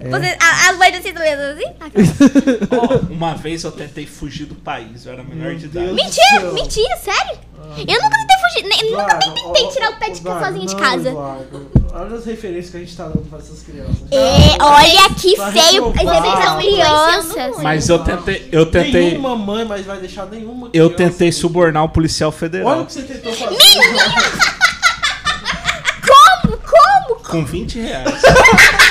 É. Você, a, as mães de Cícero assim? Ó, uma vez eu tentei fugir do país, eu era menor de idade. Mentira, mentira, sério? Ah. Eu nunca tentei fugir, nem, nunca Eduardo, nem tentei ó, tirar o pé de Eduardo, sozinha de não, casa. Eduardo. Olha as referências que a gente tá dando pra essas crianças. É, olha que Tá feio. reprovado. Vocês são Vocês estão crianças. Mas eu tentei, eu tentei, Nenhuma mãe mais vai deixar nenhuma eu criança. tentei subornar um policial Olha o federal que você tentou fazer. Como? Como? com 20 reais.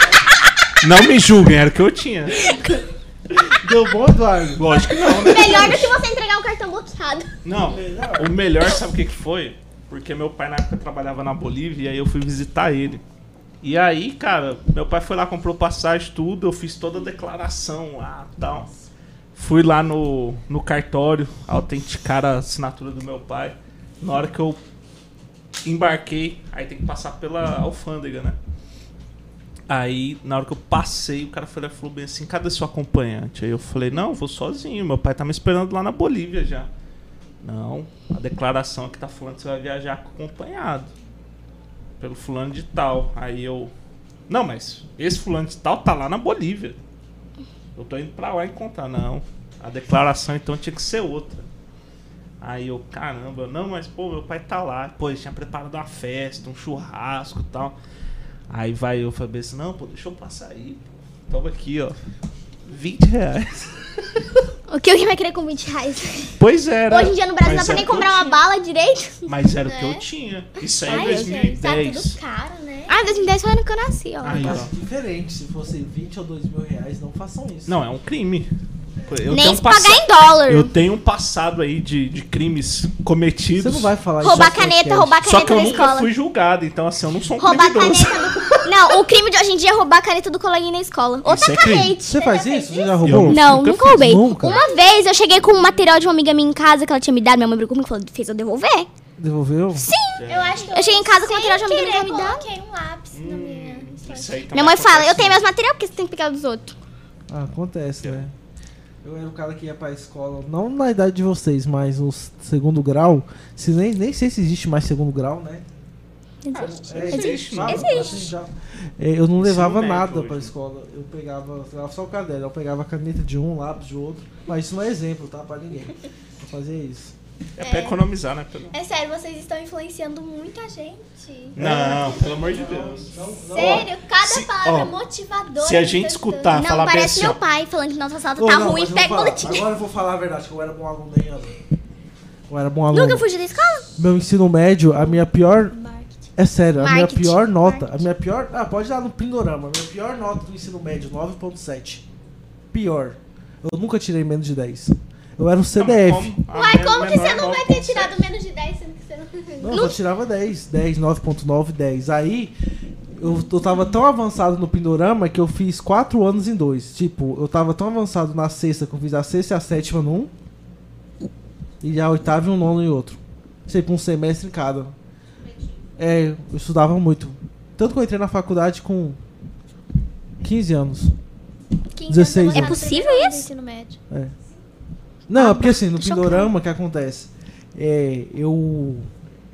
(laughs) Não me julguem, era o que eu tinha. Deu bom, Eduardo? Lógico que não, né? Melhor do que você entregar um cartão bloqueado. Não, o melhor sabe o que que foi? Porque meu pai na época trabalhava na Bolívia e aí eu fui visitar ele. E aí, cara, meu pai foi lá, comprou passagem, tudo, eu fiz toda a declaração lá tal. Fui lá no, no cartório autenticar a assinatura do meu pai. Na hora que eu embarquei, aí tem que passar pela alfândega, né? Aí, na hora que eu passei, o cara foi lá e falou bem assim: cadê seu acompanhante? Aí eu falei: não, eu vou sozinho, meu pai tá me esperando lá na Bolívia já. Não, a declaração aqui tá falando que você vai viajar acompanhado. Pelo fulano de tal. Aí eu. Não, mas esse fulano de tal tá lá na Bolívia. Eu tô indo pra lá encontrar. Não. A declaração então tinha que ser outra. Aí eu, caramba, não, mas pô, meu pai tá lá. Pô, ele tinha preparado uma festa, um churrasco e tal. Aí vai eu falei assim, não, pô, deixa eu passar aí. pô. Toma aqui, ó. 20 reais. (laughs) O que alguém vai querer com 20 (laughs) reais? Pois é. era. Hoje em dia no Brasil Mas era não dá pra nem o que eu comprar uma tinha. bala direito. Mas era o que Né? eu tinha. Isso aí é em Ai, gente, tá tudo 2010. caro, né? Ah, 2010 foi o ano que eu nasci, ó. Aí, Mas ó. diferente, se fosse 20 ou 2 mil reais, não façam isso. Não, é um crime. Eu um nem se passa- pagar em dólar. Eu tenho um passado aí de, de crimes cometidos. Você não vai falar isso. Roubar no caneta, podcast. roubar Só caneta que eu da nunca escola. fui julgado, então assim, eu não sou um Roubar a criminoso. caneta do... Não, o crime de hoje em dia é roubar a caneta do coleguinha na escola. Ou Isso é tacar crime. leite. Você faz isso? Você já Eu roubou? Não, Nunca nunca fiz, roubei. nunca. Uma vez eu cheguei com um material de uma amiga minha em casa que ela tinha me dado, minha mãe brigou comigo e falou, fez eu devolver. Tá Devolveu? Eu acho que Eu cheguei em casa com o material de uma amiga querer, minha me dá. coloquei um lápis na minha. Isso aí tá também Minha mãe fala, eu acontece tenho muito. meus material, porque você tem que pegar dos outros. Ah, acontece, né? Eu era o cara que ia pra escola, não na idade de vocês, mas no segundo grau. Se nem, nem sei se existe mais segundo grau, né? É, Existe, fala, mano. assim, já. É, eu não levava médio nada hoje, pra né? escola. Eu pegava, levava só o caderno. Eu pegava a caneta de um, lápis de outro. Mas isso não é exemplo, tá? Pra ninguém. Eu fazia isso. É pra economizar, né? Pelo... É sério, vocês estão influenciando muito a gente. É. Não, pelo amor de Deus. Não, não. Sério, cada se- palavra ó, motivadora. se a gente tanto- escutar- Ah, não, fala bem parece assim, meu ó. pai falando que nossa sala Ô, tá não, ruim, mas eu pega o vou falar. boletim. Agora eu vou falar a verdade, que eu era bom aluno da Ana. Eu era bom aluno. Nunca fugi da escola? Meu ensino médio, a minha pior. É sério, a Marketing. minha pior nota. A minha pior. Ah, pode dar no Pindorama. A minha pior nota do ensino médio, 9.7. Pior. Eu nunca tirei menos de 10. Eu era um Tá CDF. Uai, como que você não vai ter tirado menos de 10 sendo que você não. Não, (laughs) eu só tirava 10. 10, 9.9, 10. Aí, eu, eu tava tão avançado no Pindorama que eu fiz 4 anos em dois. Tipo, eu tava tão avançado na sexta que eu fiz a sexta e a sétima num. E a oitava e um nono em outro. Tipo, um semestre em cada. É, eu estudava muito. Tanto que eu entrei na faculdade com 15 anos. 16 tá É possível isso? Ensino médio. Ah, Não, é porque assim, no chocada. Pindorama, o que acontece? É, eu,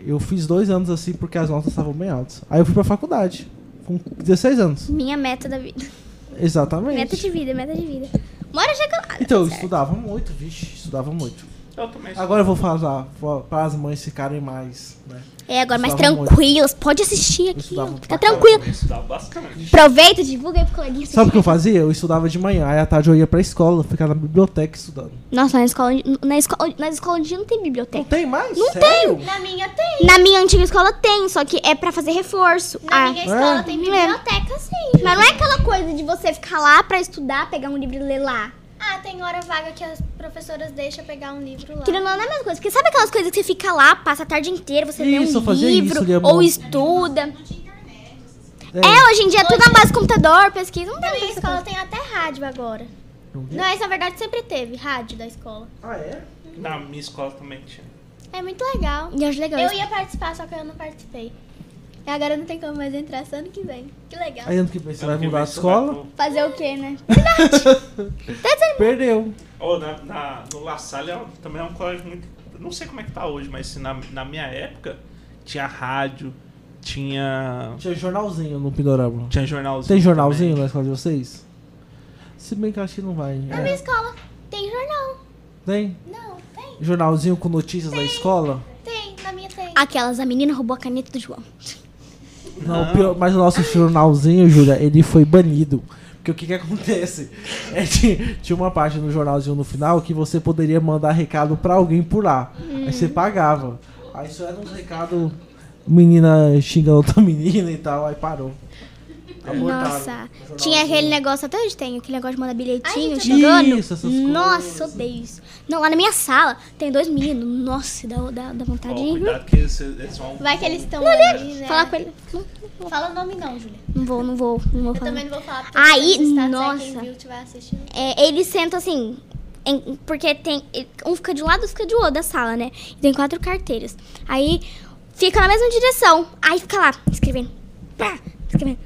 eu fiz dois anos assim porque as notas estavam bem altas. Aí eu fui pra faculdade, com 16 anos. Minha meta da vida. Meta de Exatamente. vida, meta de vida. Mora chegando. Então, eu estudava muito, vixe, estudava muito. Eu também sou. Agora eu vou falar para as mães ficarem mais, né? É, agora mais Estudava muito. tranquilos. Pode assistir aqui. estudava ó. Fica pra Eu tá tranquilo. também estudava bastante. Aproveita, divulga aí pro coleguinha. Sabe o que eu fazia? Eu estudava de manhã, aí à tarde eu ia pra escola, ficava na biblioteca estudando. Nossa, na escola, na escola, na escola onde não tem Não biblioteca. tem mais? Não Sério? Na minha tem. Na minha antiga escola tem, só que é pra fazer reforço. Na Ah. minha escola É? tem É. biblioteca, sim. Mas não é aquela coisa de você ficar lá pra estudar, pegar um livro e ler lá. Ah, tem hora vaga que as professoras deixam pegar um livro lá. Que não não é a mesma coisa. Porque sabe aquelas coisas que você fica lá, passa a tarde inteira, você lê Isso, eu um fazia livro isso, Lia ou Moura. estuda. Não tinha internet. essas coisas. É, É, hoje em dia é tudo na base do computador, pesquisa. Não tem Na minha muita escola coisa. tem até rádio agora. Não, isso na verdade sempre teve, rádio da escola. Ah, é? Na minha escola também tinha. É muito legal. E eu acho legal. Eu isso. ia participar, só que eu não participei. E agora não tem como mais entrar, só ano que vem. Que legal. Aí ano que vem você vai Ano que mudar a vem isso vai escola? Fazer o quê, né? Perdeu. pro- Ô, na, na- no La Salle é um- também é um colégio muito. Não sei como é que tá hoje, mas se na, na minha época tinha rádio, tinha. Tinha jornalzinho no Pindorama. Tinha jornalzinho. Tem jornalzinho também. na escola de vocês? Se bem que eu acho que não vai. Na é. minha escola tem jornal. Tem? Não, tem. Jornalzinho com notícias da escola? Tem, na minha tem. Aquelas, a menina roubou a caneta do João. Não, pior- mas o nosso jornalzinho, Júlia, ele foi banido. Porque o que que acontece? (laughs) É que tinha uma parte no jornalzinho no final que você poderia mandar recado pra alguém por lá. Aí você pagava. Aí só era um recado, menina xingando outra (laughs) menina e tal, aí parou. Abortaram. Nossa. Tinha aquele negócio, até hoje tem, aquele negócio de mandar bilhetinho, Ai, gente, xingando. Isso, essas Nossa, coisas. odeio isso. Não, lá na minha sala tem dois meninos. Nossa, dá, dá, dá vontade Ó, de cuidado que é eles, eles vão. Vai que eles estão ali, né? falar com ele. Não, Fala o nome não, Julia. não vou, não vou, não vou Eu falar. também não vou falar. porque Aí, nos Estados, aí nossa. Quem viu, tiver assistindo. É, eles sentam assim, em- porque tem. Um fica de um lado, outro fica de outro da sala, né? E tem quatro carteiras. Aí fica na mesma direção. Aí fica lá, escrevendo. Pá, escrevendo.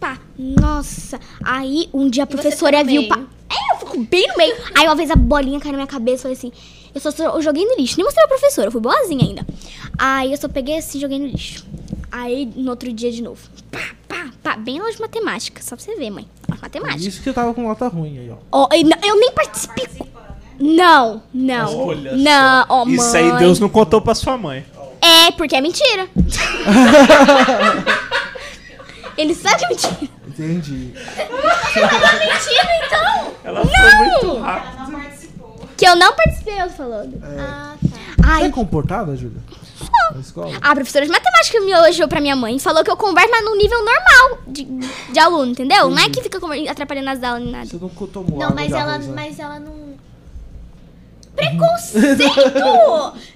Pá. Nossa. Aí um dia a você professora tá no viu. meio. Pá, é, eu fico bem no meio. Aí uma vez a bolinha caiu na minha cabeça e falei assim. Eu só eu joguei no lixo. Nem mostrei pra professora, eu fui boazinha ainda. Aí eu só peguei assim e joguei no lixo. Aí no outro dia de novo. Pá, pá, pá. Bem aula de matemática. Só pra você ver, mãe. Aula de Matemática. Isso que você tava com nota ruim aí, ó. Ó, e não- eu nem participei. Não, não. Olha só. não, ó, mãe. Isso aí Deus não contou pra sua mãe. É, porque (laughs) é mentira. Ele sabe que é mentira. Entendi. Mentira, então. Ela foi muito rápida. Ela não participou. Que eu não participei, eu tô falando. Ah, tá. Você é Ai, comportada, Júlia? Na escola? a professora de matemática me elogiou pra minha mãe. Falou que eu converso, mas num nível normal de, de aluno, entendeu? Não é que fica conver- atrapalhando as aulas nem nada. Você não tomou Não, água mas de ela, arroz, né? mas (laughs) ela não. Preconceito!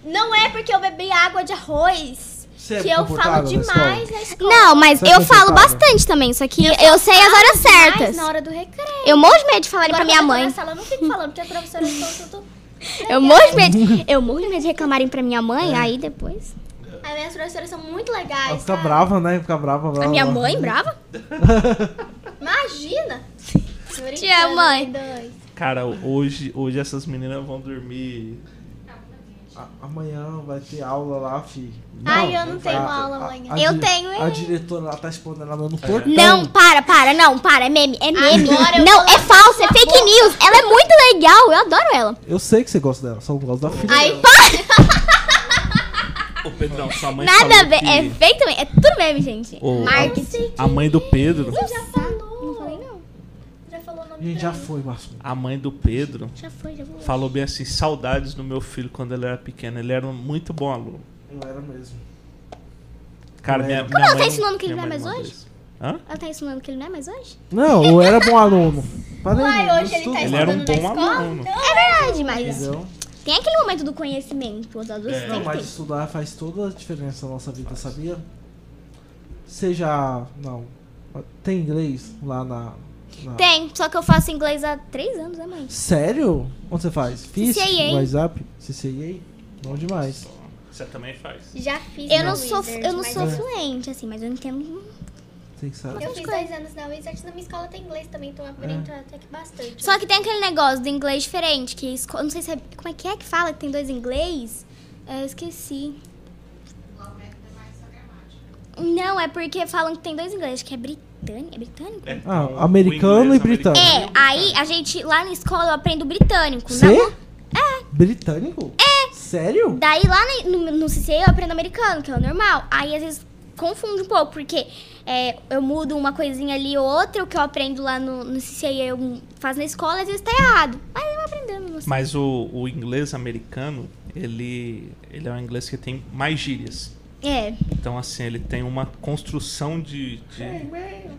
Não é porque eu bebi água de arroz Você é que eu comportada falo na demais escola? né? na escola. Não, mas Você é eu falo comportada? bastante também, só que eu, sei as horas Demais certas. Na hora do recreio. Eu morro de medo de falar pra Agora, minha quando eu tô mãe. Na sala, eu não fico falando, porque a professora ficou tudo. Eu morro de medo. Eu morro de medo de reclamarem pra minha mãe, aí depois. As minhas professoras são muito Ela legais. fica sabe? brava, né? Fica brava, brava. A minha brava. mãe, brava? Imagina! Brincando, Tia, mãe. dois. Cara, hoje, hoje essas meninas vão dormir. A- Amanhã vai ter aula lá, fi. Ai, eu não vai tenho ter. aula amanhã. Eu di- tenho, A é. diretora lá tá expondo ela no portão. Não, para, para, não, para, é meme, é meme. Agora eu Não, vou é falso, é fake news. Ela é muito legal, eu adoro ela. Eu sei que você gosta dela, só não gosto da filha. Aí, dela. Ô, Pedrão, sua mãe Nada a falou ver, que- é fake também, é tudo meme, gente. Ô, Marketing. a, a mãe do Pedro, você já falou. Não Tá? falei, não. Já falou o nome Gente, pra já mim. foi o assunto. a mãe do Pedro Já foi, já foi. falou bem assim, saudades do meu filho quando ele era pequeno. Ele era um muito bom aluno. Eu era mesmo. Cara, Como minha, é? minha ela mãe- tá ensinando que ele minha não é mãe mais mandou hoje? isso. Hã? Ela tá ensinando que ele não é mais hoje? Não, eu era bom aluno. Parei, não Uai, hoje ele estudo, tá Ele era um estudando bom na escola? aluno. É verdade, mas Entendeu? tem aquele momento do conhecimento, os adultos É. têm Não, que mas ter. estudar faz toda a diferença na nossa vida, sabia? Seja. Não. Tem inglês lá na. na- Tem, só que eu faço inglês há três anos, né, mãe? Sério? Onde você faz? Fiz? CCIA. WhatsApp? CCIA? Bom demais. Você também faz. Já fiz Eu na não sou, Wizard, eu não mas é. sou eu- fluente, assim, mas eu entendo. Tem que saber. Eu fiz dois anos na Wizards, na minha escola tem inglês também, então eu aprendi até que bastante. Ah. Só que tem aquele negócio do inglês diferente, que esco- eu não sei se é, como é que é que fala que tem dois inglês. É, Eu esqueci. Não, é porque falam que tem dois inglês, que é britânico, é britânico. É, Ah, então, americano o inglês, e britânico. É, aí a gente lá na escola eu aprendo britânico. na- Você? Britânico? É. Sério? daí lá na- no, no CCA eu aprendo americano, que é o normal. Aí às vezes confunde um pouco, porque é, eu mudo uma coisinha ali ou outra, o que eu aprendo lá no, no CCA eu faço na escola, às vezes tá errado. Mas eu vou aprendendo, não sei. Mas o, o inglês americano, ele, ele é um inglês que tem mais gírias. É. Então, assim, ele tem uma construção de. de- É,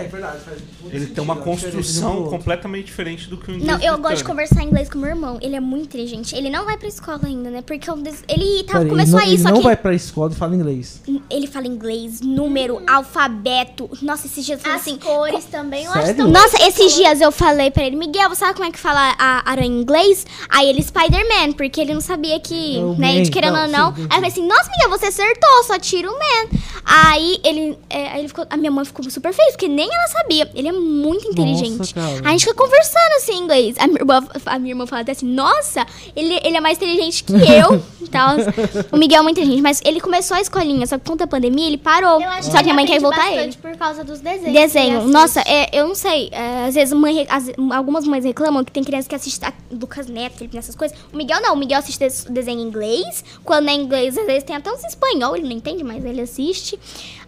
é verdade. Faz muito ele sentido, tem uma a diferença de um construção pro outro. completamente diferente do que o inglês. Não, eu gosto de britânico. conversar inglês com meu irmão. Ele é muito inteligente. Ele não vai pra escola ainda, né? Porque eu des- ele tá, Peraí, começou ele aí, não, ele só não que vai pra escola e fala inglês. ele fala inglês, número, alfabeto. Nossa, esses dias eu falei As assim. cores também, eu acho Sério? que Nossa, esses dias eu falei pra ele, Miguel, você sabe como é que fala a aranha em inglês? Aí ele, Spider-Man, porque ele não sabia que, Não, né, É man, de querendo não, ou não. sim, Aí sim, eu falei assim, nossa, Miguel, você acertou, só tira o man. Aí ele, é, aí ele ficou, a minha mãe ficou super feliz, porque nem ela sabia. Ele é muito inteligente. cara. Aí a gente fica conversando assim em inglês. A minha irmã, a minha irmã fala até assim, nossa, ele, ele é mais (laughs) inteligente que eu. e tal. O Miguel é muito inteligente, mas ele começou a escolinha, só que conta a pandemia ele parou. Eu acho Só que a mãe ele quer aprende voltar ele. bastante por causa dos desenhos. né? Assim, que ele Desenho. assiste. Nossa, é, eu não sei. é, às vezes mãe re- às- algumas mães reclamam que tem criança que assiste a Lucas Neto, Felipe, nessas coisas. O Miguel não. O Miguel assiste des- desenho em inglês. Quando é em inglês, às vezes tem até uns espanhol, ele não entende, mas ele assiste.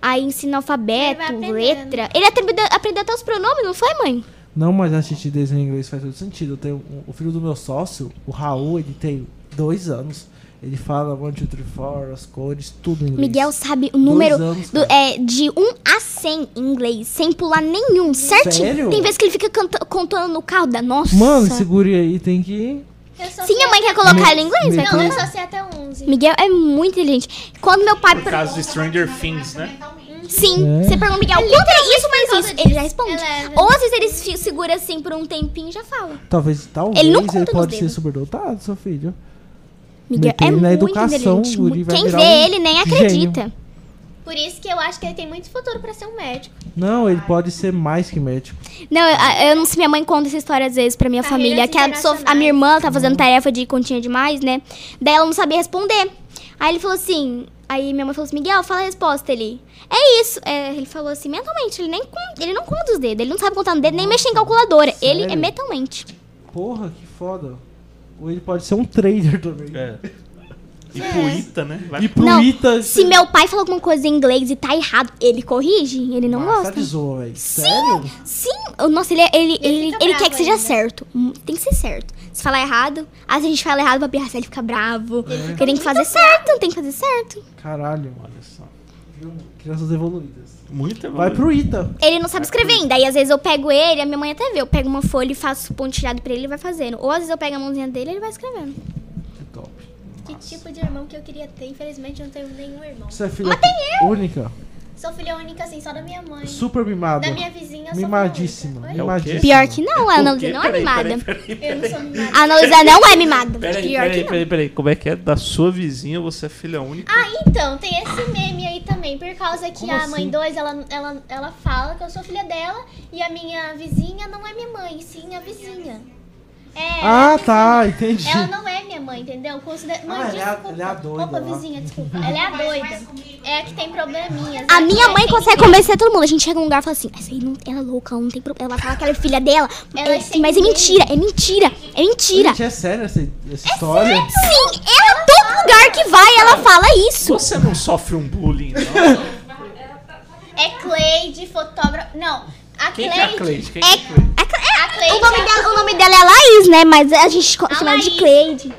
Aí ensina alfabeto, Ele vai letra. Ele aprendeu, aprendeu até os pronomes, não foi, mãe? Não, mas assistir desenho em inglês faz todo sentido. Eu tenho um- o filho do meu sócio, o Raul, ele tem dois anos. Ele fala one, two, three, four, as cores, tudo em inglês. Miguel sabe o número anos, do- cara. é, de 1 a 100 em inglês, sem pular nenhum, certinho. Sério? Tem vezes que ele fica canta- contando no carro da nossa. Mano, esse guri aí tem que. Eu só é- Sim, sei a mãe quer colocar ele em inglês, vai Não, eu colocar. só sei até 11. Miguel é muito inteligente. Quando meu pai. Por causa de Stranger Things, né? Mentalmente. Sim, É. você pergunta, Miguel, quanto é isso, mas causa isso? disso. Ele já responde. Eleva. Ou às vezes ele se segura assim por um tempinho e já fala. Talvez, talvez Ele não ele, conta nos pode ser dedos. superdotado, seu filho. Miguel Meter é ele na muito educação, inteligente. o guri muito- vai Quem virar vê um ele né? nem gênio. acredita. Por isso que eu acho que ele tem muito futuro pra ser um médico. Não, ele pode ser mais que médico. Não, eu, eu não sei, minha mãe conta essa história às vezes pra minha Carreiras família. Que a, pessoa- a minha irmã tá fazendo tarefa de continha demais, né? Daí ela não sabia responder. Aí ele falou assim. Aí minha mãe falou assim, Miguel, fala a resposta. Ele. É isso. É, ele falou assim, mentalmente, ele nem con- ele não conta os dedos, ele não sabe contar no dedo, nem mexer em calculadora. Ele é sério? mentalmente. Porra, que foda. Ou ele pode ser um trader também. É. E poeta, né? Vai E pro Não, Ita. Se meu pai fala alguma coisa em inglês e tá errado, ele corrige? Ele não Nossa, gosta? de zoa, velho. Sério? Sim! Oh, Nossa, ele, é- ele, Ele ele, fica ele bravo quer que seja ainda. certo. Hum, Tem que ser certo. Se falar errado, às vezes a gente fala errado pra pirraça, ele fica É. bravo. Porque tem que fazer certo, tem que fazer certo. Caralho, mano. Olha só. Viu? Crianças evoluídas. Muito bom. Vai pro Ita. Ele não sabe É. escrever ainda. Aí às vezes eu pego ele, a minha mãe até vê. Eu pego uma folha e faço pontilhado pra ele, ele vai fazendo. Ou às vezes eu pego a mãozinha dele e ele vai escrevendo. Que top. Que tipo de irmão que eu queria ter? Infelizmente, eu não tenho nenhum irmão. Você é filha única? Sou filha única, assim, só da minha mãe. Super mimada. Da minha vizinha, eu sou Mimadíssima. filha É única. o quê? Mimadíssima. Pior que não, a Ana Luísa não é Peraí, peraí, mimada. peraí, Oi? Eu não sou mimada. A Ana Luísa não é mimada. Peraí, Pior peraí, que não. peraí, peraí. Como é que é? Da sua vizinha você é filha única? Ah, então, tem esse meme aí também, por causa que Como a assim? mãe 2, ela, ela, ela fala que eu sou filha dela e a minha vizinha não é minha mãe, sim a vizinha. É, Ah, tá. Entendi. ela não é minha mãe, entendeu? Considera... Mãe, Ah, ela é a- desculpa. ela é a doida Opa, lá. vizinha, desculpa. Ela é a Faz mais doida. comigo. É a que tem probleminhas. A né? minha Que mãe tem- consegue convencer todo mundo. A gente chega num lugar e fala assim: essa aí não, ela é louca, ela não tem problema. Ela fala que ela é filha dela. Ela é, é sem mas é medo. mentira, é mentira, é mentira. Gente, é sério essa, essa história? Sim, ela, todo lugar que vai, ela fala isso. Você não sofre um bullying, não? É Cleide, fotógrafo. Não, a Quem que é a Cleide. Cleide? Quem que É, é a Cleide? é- A Cleide. o, nome é a- dela, o nome dela é Laís, né? Mas a gente chama ela de Laís. Cleide.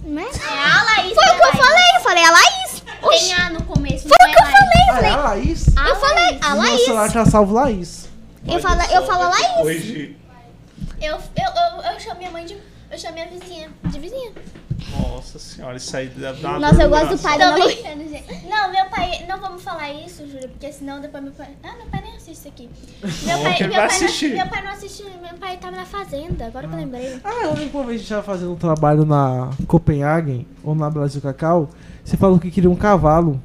Né? É a Laís. Foi o que eu né, Laís? falei, eu falei a Laís. Tem A no começo. Foi o que eu falei, eu Ah, é falei. a Laís? Eu falei a Meu celular Laís. já salvo Laís. Eu falo, eu falo a Laís. Hoje, é Eu, eu, eu, eu chamo minha mãe de. Eu chamo minha vizinha de vizinha. nossa senhora, isso aí dá dá uma Nossa, eu dor no gosto do coração. pai da minha Tô mãe. Tá brincando, gente. Não, meu pai. Não vamos falar isso, Júlia, porque senão depois meu pai. Ah, meu pai nem assiste (laughs) isso aqui. Meu Não, pai, que ele meu, vai pai assistir. Não, meu pai não assiste. Meu pai tava na fazenda, agora que eu lembrei. Ah, eu lembro que uma vez a gente tava fazendo um trabalho na Copenhagen, ou na Brasil Cacau, você falou que queria um cavalo.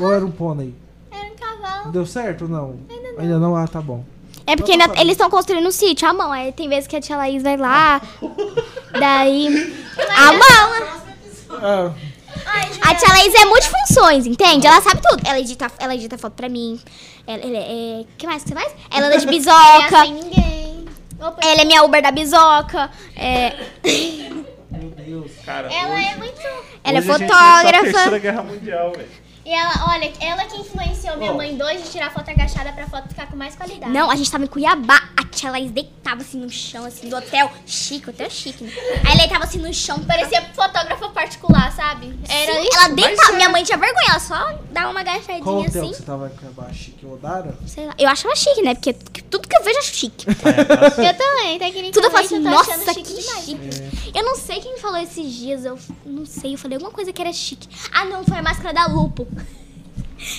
Ou era um pônei? Era um cavalo. Deu certo ou não? Oh. Ainda não. Ainda não? Ah, tá bom. É porque ainda- eles estão construindo um sítio à mão. Aí tem vezes que a tia Laís vai (laughs) lá. daí. À é mão. Ah, um É. Ai, Júlia. A tia Laís é multifunções, entende? Ela sabe tudo. Ela edita, ela edita foto pra mim. Ela, ela é. O que mais que você faz? Ela (laughs) anda de não é bisoca. sem ninguém. Opa, Ela é minha Uber da bisoca. é, meu Deus. Cara, ela hoje, é muito. ela é hoje a gente tá é vai pra fotógrafa. Terceira Guerra Mundial, velho. E ela, olha, ela que influenciou Oh. minha mãe dois de tirar foto agachada pra foto ficar com mais qualidade. Não, a gente tava em Cuiabá, a tia Laís deitava assim no chão, assim, do hotel chique, hotel chique. Né? Aí ela deitava assim no chão, parecia. Parecia fotógrafa é particular, sabe? Era Sim, isso. ela deitava. é. Minha mãe tinha vergonha, ela só dava uma Qual agachadinha hotel assim. que você tava com a baixa que Odara? Sei lá. Eu achava chique, né? Porque t- tudo que eu vejo eu acho chique. Eu também, tá tecnicamente. Tudo eu falo assim, tô nossa, achando chique que demais. chique. Eu não sei quem me falou esses dias, eu não sei, eu falei alguma coisa que era chique. Ah, não, foi a máscara da Lupo. (laughs)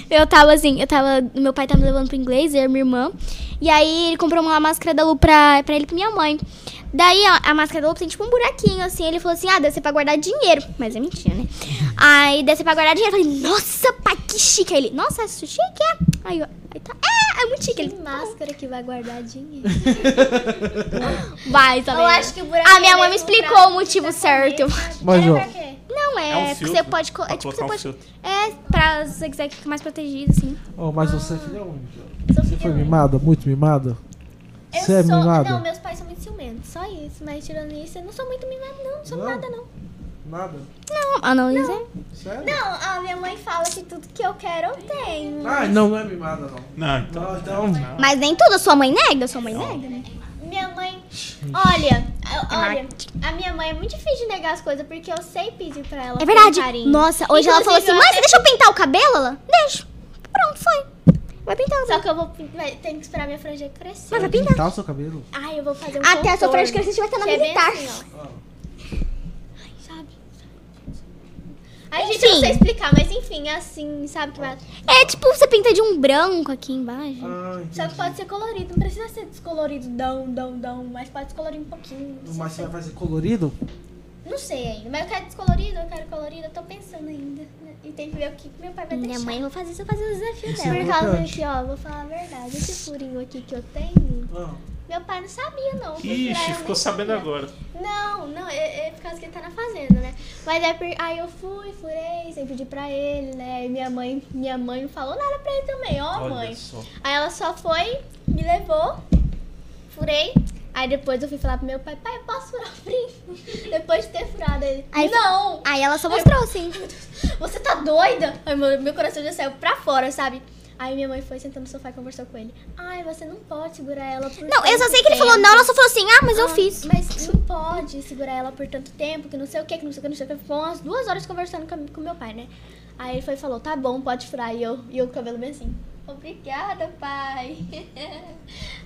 Eu tava assim, eu tava. Meu pai tava me levando pro inglês, eu e minha irmã. E aí ele comprou uma máscara da Lupo pra, pra ele e pra minha mãe. Daí a, a máscara da Lupo tem tipo um buraquinho, assim. Ele falou assim: ah, deve ser pra guardar dinheiro. Mas é mentira, né? Aí deve ser pra guardar dinheiro. Eu falei: nossa, pai, que chique. Aí ele: nossa, isso chique é? Aí eu: aí tá, é, é muito chique. Que Ele: máscara que vai guardar dinheiro. vai, tá Eu acho que o buraco A minha mãe me é mesmo explicou pra- o motivo pra certo. comer. Mas, Era ó. pra quê? Não, é, É um que filtro, você pode. co- pra É tipo, você colocar um pode. filtro. é, pra se você quiser ficar mais protegido, assim. Oh, mas você é filha única. Você foi mimada? Muito mimada? Eu Você é sou... mimada? Não, meus pais são muito ciumentos, só isso. Mas tirando isso, eu não sou muito mimada, não. Não sou Não? nada, não. Nada? Não, ah, não, Lisa. Sério? Não, a minha mãe fala que tudo que eu quero eu tenho. Ah, não, não é mimada, não. Não, então. Não, então. Mas nem tudo, sua mãe nega, sua mãe nega. Minha mãe. Olha, eu- olha, a minha mãe é muito difícil de negar as coisas porque eu sei pedir pra ela. É com verdade. carinho. Nossa, hoje ela falou assim: Inclusive, mãe, você deixa eu pintar o cabelo? Ela? Deixa. Pronto, foi. Vai pintar o Só cabelo. que eu vou. vai- Tenho que esperar minha franja crescer. Mas vai pintar. Pintar o seu cabelo? Ai, eu vou fazer um. Até a sua Então, contorno. franja crescer, a gente vai estar na Que é bem militar. assim, Ah. ó, sabe? Ai, gente, Enfim. eu não sei explicar, mas enfim, é assim, sabe? Que vai... É tipo, você pinta de um branco aqui embaixo. Ah, entendi. Só que pode ser colorido, não precisa ser descolorido, dão, dão, dão, mas pode descolorir um pouquinho. não sei Mas é- se- você vai fazer colorido? Não sei ainda, mas eu quero descolorido, eu quero colorido, eu tô pensando ainda. né? E tem que ver o que que meu pai vai Minha deixar. mãe, eu vou fazer isso, eu vou fazer o desafio Isso é dela. Por causa importante. que, ó, vou falar a verdade, esse furinho aqui que eu tenho, Ah. meu pai não sabia, não. Fui furar, Ixi, eu ficou nem sabendo sabia. agora. né? Não, não, é, é por causa que ele tá na fazenda, né? Mas é por... aí eu fui, furei, sem pedir pra ele, né? E minha mãe, minha mãe não falou nada pra ele também, ó, mãe. Olha só. Aí ela só foi, me levou, furei. Aí depois eu fui falar pro meu pai, pai, eu posso furar o brinco? (laughs) depois de ter furado ele. Aí- não! Aí ela só mostrou assim. Você tá doida? Aí meu, meu coração já saiu pra fora, sabe? Aí minha mãe foi sentou no sofá e conversou com ele. Ai, você não pode segurar ela por Não, eu só tanto sei que ele falou tempo. não, ela só falou assim: ah, mas eu Ah, fiz. Mas não pode segurar ela por tanto tempo, que não sei o que, que não sei o que, não sei o que. Ficou umas duas horas conversando com, a mi- com meu pai, né? Aí ele foi e falou, tá bom, pode furar. E eu, e eu com o cabelo bem assim. Obrigada, pai. (laughs)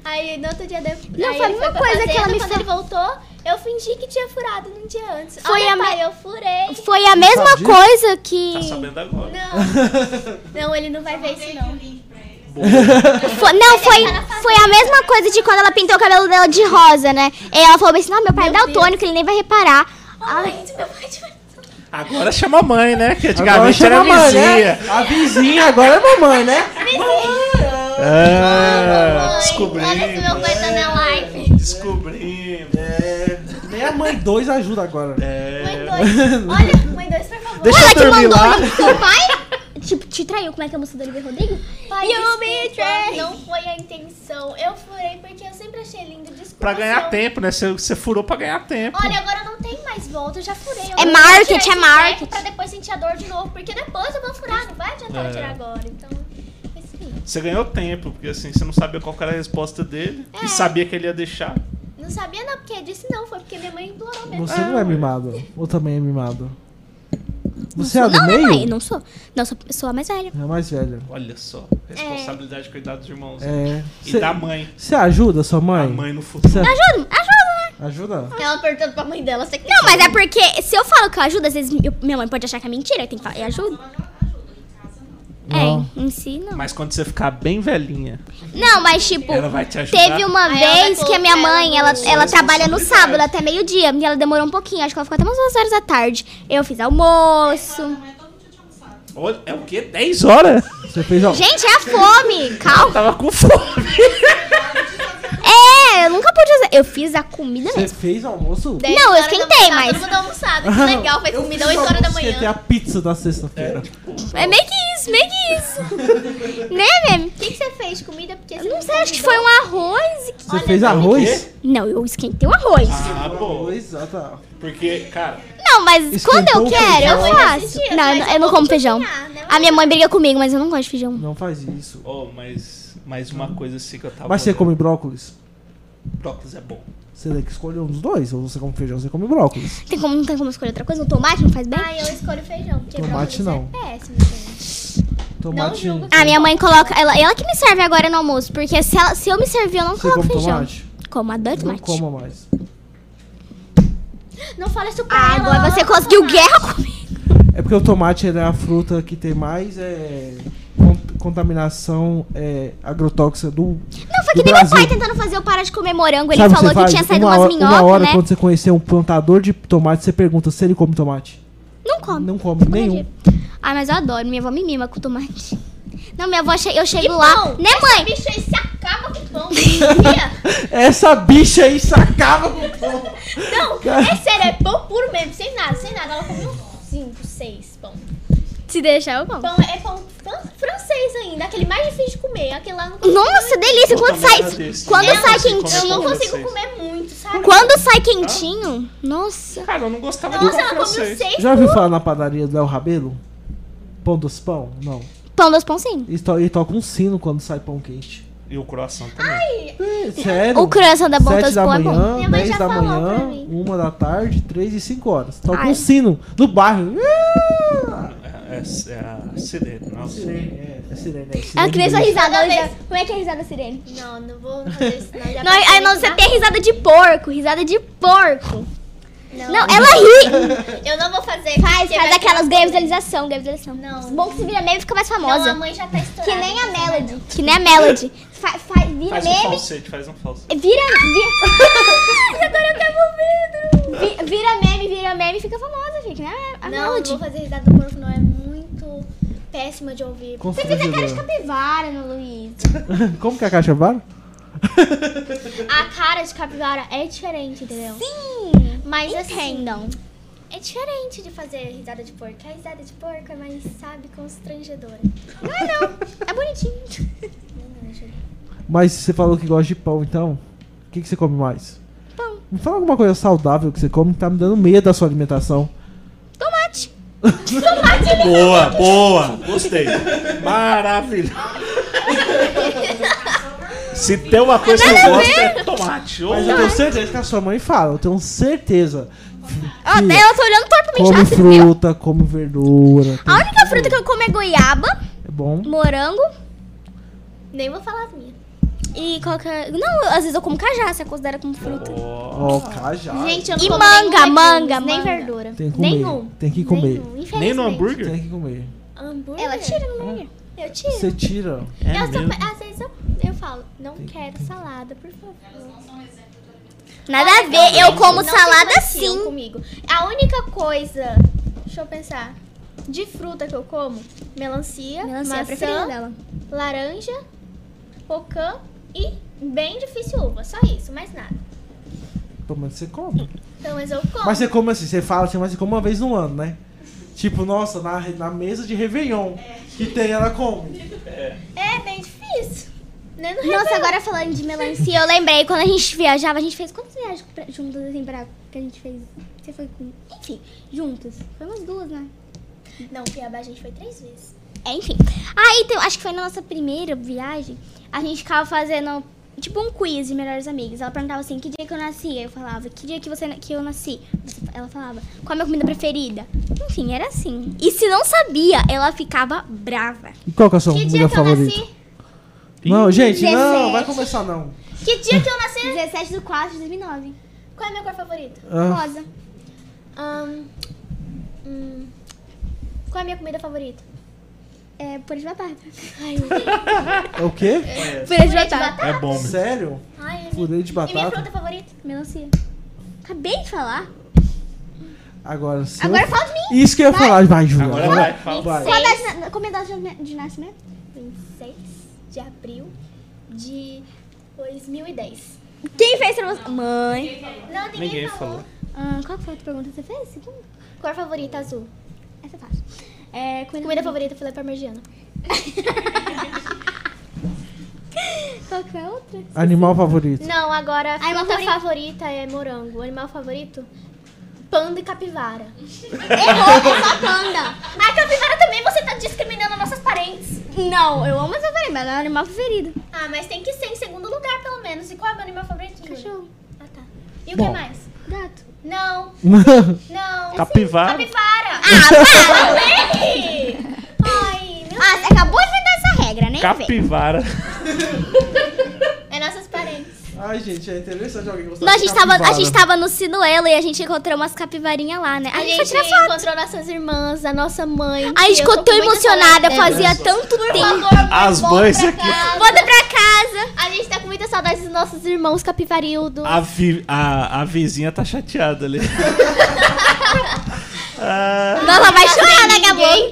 Aí no outro dia depois. Não, aí foi a ele mesma pra coisa que ela fazenda, me Quando ele voltou, eu fingi que tinha furado num dia antes. Foi Olha, a me- pai, eu furei. Foi a mesma sabia? coisa que. Tá sabendo agora. (laughs) Não. Não, ele não vai ver isso, Mandei não. o link pra ele. Foi- não, foi, foi a mesma coisa de quando ela pintou o cabelo dela de rosa, né? E ela falou bem assim, não, meu pai é Meu daltônico, ele nem vai reparar. Ai, meu pai te vai. Agora chama a mãe, né? Que Agora antigamente chama era a mãe, vizinha. né? A vizinha agora é mamãe, né? Ah, Olha se meu descobrimos. pai tá na live. Descobrimos. É. Nem É a mãe 2 ajuda agora. Mãe É. dois. Olha, mãe dois, por favor. Deixa eu dormir lá. Seu né? pai, tipo, te traiu, como é que é a moça do Oliver Rodrigo? Pai, You desculpa, me trai. Não foi a intenção. Eu furei porque eu sempre achei lindo. Desculpa. Pra ganhar seu- tempo, né? Você você furou pra ganhar tempo. Olha, agora não tem mais volta. Eu já furei. Eu É não vou marketing, tirar esse é marketing. tempo Pra depois sentir a dor de novo. Porque depois eu vou furar. Não vai adiantar É. eu tirar agora. Então, é assim. Você ganhou tempo, porque assim, você não sabia qual que era a resposta dele É. e sabia que ele ia deixar. Não sabia não porque disse não. Foi porque minha mãe implorou mesmo. Você não é mimado. Ou também é mimado? Você é a do Não, não, mãe, meio? não sou. Não, sou, sou a mais velha. É a mais velha. Olha só, responsabilidade de cuidar dos irmãos. É. E Cê- da mãe. Você ajuda sua A mãe? mãe no futuro. Cê- Ajuda, ajuda, né? Ajuda? Ela perguntando pra mãe dela. Você que Não, mas é porque se eu falo que eu ajudo, às vezes eu- minha mãe pode achar que é mentira, eu tenho que falar, eu ajudo. Ela já ajuda em casa, não. Não. É, em si, não. Mas quando você ficar bem velhinha, Não, mas tipo, ela vai te ajudar. Teve uma Aí ela vai vez que a minha colocar mãe, ela um ela, no- ela trabalha no responsabilidade. sábado até meio-dia. E ela demorou um pouquinho, acho que ela ficou até umas duas horas da tarde. Eu fiz almoço. Não é todo dia de almoçar. um- Olha, é o quê? 10 horas? Você fez ó. Gente, é a fome! Calma. Tava com fome. É, eu nunca pude usar. Eu fiz a comida Você mesmo. fez almoço? Dez Não, eu horas da esquentei, manhã, tá mas- Todo mundo almoçado. Que legal. Fez Eu comida fiz 8 horas da almoço, manhã. esquentei a pizza da sexta-feira. tipo, É meio que isso, meio que isso. né, mesmo? O que, que você fez? Comida? Porque você Eu não sei, acho que foi um arroz. e- Você fez arroz? Não, eu esquentei o arroz. Ah, bom. Arroz, ah, tá. Porque, cara, Não, mas Esquentou quando eu o quero, eu feijão? faço. Não, eu não- eu não como feijão. Ah, né? A minha mãe briga comigo, mas eu não gosto de feijão. Não faz isso. Oh, mas mais uma coisa assim que eu tava. Mas você come brócolis? Brócolis é bom. Você tem que escolher um dos dois. Ou você come feijão, ou você come brócolis. Tem como, não tem como escolher outra coisa? Um tomate não faz bem? Ah, eu escolho feijão. Porque Tomate brócolis não. É péssimo, gente. Tomate. julgo. A minha mãe coloca. Ela, ela que me serve agora no almoço, porque se, ela- se eu me servir, eu não Você coloco come feijão. tomate? Como a Dutch Não Mate. coma mais. Não fala isso pra Ah, ela. agora ela você ama conseguiu tomate. guerra comigo. É porque o tomate ele é a fruta que tem mais é, con- contaminação é, agrotóxica do. Não, foi do que nem meu Brasil. pai tentando fazer eu parar de comer morango. Ele Sabe o falou você que faz? tinha saído uma umas hora, minhocas, Uma hora, né? quando você conhecer um plantador de tomate, você pergunta se ele come tomate. Não come. Não come nenhum. Ah, mas eu adoro. Minha avó me mima com tomate. Não, minha avó, che- eu chego Que lá. bom. Né, Esse mãe? bicho aí se acaba com o pão. sabia? Essa bicha aí sacava com o pão. não, é sério, é pão puro mesmo, sem nada, sem nada. Ela comeu uns 5, 6 pão. Se deixar, eu como. Pão é pão fran- francês ainda, aquele mais difícil de comer. Aquele lá eu não consigo. Nossa, delícia. Eu Quando também sai, era desse. quando Eu não sai consigo comer Eu não quentinho. pão. consigo Francês. comer muito, sabe? Quando sai quentinho. Nossa. Cara, eu não gostava de Nossa, pão ela comeu francês. 6 Já ouviu falar na padaria do El Rabelo? Pão dos pão? Não. Pão dos pão, sim. Ele to- ele toca um sino quando sai pão quente. E o coração também. É, Sério? O croissant da Pão Sete dos da Pão é bom. manhã, Minha mãe 10 já da falou pra manhã, mim. 1 da tarde, 3 e 5 horas. Toca Ai. um sino no bairro. É, é, é a sirene, nossa. Sirene, é, é sirene, é sirene A criança mesmo. risada. Toda ela já- vez. Como é que é a risada sirene? Não, não vou fazer isso, (laughs) não. Já Não, é, aí não, você tem a risada de porco. Risada de porco. Não, Não, ela ri. (laughs) eu não vou fazer. Faz, porque faz vai aquelas ganha visualização, ganha visualização. Não. Bom que se vira meme fica mais ficar- Não, a famosa. mãe já tá estourada. Que nem a Melody. Que nem a Melody. Fa, fa, vira Faz um meme. falsete, faz um falsete. Vira. (laughs) Vira. agora eu tava ouvindo. Vi, vira meme, vira meme e fica famosa, gente. Né? A Não, não Melody. vou fazer risada do porco, não. É muito péssima de ouvir. Você fez a cara de Constrangedora. capivara no Luiz. Como que é a caixa vara? A cara de capivara é diferente, entendeu? Sim. Mas assim, Entendam. é diferente de fazer risada de porco. A risada de porco é mais, sabe, constrangedora. Não é não. É bonitinho. Mas você falou que gosta de pão, então. O que, que você come mais? Pão. Me fala alguma coisa saudável que você come que tá me dando medo da sua alimentação. Tomate. Boa, boa. Gostei. Maravilhoso. Se tem uma coisa que eu gosto é tomate. Ou Mas eu é tenho certeza que a sua mãe fala, eu tenho certeza. Ó, Até ela tá olhando torto pra mim Come já, você viu? fruta, come verdura. A única fruta que eu como é goiaba, É bom. morango Nem vou falar as minhas. e qualquer. Não, às vezes eu como cajá, se é considera como fruta. Ó, Ó, cajá. Gente, eu não Ah. E como manga, nenhum legumes, manga, nem manga. verdura. Tem que comer. Nenhum. Tem que comer. Nenhum, Nem no infelizmente. hambúrguer? Tem que comer. Hambúrguer? Ela tira no hambúrguer. Eu tiro. Você tira. É Eu só- mesmo. às vezes eu, eu falo, não quero salada, por favor. Nada a ver, eu como Não se salada infantil sim. comigo. A única coisa, deixa eu pensar, de fruta que eu como, melancia, Melancia é a preferida maçã, dela. laranja, pocã e bem difícil uva. Só isso, mais nada. Pelo menos você come. Então, mas eu como. Mas você come assim, você fala assim, mas você come uma vez no ano, né? Tipo, nossa, na, na mesa de Réveillon É. que tem, ela come. É bem difícil. né? é Nem no Nossa, Réveillon. agora falando de melancia, eu lembrei quando a gente viajava, a gente fez quantas viagens pra- juntas assim pra que a gente fez? Você foi com. Enfim, juntas. Foi umas duas, né? Não, Piaba a gente foi três vezes. É, enfim. Aí tem- acho que foi na nossa primeira viagem, a gente ficava fazendo tipo um quiz de melhores amigos. Ela perguntava assim, que dia que eu nasci? Aí eu falava, que dia que, você, na- que eu nasci? Você- Ela falava, qual é a minha comida preferida? Enfim, era assim. E se não sabia, ela ficava brava. E qual que é a sua Que dia comida que eu favorita? nasci? assim? Hum, Não, gente, não, 17. vai começar não. Que dia que eu (laughs) nasci? 17 de 4 de 2009. Qual é a minha cor favorita? Ah, Rosa. Ahn, hum, qual é a minha comida favorita? É, purê de batata. é o quê? Purê de Purê de batata. É bom, meu. Sério? Ai, é Purê de E minha fruta batata? favorita? Melancia. Acabei de falar. Agora sim. Agora é fala de mim. Isso que eu ia falar, vai, Júlia. Agora vai, fala. Vai. Qual a data de- como é a data de- de nascimento? 26 de abril de 2010. Quem fez pra você? Mãe. Não, ninguém, Ninguém falou. falou. Ah, qual que foi a outra pergunta que você fez? Segunda? Cor favorita azul. Essa é fácil. É, comida, Comida favorita filé parmegiana. Qual que foi a outra? Animal favorito. Não, agora a Ai, meu fruta favori- favorita é morango. O animal favorito? Panda e capivara. (laughs) Errou, é só panda. A capivara também, você tá discriminando nossas parentes. Não, eu amo essa farinha, mas é o animal preferido. Ah, mas tem que ser em segundo lugar, pelo menos. E qual é o meu animal favorito? Cachorro. Ah, tá. E o Bom. que mais? Gato. Não, não. Capivara. Capivara. Ah, para! Ei! Ai, meu Ah, você acabou de inventar essa regra, né? velho? Capivara. É nossos parentes. Ai, gente, é interessante alguém gostar Não, a de gente, tava, a capivara. gente tava no sinuelo e a gente encontrou umas capivarinhas lá, né? A, Aí a gente foi gente tirar foto. encontrou nossas irmãs, a nossa mãe. Aí a gente Eu tô ficou tão com muita emocionada, saudade É. dela. fazia tanto tempo. As mães aqui. Volta pra casa. A gente tá com muita saudade dos nossos irmãos capivarildo. A, vi- a, a vizinha tá chateada ali. Ah, Nossa, vai chorar, né, Ninguém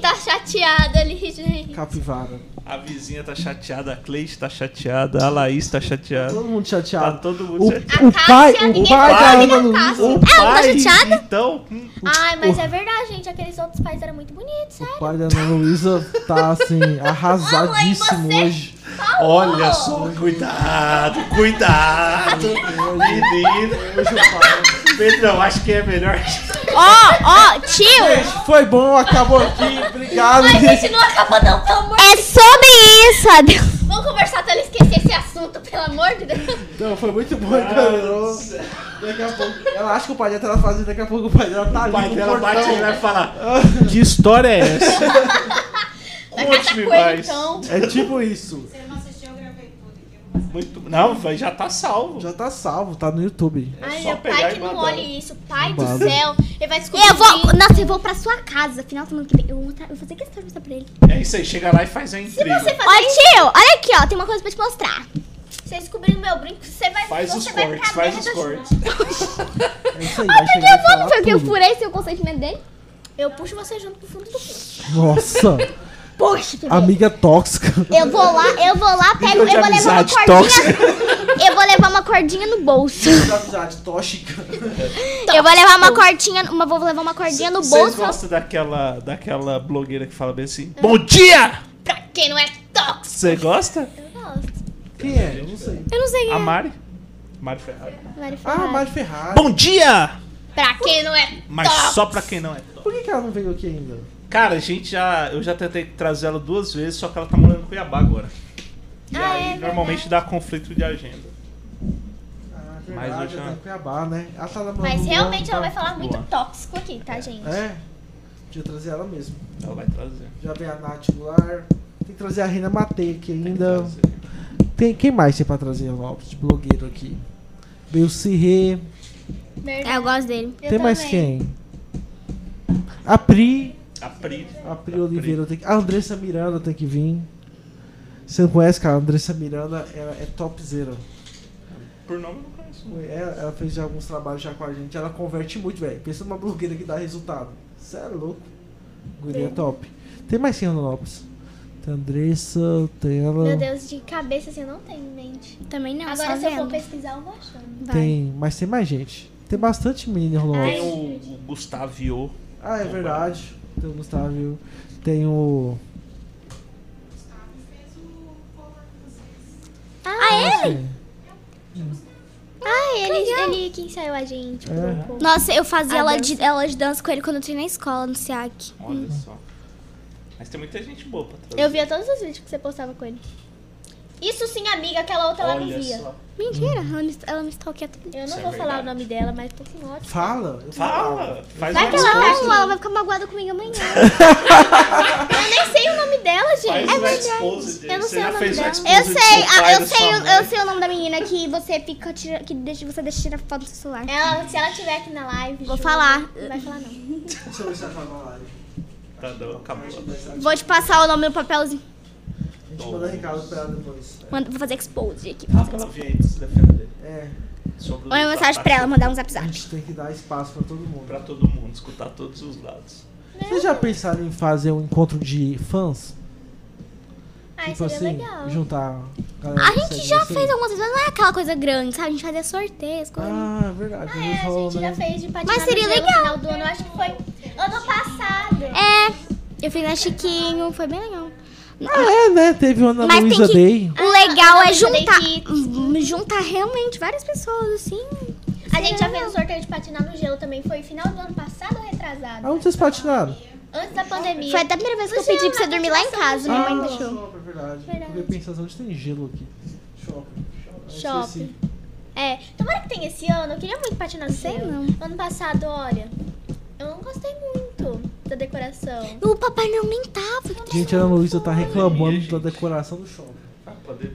Gabu? tá chateado ali, gente. Capivara. a vizinha tá chateada, a Cleide tá chateada, a Laís tá chateada. Todo mundo Tá chateado. todo O, mundo chateado. o Cássia, pai, ninguém o fala pai da que não Ana Luísa. casa. O tá pai, chateada? então, hum, Ai, mas é verdade, gente. Aqueles outros pais eram muito bonitos, sabe? O pai da Ana Luísa tá assim, arrasadíssimo hoje. olha só, cuidado, cuidado, menino. Hoje o pai. Pedrão, acho que é melhor. Ó, ó, tio. Gente, foi bom, acabou aqui. Obrigado. Gente, não acabou não, pelo amor É sobre isso, adeus. Vamos conversar até ele esquecer esse assunto, pelo amor de Deus. Não, foi muito bom, encaminhou. Daqui a pouco. Ela acha que o pai dela tá na fazenda, daqui a pouco o pai dela tá ali. O pai no dela portão. bate e vai (laughs) falar: Que história é (laughs) essa? Conte-me Coelho, mais. então. É tipo isso. Se eu não assistir, eu gravei tudo aqui. Eu Muito... Não, vai, já tá salvo. Já tá salvo, tá no YouTube. É Ai, só meu pegar pai que e não mandar. olhe isso. Pai do Babado. céu. Ele vai descobrir. Eu vou. Nossa, eu vou pra sua casa. Final de semana que vem. Eu vou, mostrar, eu vou fazer questão de mostrar pra ele. É isso aí, chega lá e faz a intriga. Você Ó, fazer isso, tio, olha aqui, ó. Tem uma coisa pra te mostrar. você descobrir o meu brinco, você vai Faz você os vai cortes, ficar assim. faz dentro os do- cortes. É isso aí, vai chegar e falar Foi que eu tudo. furei seu consentimento dele? Eu puxo você junto pro fundo do poço. Nossa, Poxa, tu vê. amiga (laughs) tóxica. eu vou lá, eu vou lá, pego, eu Nível de vou levar uma amizade cordinha. tóxica. (laughs) Eu vou levar uma cordinha no bolso. Amizade tóxica. Eu vou levar uma cordinha, uma, vou levar uma cordinha no Vocês bolso. gostam daquela, daquela blogueira que fala bem assim: Bom dia! É. Pra quem não é tóxico. Você gosta? Quem é? Eu não sei. Eu não sei quem A é. Mari? Mari Ferrari. Mari Ah, Ferrari. Mari Ferrari. Bom dia! Pra quem não é Mas tóxico. só pra quem não é. Por que, que ela não veio aqui ainda? Cara, a gente já. Eu já tentei trazer ela duas vezes, só que ela tá morando em Cuiabá agora. E Ah, aí é normalmente dá conflito de agenda. Ah, Mas verdade, hoje ela tá não. em Cuiabá, né? Ela tá na Mas realmente ela vai falar Boa. muito tóxico aqui, tá, gente? É, deixa eu trazer ela mesmo. Ela vai trazer. Já vem a Nath Goulart. Tem que trazer a Rina Matei aqui Tem que ainda. trazer. Tem, quem mais tem pra trazer, Lopes, de blogueiro aqui? Veio o Cirrê. Verdade. É, eu gosto dele. Eu Tem mais também. quem? A Pri. A Pri. A Pri Oliveira tem que. A Andressa Miranda tem que vir. Você não conhece, cara? A Andressa Miranda ela é topzera. Por nome eu não conheço. Ela, ela fez já alguns trabalhos já com a gente. Ela converte muito, velho. Pensa numa blogueira que dá resultado. Você é louco. Guria é top. Tem mais quem, Ana Lopes? Tem a Andressa, tem ela. Meu Deus, de cabeça assim eu não tenho em mente. Também não, Agora, só se eu for vendo. pesquisar, eu vou achando. Vai. Tem, mas tem mais gente. Tem bastante menina rolando. É. Tem o, o Gustavo Iô. Ah, é verdade. Tem o Gustavo. Tem o. Ah, é? Ah, ele, ele quem saiu a gente. por É. um pouco. Nossa, eu fazia A aula dança. de, aula de dança com ele quando eu tinha na escola, no SEAC. Olha só. Mas tem muita gente boa pra trazer. Hum. Eu via todos os vídeos que você postava com ele. Isso sim, amiga, aquela outra ela não Olha via. só. Mentira, ela me, ela me stalkeia todo dia. Eu não Isso é vou falar o verdade. nome dela, mas tô com ódio. Fala! Eu Fala! Faz Vai uma que ela resposta. não, ela vai ficar magoada comigo amanhã. eu nem sei o nome dela, gente. Faz É o verdade. Exposed. Eu não Você sei o já nome fez o dela. Exposed Eu do sei, seu ah, pai, eu da sei, sua o- mãe. eu sei o nome da menina que você fica tira, que deixa, você deixa tirar foto do seu celular. Ela, se ela estiver aqui na live. Vou juro, falar. Não vai falar, Tipo não. Deixa eu ver se ela fala na live. Tá, deu, acabou. Vou te passar o nome no papelzinho. A gente manda recado pra ela depois. Manda- vou fazer expose aqui. Fala pra ela vir aí pra se defender. É, Sobre o- Manda uma mensagem pra ela, mandar um zap a zap. gente tem que dar espaço pra todo mundo. Pra todo mundo, escutar todos os lados. Vocês já pensaram em fazer um encontro de fãs? Ai, tipo seria assim, legal. juntar a galera. A que gente segue já você. fez algumas vezes, mas não é aquela coisa grande, sabe? A gente fazia sorteio, as coisas. Ah, é verdade. É, a gente né? já fez de patinar Mas seria no gelo legal. no final do ano, eu acho que foi ano passado. É, eu fiz na Chiquinho, foi bem legal. Ah, é, né? Teve o Ana Mas tem Luísa que- Day. O legal eu é também juntar, fiz. hum, juntar realmente várias pessoas, assim. A A gente já fez um sorteio de patinar no gelo também. Foi final do ano passado ou retrasado? Aonde Ah, vocês patinaram? Antes da pandemia. Foi até a primeira vez que eu pedi pra você dormir lá em casa. Minha mãe deixou. shopping, Ah, é verdade. Porque pensa, onde tem gelo aqui? Shopping. Shopping. assim. É, tomara que tenha esse ano. Eu queria muito patinar no Sei gelo. não. Ano passado, olha, eu não gostei muito da decoração. né? O papai não aumentava. que Gente, a Ana Luísa tá reclamando da decoração do shopping. Ah, poder-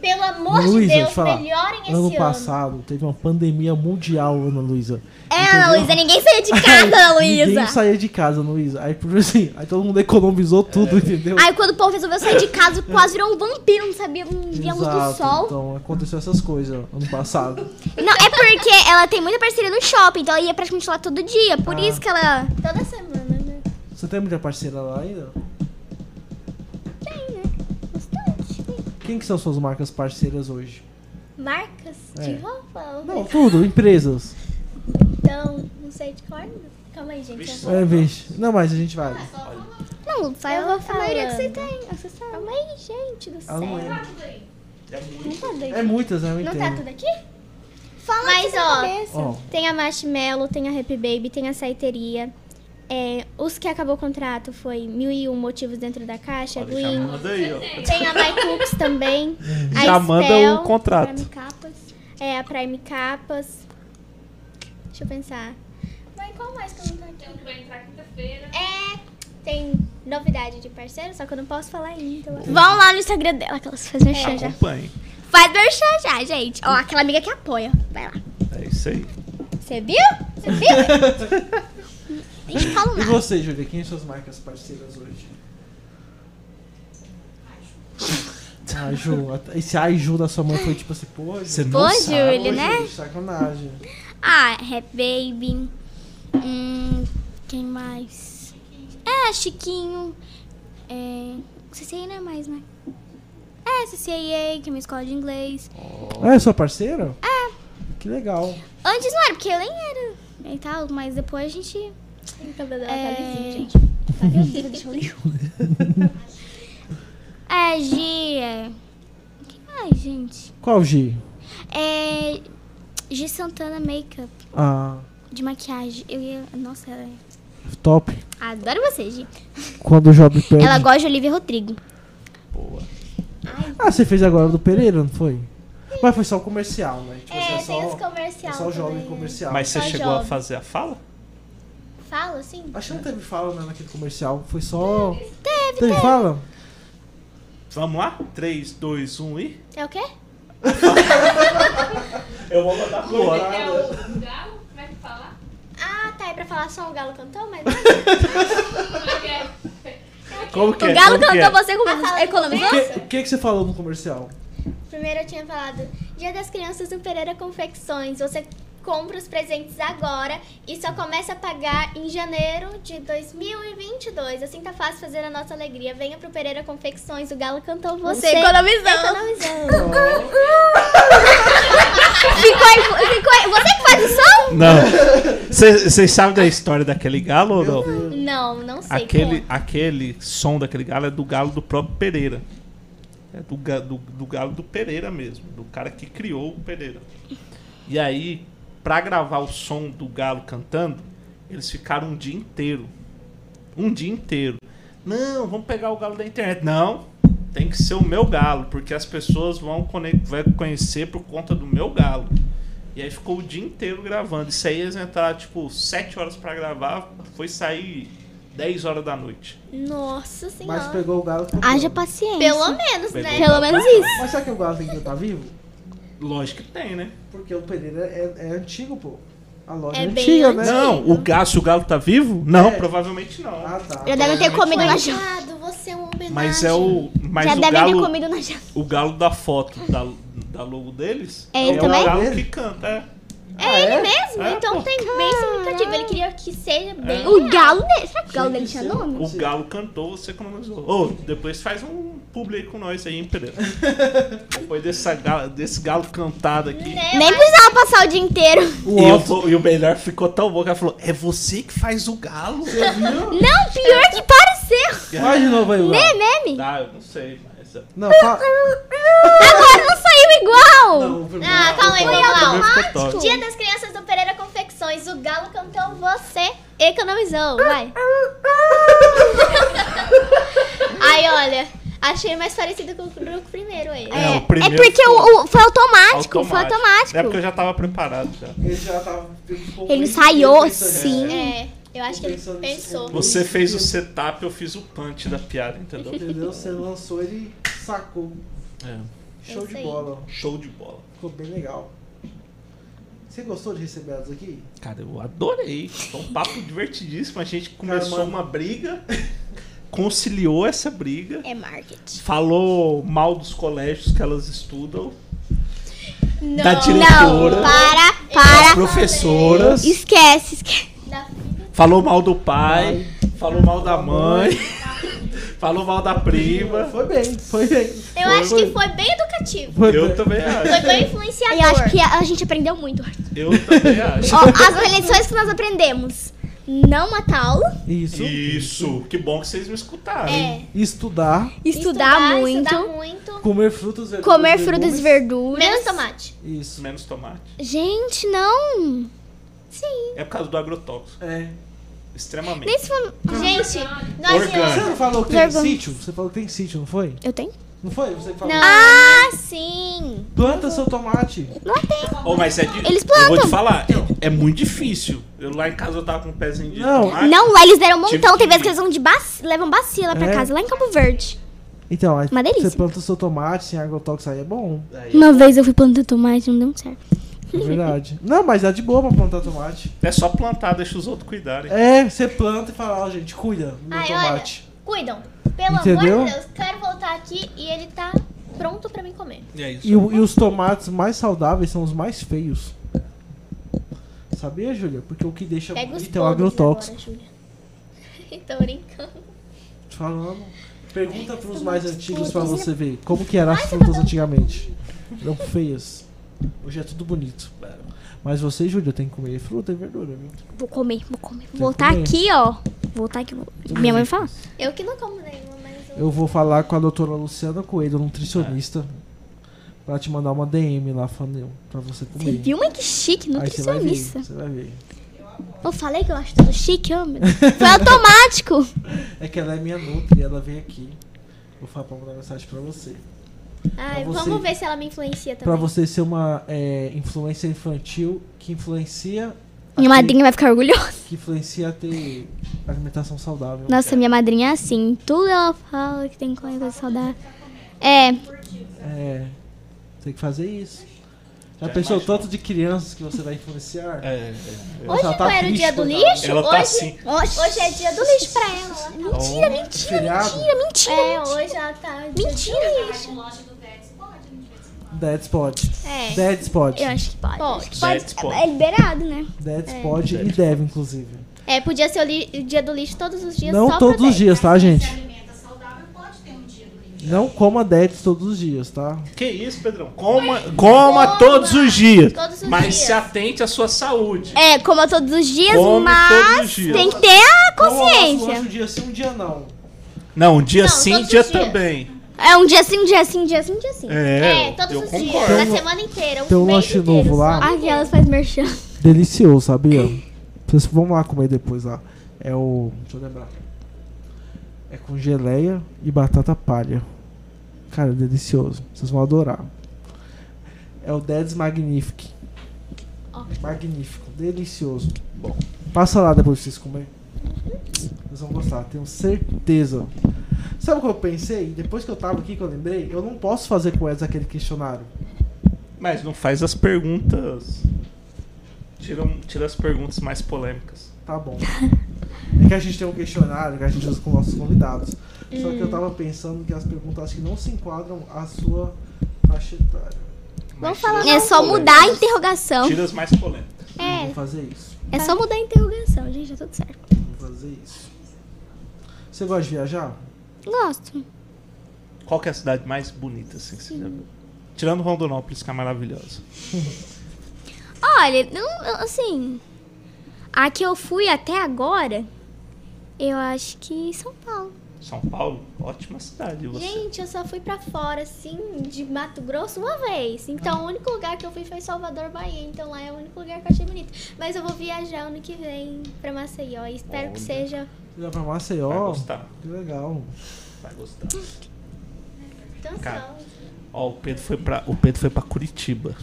Pelo amor de Luísa, Deus, deixa eu falar. melhorem esse Ano ano. passado teve uma pandemia mundial, Ana Luísa. É, Ana Luísa, ninguém saía de casa, Ana (laughs) Ninguém Luísa. saía de casa, Ana Luísa. Aí, por assim, aí todo mundo economizou tudo, entendeu? Aí quando o povo resolveu sair de casa, quase virou um vampiro, não sabia, um não víamos do Exato, Ah, sol. Então aconteceu essas coisas ano passado. Não, é porque ela tem muita parceria no shopping, então ela ia praticamente lá todo dia. Por Ah. isso que ela. Toda semana, né? Você tem muita parceira lá ainda? Tem, né? Bastante. Quem que são suas marcas parceiras hoje? Marcas de É. roupa. Não, tudo, empresas. Então, não sei de cor. Calma aí, gente. Vixe. É, vixe. Não, mas a gente vai. Não, vai Eu vou a maioria que você falando. tem, acessar. Calma aí, gente do céu. Ela não Não lembra. É muito. tá doido. É muitas, né? Eu Não tá entendo. tudo aqui? Fala Mas, que você ó, cabeça. Ó, Tem a Marshmallow, tem a Happy Baby, tem a Saiteria. É, os que acabou o contrato foi Mil e Um Motivos Dentro da Caixa, Olha, já Green. manda aí, ó. Tem a My Cooks também. a Já manda Estel, o contrato. Prime Capas. É, a Prime Capas. Deixa eu pensar. Mas qual mais que eu não tô aqui? um Vai entrar quinta-feira. É, tem novidade de parceiro, só que eu não posso falar ainda. eu acho. Vão lá no Instagram dela, que elas fazem É, merchan já. Acompanhe. Faz merchan já, É gente. Ó, aquela amiga que apoia. Vai lá. É isso aí. Você viu? Você viu? Nem falo E nada. você, Júlia, quem são suas marcas parceiras hoje? Ah, Ju, até- esse ai, Ju da sua mãe foi tipo assim, pô, Ju, Você Pô, não sabe. Júlio, pô, né? Ju, Sacanagem. Ah, Rap Baby. Hum, quem mais? É, Chiquinho. É, CCA não é mais, né? É, CCA, que é minha escola de inglês. Ah, é sua parceira? É. Que legal. Antes não era, porque eu nem era né, e tal, mas depois a gente... O cabelo dela tá lisinho, É, gente. (laughs) (laughs) é G... É... Quem mais, gente? Qual, Gi? É... G Santana Makeup, Ah, de maquiagem. Eu ia... Nossa, ela... top. Adoro você, G. Quando o Job pede. Ela gosta de Olivia Rodrigo. Boa. Ah, você fez agora do Pereira, não foi? Mas foi só o comercial, né? Tipo, assim, É, é tem os só, é comercial. só o jovem também, né? comercial. Mas você Só chegou a jovem. fazer a fala? Fala assim? Acho que não teve fala né, naquele comercial. Foi só. Teve, Teve fala? Vamos lá? 3, 2, 1 e. É o quê? Eu vou mandar agora. É o Galo? Como é que fala? Ah, tá. É pra falar só o galo cantou, mas. (laughs) Como que é? O Como galo que cantou é? você economizou? fala economizou? O que, que, que você falou no comercial? Primeiro eu tinha falado Dia das Crianças do Pereira Confecções. Você compra os presentes agora e só começa a pagar em janeiro de 2022. Assim tá fácil fazer a nossa alegria. Venha pro Pereira Confecções, o Galo cantou você. Você economizou. economizando. Ficou, aí- ficou aí- Você que faz o som? Não. (laughs) Vocês sabem da história daquele galo ou não? Não, não sei. Aquele, como. aquele som daquele galo é do galo do próprio Pereira. É do, ga- do, do galo do Pereira mesmo, do cara que criou o Pereira. E aí, pra gravar o som do galo cantando, eles ficaram um dia inteiro. Um dia inteiro. Não, vamos pegar o galo da internet. Não, tem que ser o meu galo, porque as pessoas vão cone- vai conhecer por conta do meu galo. E aí ficou o dia inteiro gravando. Isso aí eles entraram, tipo, 7 horas pra gravar, foi sair 10 horas da noite. Nossa Mas senhora. pegou o galo. e comprou. Haja paciência. Pelo menos, né? Pegou. Pelo menos isso. Mas será que o galo tem que estar vivo? Lógico que tem, né? Porque o Pereira é, é antigo, pô. A loja é, É bem antiga, né? Não, o galo, se o galo tá vivo? Não, É. provavelmente não. Ah, tá. Já devem ter comido na janta. Coitado, você é um homenagem. Mas é o. Mas Já o devem ter galo, comido na janta. o galo da foto da, da logo deles. É ele o também? galo que canta, é. Ah, é? mesmo? É, então pô. tem bem significativo. Ele queria que seja bem. É. O galo dele. Será que o galo Tinha dele que tinha ser. nome? O galo cantou, você economizou. Ô, depois faz um publi aí com nós aí, hein, (laughs) Pereira? depois dessa galo- desse galo cantado aqui. Nem precisava passar o dia inteiro. O E, eu Otto. vou- e o melhor ficou tão bom que ela falou: É você que faz o galo? Você viu? (laughs) Não, pior que pareceu. Vai de novo aí, o É Tá. galo. meme? Ah, eu não sei, mas. é- Não, fala. Agora não saiu veio igual! É Não, foi Ah, calma aí, foi vamos lá. automático. Foi automático. Dia das Crianças do Pereira Confecções. O galo cantou você economizou. Vai. Aí, olha. Achei mais parecido com o do primeiro aí. É, o É primeiro porque o, o- foi automático, automático. foi automático. É porque eu já tava preparado já. Ele já tava. um Ele ensaiou, sim. É, eu acho que ele pensou. Você fez o setup, eu fiz o punch da piada, entendeu? Entendeu? Você lançou, ele sacou. É. Show É de isso aí. bola. Show de bola. Ficou bem legal. Você gostou de receber elas aqui? Cara, eu adorei. Foi um papo divertidíssimo. A gente começou mano. uma briga, (laughs) conciliou essa briga, É marketing. falou mal dos colégios que elas estudam, Não. da diretora, Não, para, das para. professoras, Esquece, esquece. Da- falou mal do pai, falou mal da mãe, (laughs) falou mal da prima. Foi bem, foi bem. Eu acho que foi bem educativo. Foi Eu bem. também acho. Foi bem influenciador. Eu acho que a, a gente aprendeu muito. Eu também acho. Ó, as lições que nós aprendemos. Não matar aula, Isso. Isso, que bom que vocês me escutaram. hein? É. Estudar, estudar, muito, Estudar muito. comer frutas verduras. comer frutas e verduras. Menos tomate. É. Isso. Menos tomate. Gente, não. Sim. É por causa do agrotóxico. É. Extremamente. Nem se for... Gente, Orgânico. nós... Você não falou que tem Vergonha. sítio? Você falou que tem sítio, não foi? Eu tenho? Não foi? Você que falou. Ah, sim. Planta seu tomate. Oh, mas é de... Eles Eu vou te plantam. falar, é, é muito difícil. Eu lá em casa eu tava com um pezinho de Não. tomate. Não, lá eles deram um Tive montão. que- Tem vezes que eles vão de bac... levam bacila pra É. casa, lá em Campo Verde. Então, aí Uma delícia. você planta seu tomate sem agrotóxico aí é bom. Aí, Uma vez eu fui plantar tomate, não deu certo. É verdade. (laughs) não, mas é de boa pra plantar tomate. É só plantar, deixa os outros cuidarem. É, você planta e fala, ó, gente, cuida do meu Ai, tomate. Cuidam. Pelo Entendeu? amor de Deus, quero voltar aqui e ele tá pronto pra mim comer. E é isso. E, o- e os tomates mais saudáveis são os mais feios. Sabia, Júlia? Porque o que deixa Pega os bonito é o podres agrotóxico. agora, Júlia. (laughs) Tô brincando. Te falando. É, Pergunta pros mais antigos pra você ver como que eram as frutas antigamente. Eram feias. Hoje é tudo bonito. Mas você, Júlia, tem que comer fruta e verdura, viu? Vou comer, vou comer. Vou que voltar comer. aqui, ó. Voltar aqui. vou- Minha mãe fala. Eu que não como nenhuma, mas eu... Eu vou falar com a doutora Luciana Coelho, nutricionista, pra te mandar uma DM lá falando pra você É. Você comer. viu, mãe? Que chique, Aí você vai ver, nutricionista. você vai ver. Eu falei que eu acho tudo chique, ó. meu. (laughs) Foi automático. É que ela é minha nutri, ela vem aqui. Vou falar pra mandar mensagem pra você. Ai, pra você- vamos ver se ela me influencia Tá também. Pra você ser uma é, influência infantil que influencia. a Minha ter- madrinha vai ficar orgulhosa. Que influencia a ter alimentação saudável. Nossa, minha madrinha é assim. Tudo ela fala que tem que comer coisa saudável. É, É. Tem que fazer isso. Já, Já pensou o imaginou. tanto de crianças que você vai influenciar? É, é, é. Nossa, Hoje ela não tá era o triste, dia do coitada. lixo? Ela hoje, tá assim. hoje é dia do lixo pra ela. Mentira, Oh, Feriado? mentira, mentira. É, tipo, hoje ela tá. Mentira! Vai com loja do Dex, pode, não devia ser. Dead spot. É. Dead spot. Eu acho que pode. Pode. Pode, tipo, É liberado, né? Dead spot e deve, inclusive. É, podia ser o, li- o dia do lixo todos os dias. Não É só todos pro os bem. dias, tá, Quem gente? Se alimenta saudável, pode ter um dia do lixo. Não coma deads todos os dias, tá? Que isso, Pedrão? Coma, goma todos os dias. Todos os mas dias. se atente à sua saúde. É, coma todos os dias, Come todos os mas dias. tem que ter a Coma o nosso lanche consciência. um dia sim, um dia não. Não, um dia Não, sim, todos dia os dias. também. É um dia sim, um dia sim, um dia sim, um dia sim. É, É, todos eu os dias. concordo. Da semana inteira. Um Tem um mês lanche inteiro, novo lá. só Ai, que elas faz merchan. Delicioso, sabia? Vocês vão lá comer depois lá. É o. Deixa eu lembrar. É com geleia e batata palha. Cara, é delicioso. Vocês vão adorar. É o Dead's Magnific. Magnífico, delicioso. Bom, passa lá depois pra vocês comerem. Vocês vão gostar, tenho certeza. Sabe o que eu pensei? Depois que eu tava aqui, que eu lembrei, eu não posso fazer com eles aquele questionário. Mas não faz as perguntas. Tira, um, tira as perguntas mais polêmicas. Tá bom. (laughs) É que a gente tem um questionário que a gente usa com nossos convidados. Só que eu tava pensando que as perguntas acho que não se enquadram à sua faixa etária. Mas falar tira as É só polêmicas. mudar a interrogação. Tira as mais polêmicas. É. Vou fazer isso. É só mudar a interrogação, gente, tá tudo certo. Vou fazer isso. Você gosta de viajar? Gosto. Qual que é a cidade mais bonita, assim, que você já viu? Tirando Rondonópolis, que é maravilhosa. Olha, não, eu- assim, a que eu fui até agora, eu acho que São Paulo. São Paulo, ótima cidade. Você. Gente, eu só fui pra fora, assim, de Mato Grosso uma vez. Ah. Então, o único lugar que eu fui foi Salvador, Bahia. Então, lá é o único lugar que eu achei bonito. Mas eu vou viajar ano que vem pra Maceió. E espero Olha. que seja. Você vai pra vai Maceió? gostar, Que legal. vai gostar. Cara, Canção. Ó, o Pedro foi pra, o Pedro foi pra Curitiba.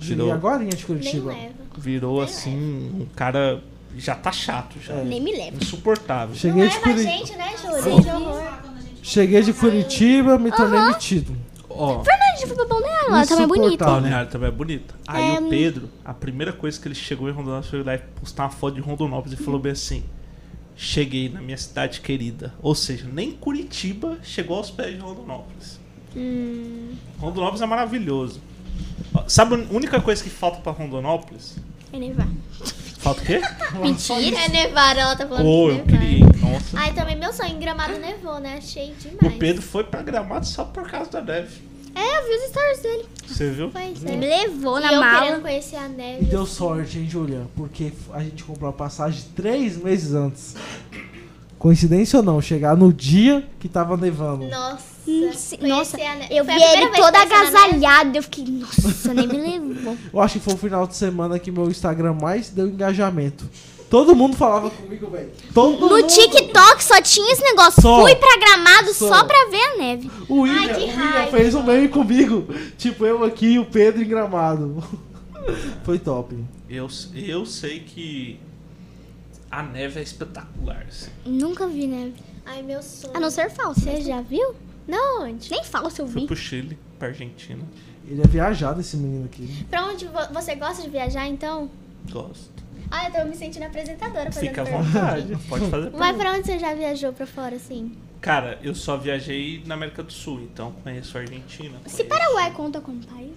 E Girou, agora de Nem Curitiba? leva. virou assim, um cara já tá chato já. É. Nem me leva. Insuportável. Cheguei de, Leva a Curi- gente, né, Júlia? Sim. Que horror. Cheguei de Curitiba, me tornei emitido. Ó, A gente foi pra tá Balneário, ela também é bonita. Insuportável. Balneário também é bonito. Aí É, o Pedro, a primeira coisa que ele chegou em Rondonópolis foi lá e postar uma foto de Rondonópolis e falou bem assim: Cheguei na minha cidade querida. Ou seja, nem Curitiba chegou aos pés de Rondonópolis. Hum. Rondonópolis é maravilhoso. Ó, Sabe a única coisa que falta pra Rondonópolis? É nevar. Falta o (laughs) quê? Mentira. É nevar, ela tá falando Oh, que eu nevar. Ah, queria. hein? Nossa. Ai, também meu sonho, em Gramado nevou, né? Achei O demais. Pedro foi pra Gramado só por causa da neve. É, eu vi os stories dele. Você viu? Pois Ele é. me levou na e eu mala. querendo conhecer a E neve. deu sorte, hein, Julia? Porque a gente comprou a passagem três meses antes. Coincidência ou não? Chegar no dia que tava nevando. Nossa. Hum, Sim, conhecer Nossa, a neve. eu vi Foi a primeira ele vez todo que eu conheci a neve. agasalhado. Eu fiquei, nossa, nem me (laughs) levou. Eu acho que foi o final de semana que meu Instagram mais deu engajamento. Todo mundo falava comigo, velho. Todo No mundo. TikTok só tinha esse negócio. Só. Fui pra gramado Só. só pra ver a neve. O William, Ai, que o William raiva. fez um meme comigo. Tipo, eu aqui e o Pedro em gramado. Foi top. Eu, eu sei que a neve é espetacular. assim. Nunca vi neve. Ai, meu sonho. A Ah, não ser falsa. Você já viu? Não, onde? Nem falsa eu Fui vi. pro Chile, pra Argentina. Ele é viajado, esse menino aqui. Pra onde vo- você gosta de viajar, então? Gosto. Ah, eu tô me sentindo apresentadora fazendo Fica à pergunta. vontade, pode fazer. Mas pergunta. pra onde você já viajou pra fora, assim? Cara, eu só viajei na América do Sul, então conheço a Argentina. Se conheço- Paraguai conta como país?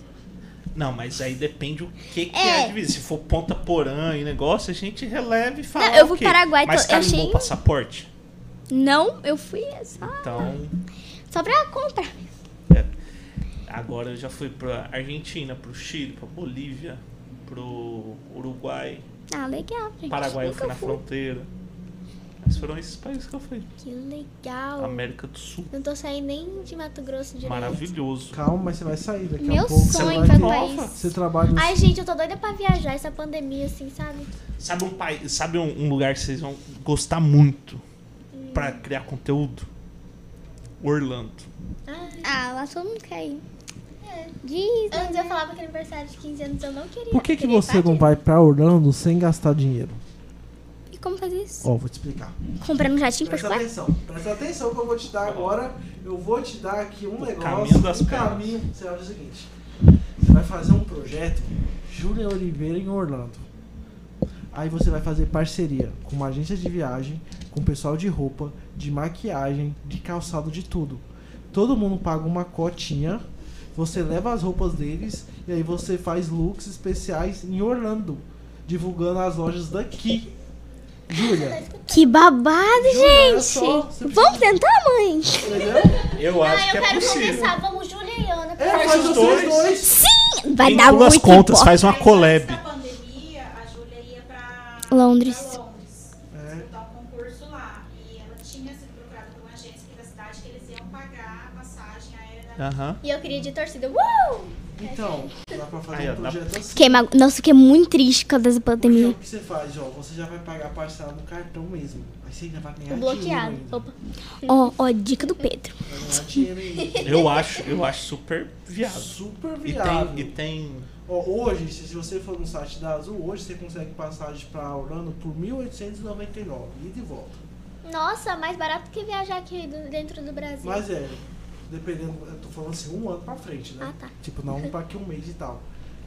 Não, mas aí depende o que, que É. é. de visa. Se for Ponta Porã e negócio, a gente releva e fala. Não, eu fui ok. Paraguai, mas então eu carimbou achei- o passaporte. Não, eu fui só, Então, é. só pra comprar. agora eu já fui pra Argentina, pro Chile, pra Bolívia, pro Uruguai, Ah, legal, gente. Paraguai eu Nunca fui na fronteira. Mas foram esses países que eu fui. Que Oh. legal. América do Sul. Não tô saindo nem de Mato Grosso direito. Maravilhoso. Calma, mas você vai sair daqui a Meu pouco. sonho você, pra vai país. ter- você trabalha Ai, gente, eu tô doida pra viajar essa pandemia, assim, sabe? Sabe um, pai, sabe um, um lugar que vocês vão gostar muito pra Hum. criar conteúdo? Orlando. Ah, lá todo mundo quer ir. É. Antes eu falava que aniversário de 15 anos eu não queria. tá? Por que, que queria você não partir. vai pra Orlando sem gastar dinheiro? E como fazer isso? Ó, vou te explicar. Comprando um jatinho particular? atenção, presta atenção que eu vou te dar agora. Eu vou te dar aqui um negócio. caminho das um pedras. caminho. Você vai fazer o seguinte: você vai fazer um projeto Júlia Oliveira em Orlando. Aí você vai fazer parceria com uma agência de viagem, com pessoal de roupa, de maquiagem, de calçado, de tudo. Todo mundo paga uma cotinha. Você leva as roupas deles e aí você faz looks especiais em Orlando, divulgando as lojas daqui. Júlia, Que babado, Júlia, é gente! só- você Vamos tentar, mãe? Entendeu? Eu acho que é possível. Começar, vamos, Júlia e Ana. É, Faz faz os vocês dois. dois. Vai Quem dar pula as muito contas, pó. faz uma collab. Antes da pandemia, a Júlia ia pra É. Londres. pra Londres É. disputar um concurso lá. E ela tinha sido procurada por uma agência aqui da cidade que eles iam pagar a passagem aérea da Aham. E eu queria de torcida. Uh! Então, dá pra fazer Aí, ó, um dá- projeto assim. Fiquei mago... Nossa, fiquei muito triste com essa Porque é o pandemia. que você faz, ó, você já vai pagar a parcela no cartão mesmo. Aí você ainda vai ganhar Bloqueado. dinheiro. ainda. Opa. Ó, ó, dica do Pedro. Vai ganhar dinheiro (laughs) ainda. É Eu acho, eu acho super viável. Super E viável. tem, e tem. Ó, hoje, se se você for no site da Azul, hoje você consegue passagem pra Orlando por 1.899, ida e volta. Nossa, mais barato que viajar aqui do- dentro do Brasil. Mas é, dependendo, eu tô falando assim, um ano pra frente, né? Ah, tá. Tipo, não pra que um mês e tal.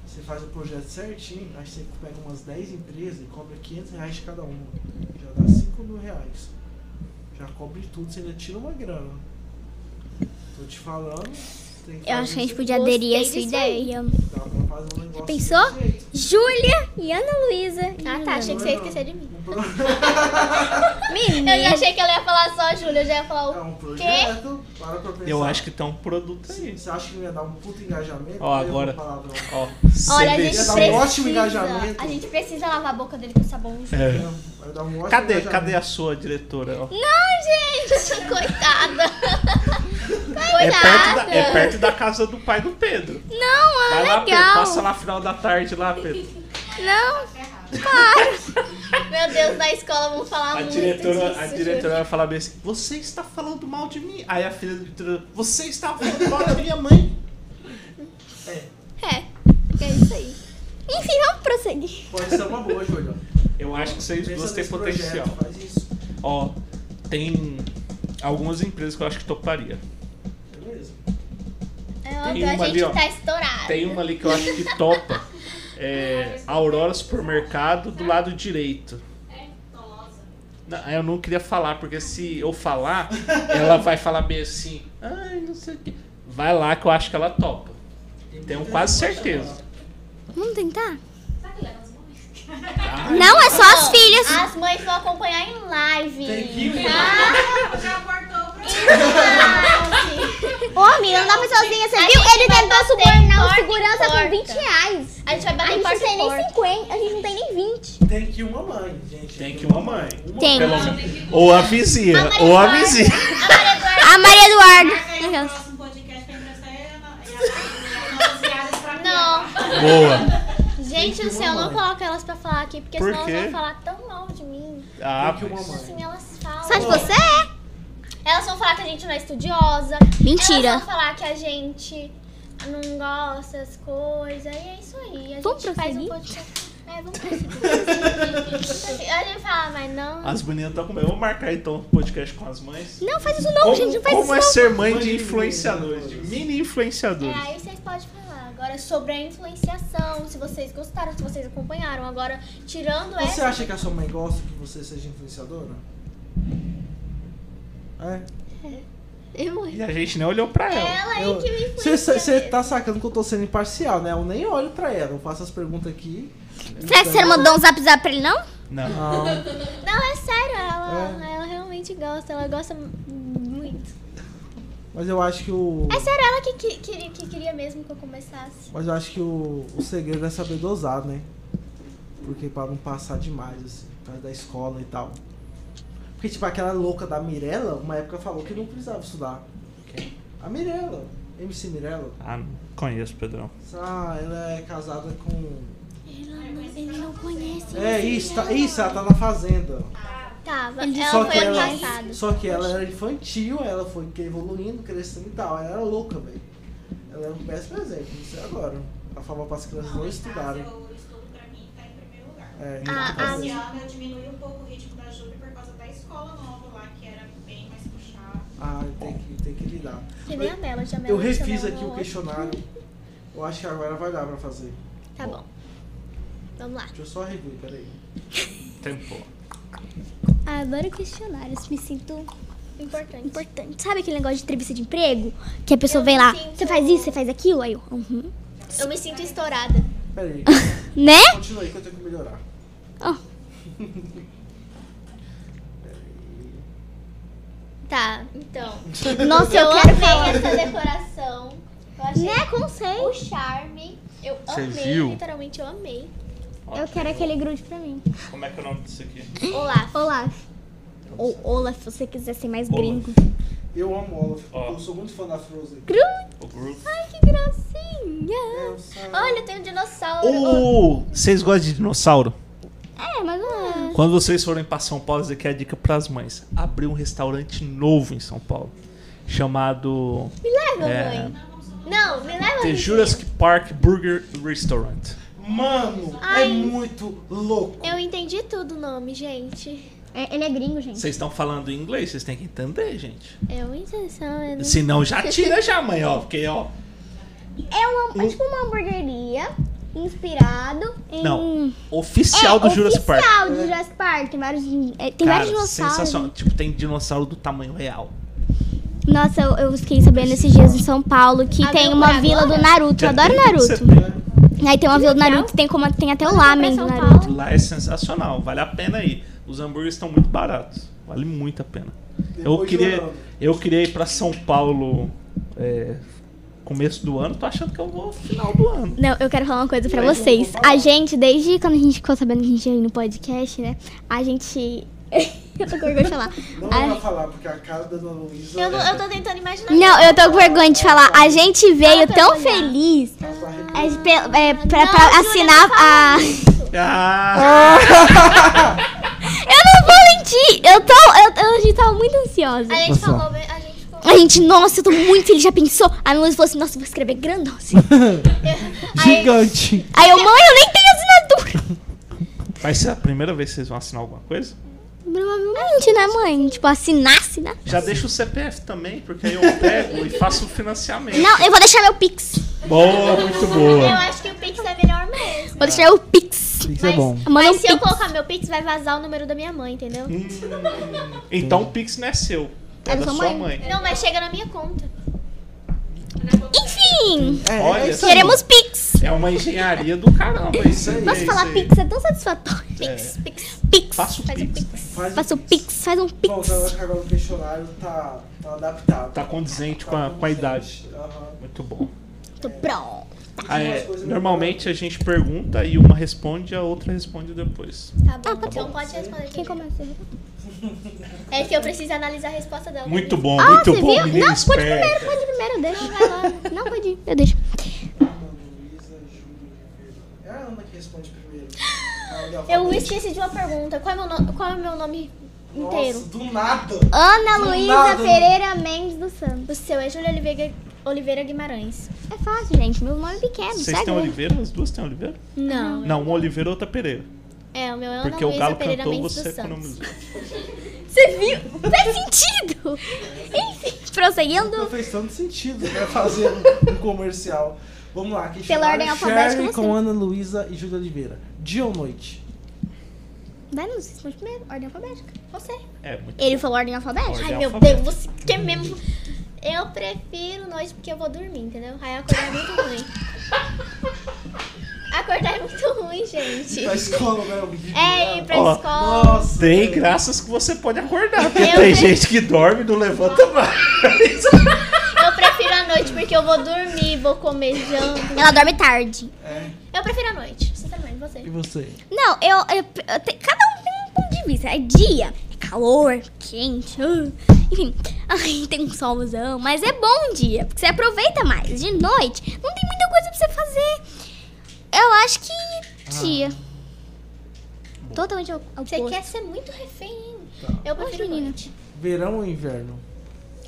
Você faz o projeto certinho, aí você pega umas 10 empresas e cobra 500 reais de cada uma. Já dá 5 mil reais. Já cobre tudo, você ainda tira uma grana. Tô te falando. Tem que Eu fazer acho que a gente desse- podia aderir a Gostei sua disso aí. ideia. Dá pra fazer um negócio Pensou? desse jeito. Júlia e Ana Luísa. Ah, tá. Achei que você ia esquecer de mim. Um pro- Menina. é Eu já achei que ela ia falar só a Júlia. Eu já ia falar É o... um projeto. Para pra pensar. Eu acho que tem um produto aí. Sim, Você acha que não ia dar um puto engajamento? Ó, Eu ia agora- falar palavrão. Ó, Olha, a gente Ia CBC. dar um ótimo precisa. engajamento. A gente precisa lavar a boca dele com sabão. gente. É. Não, Vai dar um ótimo Cadê, engajamento. cadê a sua diretora? Ó. Não, gente! (laughs) Coitada! É perto, Coitada! da, é perto da casa do pai do Pedro. Não, Vai é lá, Pedro. legal! Passa lá final da tarde lá, Pedro. Não! Para! Meu Deus, na escola vamos falar A muito diretora, a disso, diretora vai falar bem assim: Você está falando mal de mim. Aí a filha da diretora: Você está falando mal da minha mãe. juro. É, é isso aí. Enfim, vamos prosseguir. Pode ser uma boa, Júlio. Eu acho que vocês Pensa duas têm nesse projeto, potencial. Faz isso. Ó, tem algumas empresas que eu acho que toparia. Beleza. É Tem óbvio, a uma ali, gente ó. tá estourado. Tem uma ali que eu acho que topa. É Aurora Supermercado do lado direito. Não, eu não queria falar, porque se eu falar, ela vai falar bem assim. Ai, não sei o que. Vai lá que eu acho que ela topa. Tenho quase certeza. Vamos tentar? Sabe que leva uns momentos? é Ah, Não, é só as filhas. As mães vão acompanhar em live. Tem que ir. Já cortou pro Ô, amiga, não dá pra sozinha, você viu? Ele tentou subornar o segurança com 20 reais. A gente vai A bater gente porta não tem em porta. nem 50, a gente não tem nem 20. Tem que ir uma mãe, gente. Tem que ir uma mãe. Tem. Pelo menos. Ou a vizinha. Ou a vizinha. A Maria Aí no Eduarda. próximo um podcast pra entrevistar ela. e ela- e as viagens pra Não. Boa. Gente do céu, eu não coloco elas pra falar aqui, porque Por senão elas quê? vão falar tão mal de mim. Ah, Tem que ir uma mas- mãe. Assim, elas falam. Só de você é? Elas vão falar que a gente não é estudiosa. Mentira. Elas vão falar que a gente não gosta das coisas. E é isso aí. A Vamos gente faz um prosseguir? podcast. É, vamos prosseguir. a gente fala, mas não. As meninas estão com medo. Vamos marcar então um podcast com as mães. Não, faz isso não, gente. Não faz como é isso ser mãe Mãe de de influenciadores, de influenciadores. mini É, influenciadores? aí vocês podem falar agora sobre a influenciação, se vocês gostaram, se vocês acompanharam. Agora, tirando Você essa. acha que a sua mãe gosta que você seja influenciadora? É. não. E a gente nem olhou pra ela. Ela aí eu- que me Você- influencia. Você você mesmo. tá sacando que eu tô sendo imparcial, né? Eu nem olho pra ela. Eu faço as perguntas aqui. Será que você não mandou um zap zap pra ele, não? Não. Ah, Não, é sério, ela, É. ela realmente gosta, ela gosta muito. mas eu acho que o. É sério, ela que, que, que- que queria mesmo que eu começasse. Mas eu acho que o, o segredo é saber dosar, né? Porque pra não passar demais, assim, por causa da escola e tal. Porque, tipo, aquela louca da Mirella, uma época falou que não precisava estudar. Quem? A Mirella, MC Mirella. Ah, não conheço, Pedrão. Ah, ela é casada com. Ele não conhece. É isso, tá- isso, ela tá na fazenda. Tava, Ele Tá, ela é só foi que ano ela, passado. só que ela era infantil, ela foi que- evoluindo, crescendo e tal. Ela era louca, velho. Ela era um péssimo exemplo, não sei agora. Ela falava pras crianças não em casa, estudarem. Eu estudo pra mim tá em primeiro lugar. É, Ah, ah, Esse ano eu diminui um pouco o ritmo da Júlia por causa da escola nova lá, que era bem mais puxada. Ah, tem que, tem que lidar. Que nem a Bela, já Eu refiz aqui o questionário. Eu acho que agora vai dar pra fazer. Tá bom. Vamos lá. Deixa eu só rever, peraí. Tempo. Adoro questionários, me sinto é Importante. importante. Sabe aquele negócio de entrevista de emprego? Que a pessoa vem lá, me sinto- você faz isso, você faz aquilo, aí eu, uhum. Eu me sinto estourada. Peraí, Né? continua aí que eu tenho que melhorar. Ó. Tá, então. Nossa, eu eu quero amei falar. essa decoração. Eu achei Né, conceito. o charme. Eu Você amei, viu? literalmente eu amei. Eu quero aquele grude pra mim. Como é que é o nome disso aqui? Olá. Olaf. Ou Olaf, se você quiser ser mais Olaf. gringo. Eu amo Olaf, Ó. eu sou muito fã da Frozen. Grude. O grupo. Ai, que gracinha. Eu sou- Olha, tem um dinossauro. Uh, vocês gostam de dinossauro? É, mas não é. Quando vocês forem pra São Paulo, isso aqui é a dica pras mães. Abrir um restaurante novo em São Paulo. Chamado Me leva, É. mãe. Não, me leva. The Luizinha. Jurassic Park Burger Restaurant. Mano, é Ai. muito louco. Eu entendi tudo o nome, gente. É, Ele é gringo, gente. Vocês estão falando em inglês, vocês têm que entender, gente. Eu intenção, eu Hum. não... Se não, já tira já, mãe, ó. Porque, ó. É uma, é tipo uma hamburgueria inspirado em. Não. Oficial É, do Jurassic Park. Oficial do Jurassic Park. Tem vários, é, tem Cara, vários dinossauros. sensacional. Tipo, tem dinossauro do tamanho real. Nossa, eu, eu fiquei sabendo esses dias em São Paulo que Ah, tem veio uma pra vila agora? do Naruto. Eu (laughs) adoro um Naruto. Aí tem uma vila do Naruto, tem, como, tem até o lamen do São Naruto. Paulo. Lá é sensacional, vale a pena ir. Os hambúrgueres estão muito baratos, vale muito a pena. Eu Depois queria, jurando. Eu queria ir pra São Paulo é, começo do ano, tô achando que eu vou final do ano. Não, eu quero falar uma coisa pra vocês. A gente, desde quando a gente ficou sabendo que a gente ia ir no podcast, né? A gente. (laughs) eu tô com vergonha de falar. Não A- vai falar, porque a cara da Ana Luísa Eu, não- eu tô tentando imaginar. Não, eu tô com vergonha de falar. A gente veio pra tão olhar. feliz tá só arrepiando. é, pe- é, pra, pra assinar a. Ah, (laughs) Eu não vou mentir! Eu tô. Eu, eu, a gente tava muito ansiosa. A gente Nossa. falou, bem- a gente falou. A gente, nossa, eu tô muito feliz, já pensou? Aí a Luiz falou assim, nossa, eu vou escrever grandão. assim. Gigante. Aí eu, mãe, eu nem tenho assinatura. vai ser a primeira vez que vocês vão assinar alguma coisa? Provavelmente, né, mãe? Tipo, assinar, assinar. Já deixa o CPF também, porque aí eu pego e faço o financiamento. Não, eu vou deixar meu Pix. Boa, muito Eu boa. acho que o Pix é melhor mesmo. Vou deixar o Pix. Isso é bom. Manda um Mas se eu Pix. colocar meu Pix, vai vazar o número da minha mãe, entendeu? Hum, então o Pix não é seu, é, da sua mãe. Não, mas chega na minha conta. Enfim, É, Olha, é isso aí. queremos Pix. É uma engenharia do caramba, é isso aí. é Nossa, isso falar aí. Pix é tão satisfatório. É. Pix, Pix. Faça o Pix. Faz Faça o Pix, faz um Bom, Pix. eu acho que agora o questionário tá, tá adaptado. Tá condizente com a, com a idade. Aham. Muito bom. Tô pronto. Ah, é, normalmente a gente pergunta e uma responde e a outra responde depois. Tá bom. então pode responder. Ah, Quem começa? É que eu preciso analisar a resposta dela. Muito bom, Tá muito Ah, você bom, viu? menino Não, pode esperto. Pode ir primeiro, eu deixo. Vai lá. Não, pode ir. Eu deixo. Ana Luísa, Júlia Ribeiro. É a Ana que (laughs) responde primeiro. É Eu esqueci de uma pergunta. Qual é meu, no- qual é meu nome inteiro? Nossa, do nada. Ana Do Luísa nada. Pereira Mendes dos Santos. O seu é Júlia Oliveira, Oliveira Guimarães. É fácil, gente. Meu nome é pequeno. Vocês segue têm aí. Oliveira? As duas têm Oliveira? Não. Não, uma Oliveira e outra Pereira. É, o meu é Ana Porque o Luísa Galo Pereira cantou, Mendes você dos Santos. economizou. Você viu? Faz sentido. Enfim, prosseguindo. Não fez tanto sentido (laughs) pra fazer um comercial. Vamos lá. Questionário Pela ordem alfabética, Shirley você. com Ana Luísa e Júlia Oliveira. Dia ou noite? Vai, não, vocês responde primeiro. Ordem alfabética. Você. É, muito Ele falou ordem alfabética. Ordem. Ai, meu alfabético. Deus, você quer mesmo. Eu prefiro noite porque eu vou dormir, entendeu? Aí acordar é muito (laughs) ruim. Acordar é muito ruim, (laughs) gente. Pra escola, né? o dia. É, ir pra Ó. escola. Nossa. Tem cara. graças que você pode acordar, porque Eu tem sei. gente que dorme e não levanta mais. Eu prefiro a noite porque eu vou dormir, vou comer janta. Ela dorme tarde. É. Eu prefiro a noite, sinceramente, você. E você? Não, eu. eu- eu te- cada um tem um ponto de vista. É dia, é calor, quente. ah, enfim, (laughs) ai, tem um solzão. Mas é bom o dia, porque você aproveita mais. De noite, não tem muita coisa pra você fazer. Eu acho que. Dia. Totalmente ao, ao Ah. Você oposto. quer ser muito refém, hein? Tá. Eu prefiro menina. noite. Verão ou inverno?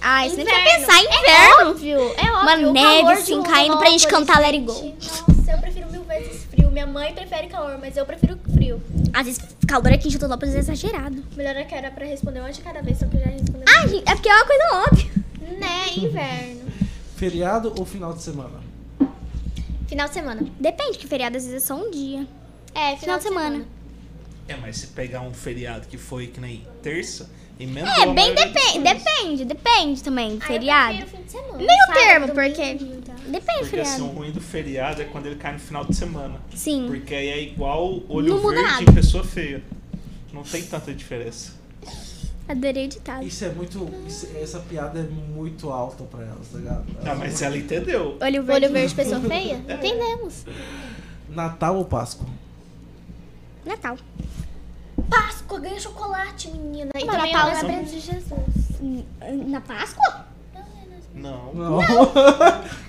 Ai, você nem quer Inverno. pensar em inverno. Óbvio, é óbvio. Uma o neve, calor assim, de um caindo pra gente Rondonópolis, cantar Let It gente. Go. Nossa, eu prefiro mil vezes frio. Minha mãe prefere calor, mas eu prefiro frio. Às vezes, calor aqui em Jotolópolis é exagerado. Melhor é que era pra responder uma de cada vez, só que eu já respondi. Ai, gente, é porque é uma coisa óbvia. Né, inverno. Feriado ou final de semana? Final de semana. Depende, que feriado às vezes é só um dia. É, final, Final de semana. É, mas se pegar um feriado que foi que nem terça, emenda. É, bem depende. Depende, depende também. Ah, feriado. eu prefiro fim de semana. Meio Sábado, termo, domingo, porque- tá? Depende, Porque assim, o feriado. ruim do feriado é quando ele cai no final de semana. Sim. Porque aí é igual olho Não muda verde nada. e pessoa feia. Não tem tanta diferença. Adorei o ditado. Isso é muito. isso- essa piada é muito alta pra elas, tá ligado? Ah, mas ela entendeu. Olho verde. Olho verde, pessoa feia? Entendemos. Natal ou Páscoa? Natal. Páscoa, ganha chocolate, menina. E Mas também Natal a não. lembrança de Jesus. Na Páscoa? Não. Não.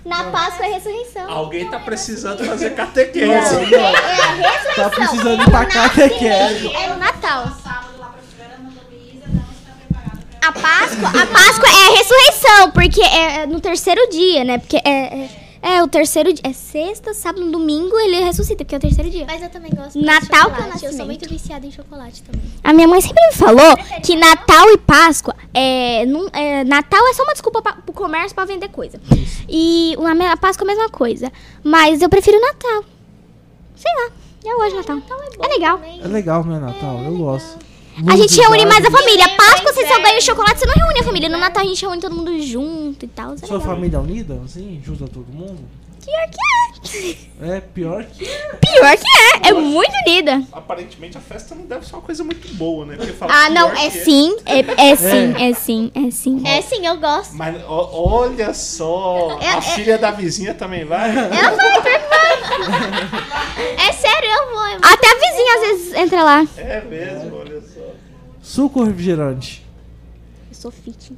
Na Páscoa é ressurreição. Alguém tá precisando fazer catequese. Ah. tá precisando de tacar tequete. É no Natal. Sábado lá pra Feira, Ana Luísa não está preparada pra A Páscoa, a Páscoa é a ressurreição, porque é é no terceiro dia, né? Porque é, é, é o terceiro dia. É sexta, sábado, domingo, ele ressuscita, porque é o terceiro dia. Mas eu também gosto Natal muito de chocolate. que é o Eu nascimento. sou muito viciada em chocolate também. A minha mãe sempre me falou que Natal e Páscoa é, não- é, Natal é só uma desculpa pra, pro comércio pra vender coisa. E a, me- a Páscoa é a mesma coisa. Mas eu prefiro Natal. Sei lá. Eu gosto de Natal. É, legal. É legal, né, Natal? Eu gosto. A gente Luzes, reúne mais a árvores. família. Lembra, Páscoa, você só inverno. ganha o chocolate, você não reúne a família. No Natal a gente reúne todo mundo junto e tal. isso é Sua legal. família é unida, assim? Junta todo mundo? Pior que é. É, pior que. Pior que é. É muito unida. Aparentemente a festa não deve ser uma coisa muito boa, né? Porque fala Ah, não, pior é que sim. É, é sim, é sim, é sim. É sim, eu gosto. Mas ó, olha só, É, a filha da vizinha também vai. É sério, eu vou. eu vou. Até a vizinha às vezes entra lá. É mesmo, olha só. Suco ou refrigerante? Eu sou fit.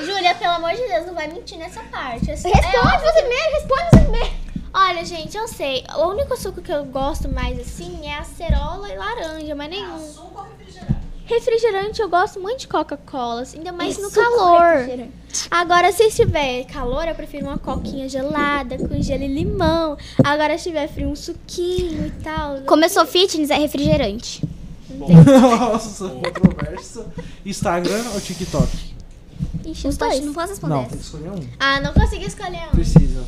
Júlia, pelo amor de Deus, não vai mentir nessa parte. É só- é Responde você mesmo, responde você mesmo. Olha, gente, eu sei. O único suco que eu gosto mais assim é acerola e laranja, mas nenhum. Suco É ou refrigerante? Refrigerante eu gosto muito de Coca-Cola, assim, ainda mais E no suco calor. Agora, se estiver calor, eu prefiro uma coquinha gelada com gelo e limão. Agora, se tiver frio, um suquinho e tal. Como eu sou fitness, é refrigerante. Nossa, controversa. Instagram ou TikTok? Ixi, os dois. Não posso Não, tem que escolher um. Ah, não consegui escolher um. Precisa.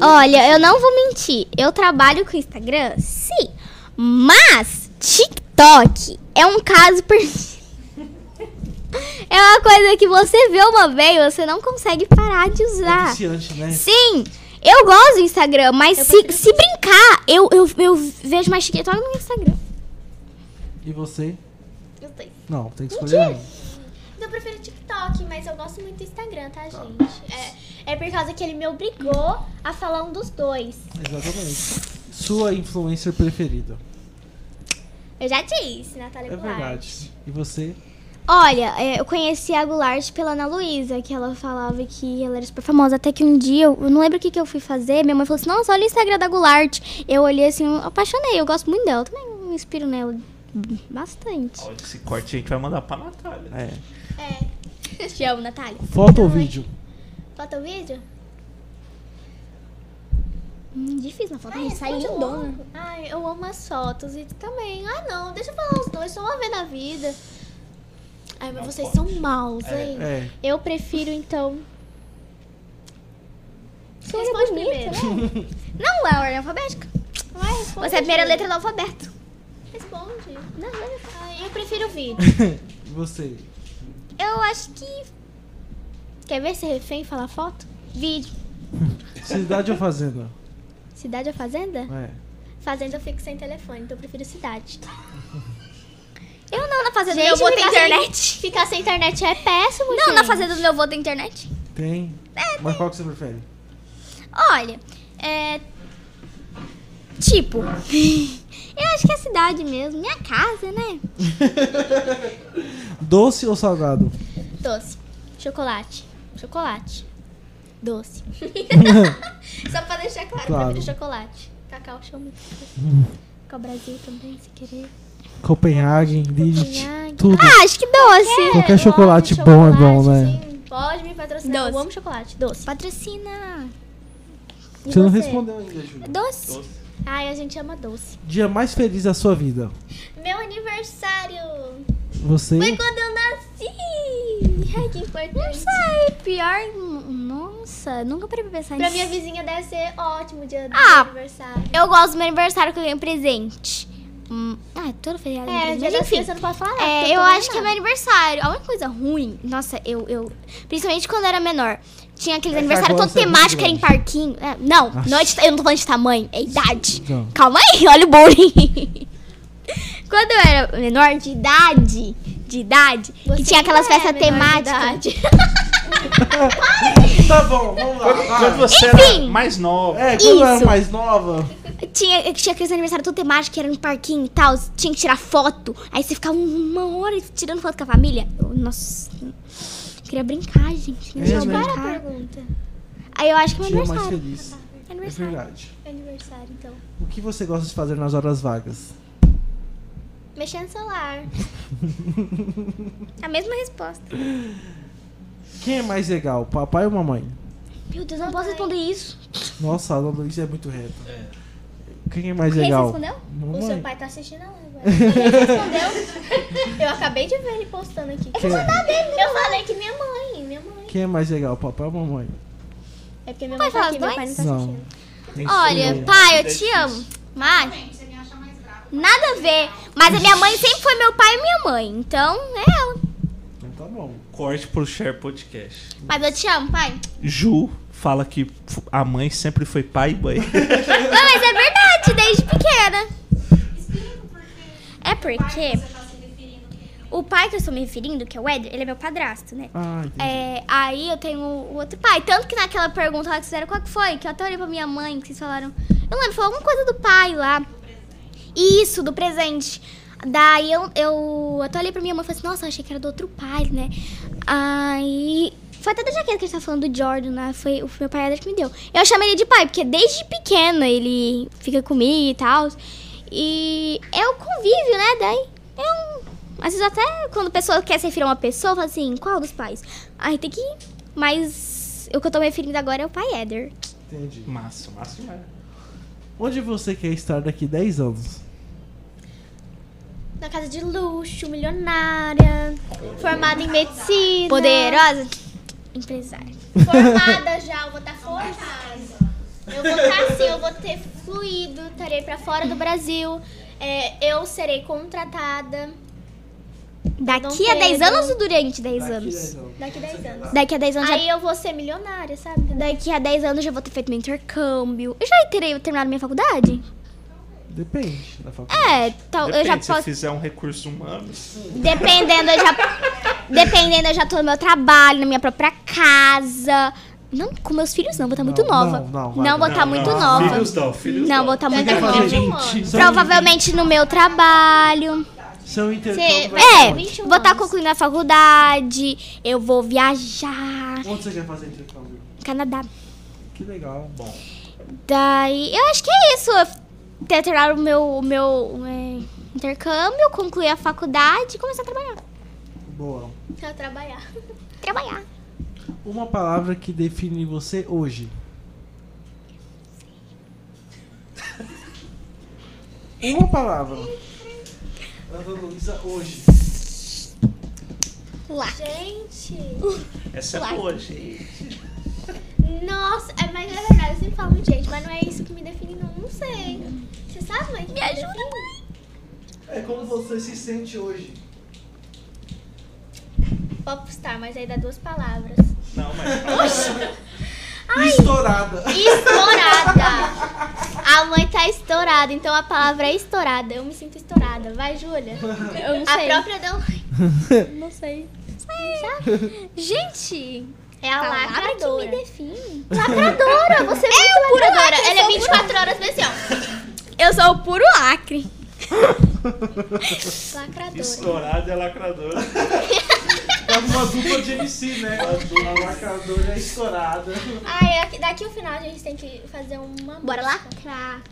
Olha, eu não vou mentir. Eu trabalho com Instagram, sim. Mas TikTok é um caso perdido. (laughs) É uma coisa que você vê uma vez, você não consegue parar de É usar. viciante, né? Sim, eu gosto do Instagram, mas Eu se, prefiro se brincar, eu, eu, eu vejo mais TikTok no Instagram. E você? Eu sei. Não, tem que escolher um. Eu prefiro TikTok, mas eu gosto muito do Instagram, tá, gente? É, é por causa que ele me obrigou a falar um dos dois. Exatamente. Sua influencer preferida. Eu já disse, Natália É Goulart. verdade. E você? Olha, é, eu conheci a Goulart pela Ana Luísa, que ela falava que ela era super famosa. Até que um dia, eu eu não lembro o que, que eu fui fazer, minha mãe falou assim, nossa, olha o Instagram da Goulart. Eu olhei assim, eu apaixonei, eu gosto muito dela, também me inspiro nela bastante. Olha, esse corte a gente vai mandar pra Natália. (laughs) É. Te amo, Natália. Foto ou vídeo? Falta É. o vídeo? Hum, difícil na foto, gente, sai responde lindona. logo. Ai, eu amo as fotos e também. Ah, não, deixa eu falar os dois, só uma vez na vida. Ai, mas vocês são maus, hein? É. Eu prefiro, então... Você é Responde bonita, primeiro. Não, é ordem alfabética. Vai, responde. Você é a primeira gente. letra do alfabeto. Responde. Não, é Ai, eu prefiro o vídeo. E você? Eu acho que Quer ver se é refém e falar foto? vídeo. Cidade ou fazenda? Cidade ou fazenda? É. Fazenda eu fico sem telefone, então eu prefiro cidade. Eu não, na fazenda Gente, do meu avô tem ficar sem- internet. Ficar sem internet é péssimo, Não, na gente. fazenda do meu avô tem internet. Tem? Mas qual que você prefere? Olha, é. Tipo, (laughs) eu acho que é a cidade mesmo, minha casa, né? Doce ou salgado? Doce. Chocolate. Chocolate. (laughs) Doce. Só pra deixar claro, Claro. eu prefiro chocolate. Cacau chama. Com o Brasil também, se querer. Copenhagen, Lilith, Copenhagen. tudo. Ah, acho que doce. Qualquer eu chocolate amo bom é bom, né? chocolate, sim. Pode me patrocinar. Doce. Eu amo chocolate. É. Doce. Patrocina. E Você não você? respondeu ainda, Júlia. Doce. Ai, a gente ama doce. Dia mais feliz da sua vida? Meu aniversário! Você? Foi quando eu nasci! Ai, que Não importante. sei, pior. Nossa, nunca parei pra pensar Pra nisso. minha vizinha deve ser ótimo o dia do Ah, meu aniversário. Eu gosto do meu aniversário que eu ganho presente. Hum, ah, é todo feriado. É, presente, dia mas da enfim. você não pode falar. É, porque eu tô acho que é meu enganada. aniversário. A única coisa ruim, nossa, eu. eu principalmente quando eu era menor. Tinha aqueles É, aniversários agora todo você é muito temático, era em grande. parquinho. É, não, Nossa. não é de- eu não tô falando de tamanho, é idade. Não. Calma aí, olha o bullying. quando eu era menor de idade, de idade, Você que tinha aquelas não é festas menor de temáticas. Tá bom, vamos lá. Ah, Quando você Enfim. era mais nova. É, quando eu era Isso. mais nova. Tinha, tinha aqueles aniversários todo temático que era no parquinho e tal. Tinha que tirar foto. Aí você ficava uma hora tirando foto com a família. Eu- Nossa. Queria brincar, gente. Queria É, né? brincar. Qual era a pergunta? Aí eu acho que é meu Dia mais aniversário. feliz. É Aniversário. verdade. Aniversário, então. O que você gosta de fazer nas horas vagas? Mexer no celular. A mesma resposta. Quem é mais legal, papai ou mamãe? Meu Deus, eu não posso responder isso. Nossa, a Ana Luísa é muito reta. Quem é mais Quem legal? você respondeu? Mamãe. O seu pai tá assistindo a live. agora. Ele respondeu. (laughs) Eu acabei de ver ele postando aqui. Quem é, Eu falei que minha mãe, minha mãe. quem é mais legal, papai ou mamãe? É porque minha Pode mãe tá falar aqui, os meu pai não tá Não. assistindo. tem que Olha, escolher. pai, eu te amo. Mas. Gente, você me acha mais brava. Nada a ver. Mas a minha mãe sempre foi meu pai e minha mãe. Então, é ela. Então tá bom. Corte pro Share Podcast. Mas eu te amo, pai. Ju fala que f- a mãe sempre foi pai e mãe. Não, mas é verdade, desde pequena. Explica por quê. É Pai que porque você tá se referindo. o pai que eu estou me referindo, que é o Éder, ele é meu padrasto, né? Ah, entendi. É, aí eu tenho o outro pai. Tanto que naquela pergunta lá que fizeram, qual que foi? Que eu até olhei pra minha mãe, que vocês falaram. Eu lembro, falou alguma coisa do pai lá. Isso, do presente. Daí eu, eu até olhei pra minha mãe e falei assim, nossa, eu achei que era do outro pai, né? Aí. Foi até da jaqueta que a gente tava falando do Jordan, né? Foi o meu pai Eder que me deu. Eu chamo ele de pai, porque desde pequena ele fica comigo e tal. E é o convívio, né? Daí é um. Às vezes até quando a pessoa quer se referir a uma pessoa, fala assim, qual dos pais? Aí tem que. ir. Mas o que eu tô me referindo agora é o pai Eder. Entendi. (laughs) massa, massa demais. Onde você quer estar daqui 10 anos? Na casa de luxo, milionária, formada em medicina. Poderosa empresária. Formada já, eu vou estar formada. Eu vou estar assim, eu vou ter fluído, estarei pra fora do Brasil. é, eu serei contratada Daqui Dom a 10 Pedro. anos ou durante 10 anos? daqui 10 anos. Daqui a 10 anos Então já Aí eu vou ser milionária, sabe? Daqui a 10 anos eu já vou ter feito meu intercâmbio. Eu já terei terminado minha faculdade? Depende da faculdade. É, tal, eu Depende, já se posso. fizer um recurso humano, Dependendo, eu (laughs) já. Dependendo, eu já tô no meu trabalho, na minha própria casa. Não, com meus filhos não, vou estar muito Não, nova. não, não, vai, vou não, estar tá muito não, nova. Filhos não, filhos não, vou estar muito nova. fazer Seu- Provavelmente no meu trabalho. Seu Você intercâmbio vai É, ser onde? vou estar concluindo a faculdade. Eu vou viajar. Onde você quer fazer intercâmbio? Canadá. Que legal. Bom. Daí, eu acho que é isso. Eu ter terminado o meu, o meu é, intercâmbio, concluir a faculdade e começar a trabalhar. Boa. Pra trabalhar. Trabalhar. Uma palavra que define você hoje. Uma palavra. Ana Luísa, hoje. Lá. Gente, essa é Claro. boa, gente. nossa, é, mas é verdade, eu sempre falo muito, gente, mas não é isso que me define, não, não sei. Você sabe, mãe? Me ajuda, mãe. É como você se sente hoje. Popstar, mas aí dá duas palavras. Não, mas Estourada. Estourada! A mãe tá estourada, então a palavra é estourada. Eu me sinto estourada. Vai, Júlia. Eu não A sei. própria um da (laughs) mãe. Não sei. Gente, É a palavra que me lacradora. define. Lacradora, você é muito lacradora. Ela é 24 horas mesmo. Eu sou o puro lacre. Lacradora. estourada é lacradora. É uma dupla de MC, né? A lacradora é estourada. Ah, é, aqui- daqui o final a gente tem que fazer uma. Bora música. lacrar.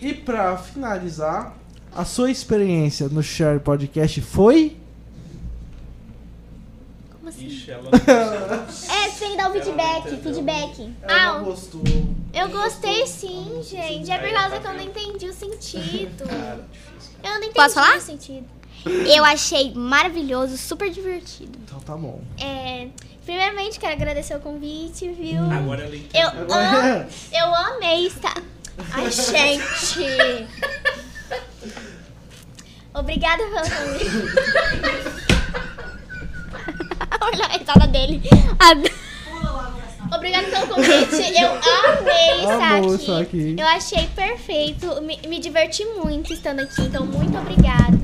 E pra finalizar, a sua experiência no Share Podcast foi? Ixi, ela É, você tem que dar o feedback. Feedback. Ela Ah, não gostou. eu gostei sim, gente. É por Aí, causa tá que eu não vendo? entendi o (laughs) sentido. Cara, difícil. Eu não entendi Posso falar? o sentido. Eu achei maravilhoso, super divertido. Então tá bom. É, primeiramente, quero agradecer o convite, viu? Agora ela entende. Eu, am- Agora- eu amei estar. Ai, gente! Obrigada pelo convite. (laughs) Olha a risada (laughs) dele. A- Obrigada pelo convite. Eu amei estar Amou aqui. estar aqui. Eu achei perfeito. Me, me diverti muito estando aqui. Então, muito obrigada.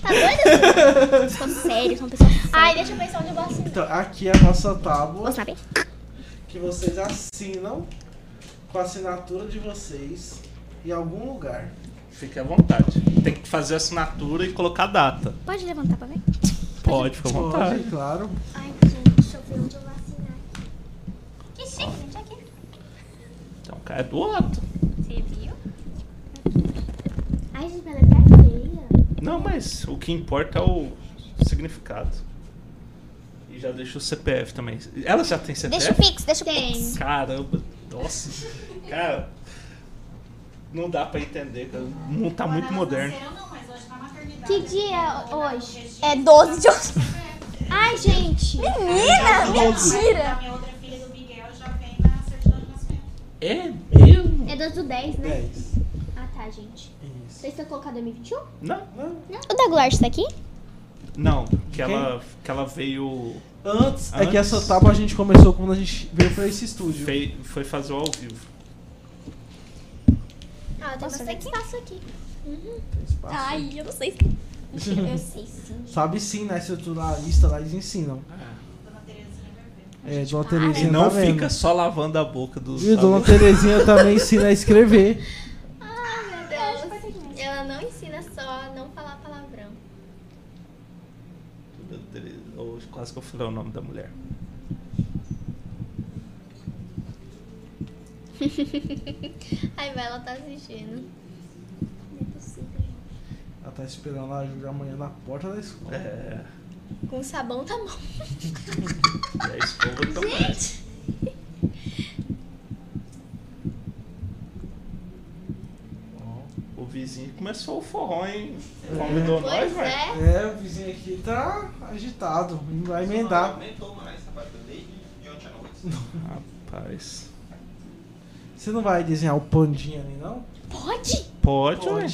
Tá doida? Ju? Sou sério, sou uma pessoa séria. Ai, deixa eu pensar onde eu vou assinar. Então, aqui é a nossa tábua Vou saber. que vocês assinam com a assinatura de vocês em algum lugar. Fique à vontade. Tem que fazer assinatura e colocar data. Pode levantar pra ver? Pode, fica à vontade. Pode, claro. Ai, gente, deixa eu ver onde eu vou assinar. Que chique, gente, aqui. Então, cara, é do outro. Você viu? Ai, gente, ela é até feia. Não, mas o que importa é o significado. E já deixa o CPF também. Ela já tem CPF? Deixa o Pix, deixa o Pix. Caramba, nossa. Cara, não dá pra entender. cara. O mundo tá muito moderno. Nasceram não, mas hoje na maternidade. Que dia hoje? É 12 de outubro. Ai, gente. Menina, A minha outra filha do Miguel já vem na certidão de nascimento. É mesmo? É 12 do 10, né? 10. Ah, tá, gente. Isso. Vocês estão colocando M21? Não, O da Goulart está aqui? não. Que ela, que ela veio. Antes, é que Antes. essa etapa a gente começou quando a gente veio pra esse estúdio. fei- foi fazer o ao vivo. Ah, tem bastante espaço aqui. Tem espaço. Ai, eu não sei. se- eu sei sim. Sabe sim, né? Se eu tô na lista lá, eles ensinam. Dona Terezinha vai ver. É, Dona para. E Terezinha não tá fica vendo. só lavando a boca dos. E Dona alunos. Terezinha também ensina a escrever. Meu Deus. Então, Ela não ensina só a não falar palavrão. Dona Tereza- ou Quase que eu falei o nome da mulher. Ai, vai, ela tá assistindo. Ela tá esperando a ajuda amanhã na porta da escola. É. Com sabão tá bom. E a escova também. Ó, O vizinho começou o forró, hein? Convidou nós, Pois velho. é. É, o vizinho aqui tá agitado. Não vai emendar. Aumentou mais, rapaz, desde ontem à noite. Rapaz. Você não vai desenhar o pandinha ali, não? Pode? Pode, ué.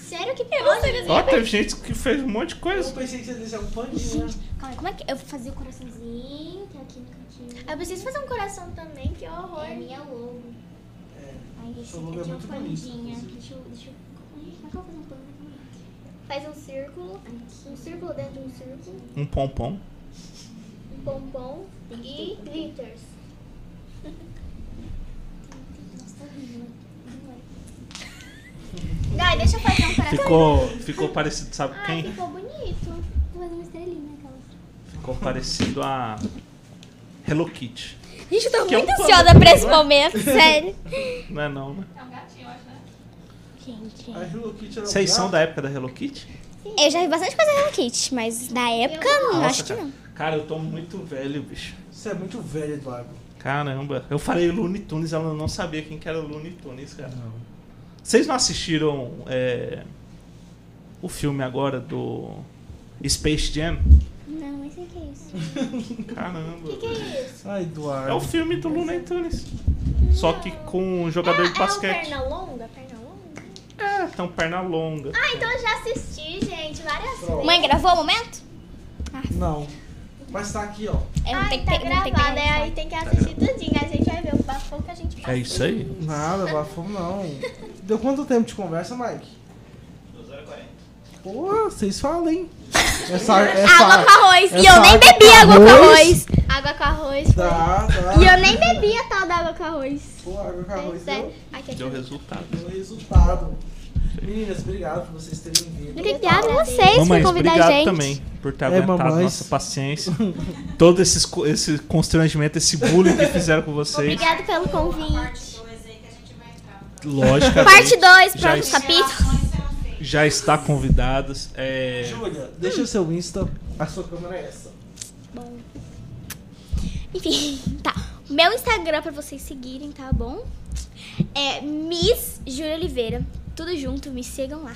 Sério que pode? Ó, teve gente que fez um monte de Eu coisa. pensei que você ia desenhar o pandinha. Calma, como é que. Eu vou fazer o coraçãozinho, que é aqui no cantinho. Eu preciso fazer um coração também, que horror. É minha logo. Aí esse Sua logo aqui é é uma muito bonita, pandinha. inclusive. Deixa eu. Deixa eu. Como é que eu vou fazer um pano? Faz um círculo. Um círculo dentro de um círculo. Um pompom. Um pompom e (laughs) glitters. tá Dai, deixa eu fazer um coração. Ficou, ficou parecido, sabe Ai, quem? Ah, ficou bonito. Vou fazer uma estrelinha aquela. Ficou parecido a Hello Kitty. Gente, eu tô Que é um muito pano, ansiosa pra esse não é? momento, sério. Não é não, né? É um gatinho, eu acho, né? Gente, A Hello Kitty era um Vocês são gato? da época da Hello Kitty? eu já vi bastante coisa Hello Kitty, mas na época não, Nossa, acho que cara. não. Cara, eu tô muito velho, bicho. Você é muito velho, Eduardo. Caramba. Eu falei Looney Tunes, ela não sabia quem que era o Looney Tunes, cara. Não. Vocês não assistiram é, o filme agora do Space Jam? Não, esse aqui é (laughs) isso. Caramba. é Ai, Eduardo. É o filme do Looney Tunes. Só que com um jogador de basquete. Ah, é perna longa? Perna longa? É, então perna longa. Ah, então eu já assisti, gente, várias Pronto. Mãe, gravou o momento? Não. Mas tá aqui, ó. É, Ai, tem que tá ter- não tem que ter gravada, aí tem que assistir tudinho. A gente vai ver o bafão que a gente É faz. isso aí. Nada, bafão não. Deu quanto tempo de conversa, Mike? 2h40. Pô, vocês falam, hein? Essa, Água com essa... arroz. E essa Tá. eu nem água bebi com água com arroz? arroz. Água com arroz. Ah, Dá, dá. E eu nem bebi a tal da água com arroz. Pô, água com arroz Pois é. deu, Aqui, aqui. Deu resultado. deu resultado. Meninas, obrigado por vocês terem vindo. Obrigada a vocês Mamãe, por convidar obrigado a gente. também por ter É, aguentado mamães. nossa paciência. (laughs) Todo esses co- esse constrangimento, esse bullying que fizeram com vocês. Obrigada pelo convite. Parte 2 aí que a gente vai entrar. no próximo. Lógico. Parte 2, Já próximo está- capítulo. Relações serão feitas. Já está convidadas. É, Júlia, deixa o seu Insta. A sua câmera é essa. Enfim, (laughs) tá. Meu Instagram pra vocês seguirem, tá bom? É Miss Júlia Oliveira. Tudo junto, me sigam lá.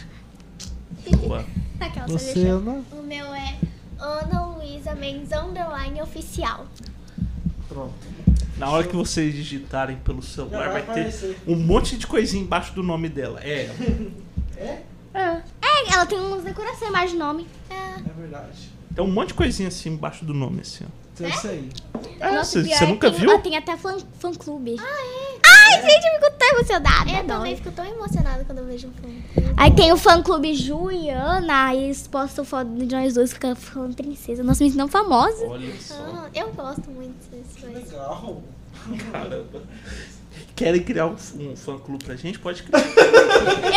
boa. Aquela, só Você, deixa- Ana? O meu é Ana Luísa Mendes Underline Oficial. Pronto. (laughs) Na hora que vocês digitarem pelo celular, Já vai, vai ter aparecer. um monte de coisinha embaixo do nome dela. É, É? É, ela tem umas decorações mais de nome. É. É verdade. tem um monte de coisinha assim embaixo do nome, assim, ó. Então é isso aí. É, Nossa, você, pior, você nunca tem, viu? Ó, tem até fã, fã clube. Ah, é? Ai, gente, eu fico tão emocionada. Eu também fico tão emocionada quando eu vejo um filme. é Aí tem o fã clube Juliana, aí eles postam foto de nós dois ficando, ficando princesa. Nossa, me não famosa. Olha só, Ah, eu gosto muito dessas coisas. Legal. caramba. Querem criar um, um fã-clube pra gente? Pode criar.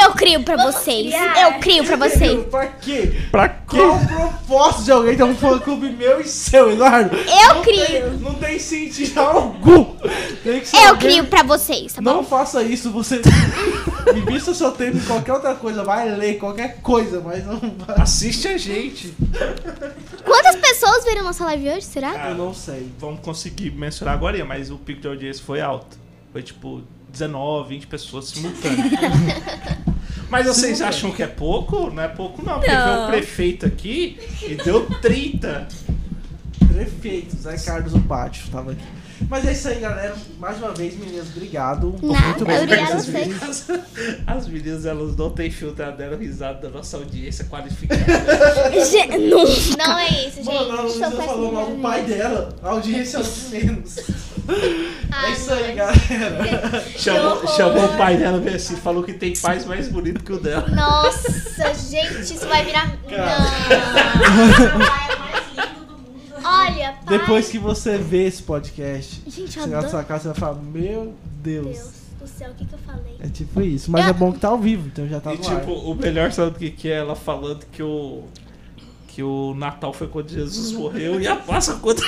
Eu crio pra vocês. Eu crio pra vocês. Pra quê? (laughs) pra quê? Qual o propósito de alguém ter um fã-clube meu e seu, Eduardo? Tem- Eu crio. não tem sentido algum. Tem que ser Eu alguém- crio pra vocês, tá bom? Não faça isso, (laughs) você. Invista seu tempo em qualquer outra coisa, vai ler qualquer coisa, mas não vai. Assiste a gente. Quantas pessoas viram nossa live hoje, será? Eu não sei. Vamos conseguir mencionar agora, mas o pico de audiência foi alto. Foi tipo 19, 20 pessoas simultâneas. Mas vocês Simultâneo. acham que é pouco? Não é pouco não, porque veio o prefeito aqui e deu 30. Prefeito, Zé Carlos Upátio né? tava aqui. Mas é isso aí, galera. Mais uma vez, meninas, obrigado. Nada, obrigada a vocês vocês. virem. As, (laughs) as meninas, elas não têm filtro, elas deram risada da nossa audiência qualificada. Gente, não. Não é isso, gente. Mano, a Luísa Sou péssima falou mal do mesmo. pai dela. A audiência é um dos menos. é Ai, isso aí, mano. galera. chamou, chamou o pai dela veio assim, falou que tem pais mais bonito que o dela. Nossa, gente, isso vai virar. Papai é o mais lindo do mundo. Não. Olha, pai. Depois que você vê esse podcast, Gente, eu chegar na adoro. sua casa, você vai falar, meu Deus. Deus do céu, o que, que eu falei? É tipo isso. Mas é bom que tá ao vivo, então já tá E no ar. tipo, o melhor sabe o que, que é ela falando que o. Que o Natal foi quando Jesus morreu e a Páscoa (laughs) quando. tá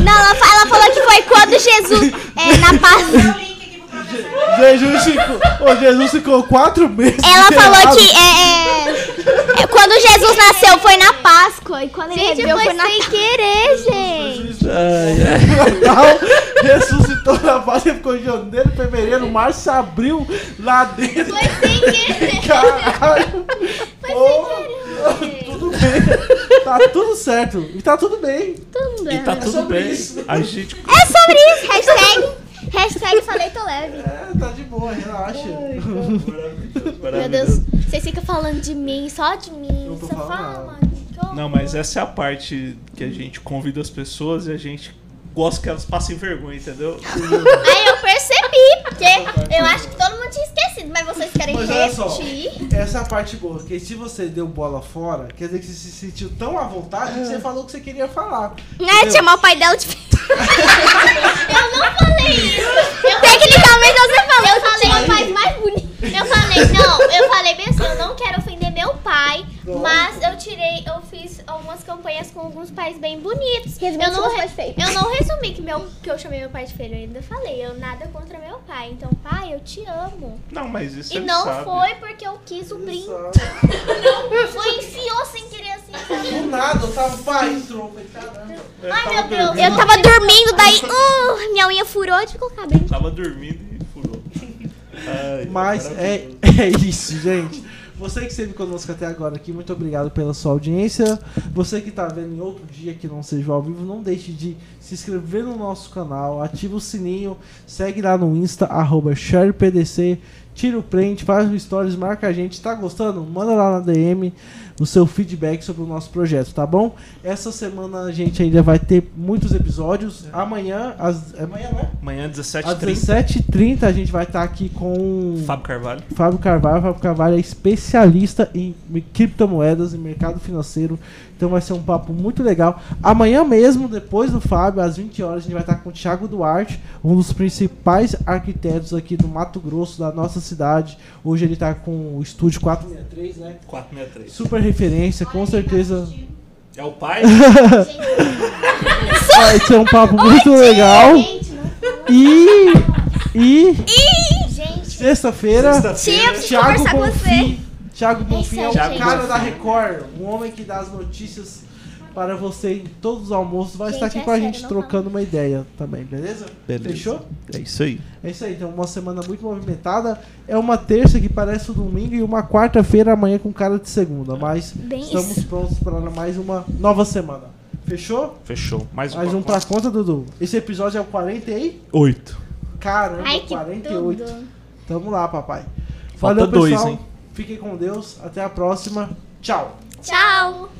Não, ela, fa- ela falou que foi quando Jesus. É, na Páscoa. Dá o link aqui pro professor. Jesus ficou, Ô, Jesus ficou quatro meses. Ela falou pelado. que. É, é, é, quando Jesus nasceu foi na Páscoa. E quando ele Gente, reviveu é? foi foi na. sem querer, gente. Ai, ai. Natal, ressuscitou na base, ficou em janeiro, fevereiro, março, abril, lá dentro. Foi sem querer. (laughs) Caralho! Pô, (laughs) gente. tudo bem. Tá tudo certo. E tá tudo bem. E tá tudo É, sobre bem. isso. A (laughs) gente. É sobre isso. Hashtag, hashtag falei tô leve. É, tá de boa, relaxa. né? Meu Deus, vocês ficam falando de mim, só de mim. Eu tô Só falando fala. Não, mas essa é a parte que a gente convida as pessoas e a gente gosta que elas passem vergonha, entendeu? Aí eu percebi, porque eu acho que todo mundo tinha esquecido, mas vocês querem Mas olha só, repetir. essa é a parte boa, porque se você deu bola fora, quer dizer que você se sentiu tão à vontade que Ah. você falou o que você queria falar. Né, chamar o pai dela de. Eu não falei isso. Eu Tecnicamente você falou. Eu falei o pai mais bonito. Eu falei, não, eu falei bem assim, eu não quero ofender meu pai, Nossa. mas eu tirei, eu fiz algumas campanhas com alguns pais bem bonitos. eu não, re- eu não resumi que, meu, que eu chamei meu pai de feio, eu ainda falei, eu nada contra meu pai. Então, pai, eu te amo. Não, mas isso e ele não sabe. foi porque eu quis o Ele brinco. sabe. Foi enfiou sem querer assim. sabe? Do nada, eu tava pai, trompa, caramba. Eu Ai, É, tava meu Deus. dormindo- Eu tava dormindo, daí. Uh, minha unha furou de colocar bem. Tava dormindo e (laughs) furou. Ai, Mas cara, é, é isso, gente. Você que esteve conosco até agora aqui, muito obrigado pela sua audiência. Você que está vendo em outro dia que não seja ao vivo, não deixe de se inscrever no nosso canal, ativa o sininho, segue lá no Insta, arroba SharePDC, tira o print, faz o stories, marca a gente. Tá gostando? Manda lá na DM o seu feedback sobre o nosso projeto, tá bom? Essa semana a gente ainda vai ter muitos episódios. Amanhã, às, é amanhã, né? Amanhã, Às 17h30, 17h30 a gente vai estar aqui com... Fábio Carvalho. Fábio Carvalho. Fábio Carvalho é especialista em mi- criptomoedas e mercado financeiro. Então vai ser um papo muito legal. Amanhã mesmo, depois do Fábio, às 20 horas, a gente vai estar com o Thiago Duarte, um dos principais arquitetos aqui do Mato Grosso, da nossa cidade. Hoje ele está com o estúdio 463, né? 463. Super referência, com certeza. É o (laughs) pai? Vai ser um papo muito legal. Gente, não E. E. gente. Sexta-feira. Sexta-feira. Thiago conversar com Bonfim. Thiago Bonfim é o Thiago cara Bonfim. da Record, um homem que dá as notícias para você em todos os almoços. Vai Gente, estar aqui é com a sério, gente não trocando uma ideia também, beleza? Beleza. Fechou? É isso aí. É isso aí, então uma semana muito movimentada. É uma terça que parece o domingo e uma quarta-feira amanhã com cara de segunda. Mas Bem estamos prontos para mais uma nova semana. Fechou? Fechou. Mais um. Mais um pra pacote. conta, Dudu. Esse episódio é o 40 aí? Oito. Caramba, Ai, que 48. tudo. Tamo lá, papai. Falta dois, pessoal. hein? Fiquem com Deus. Até a próxima. Tchau. Tchau.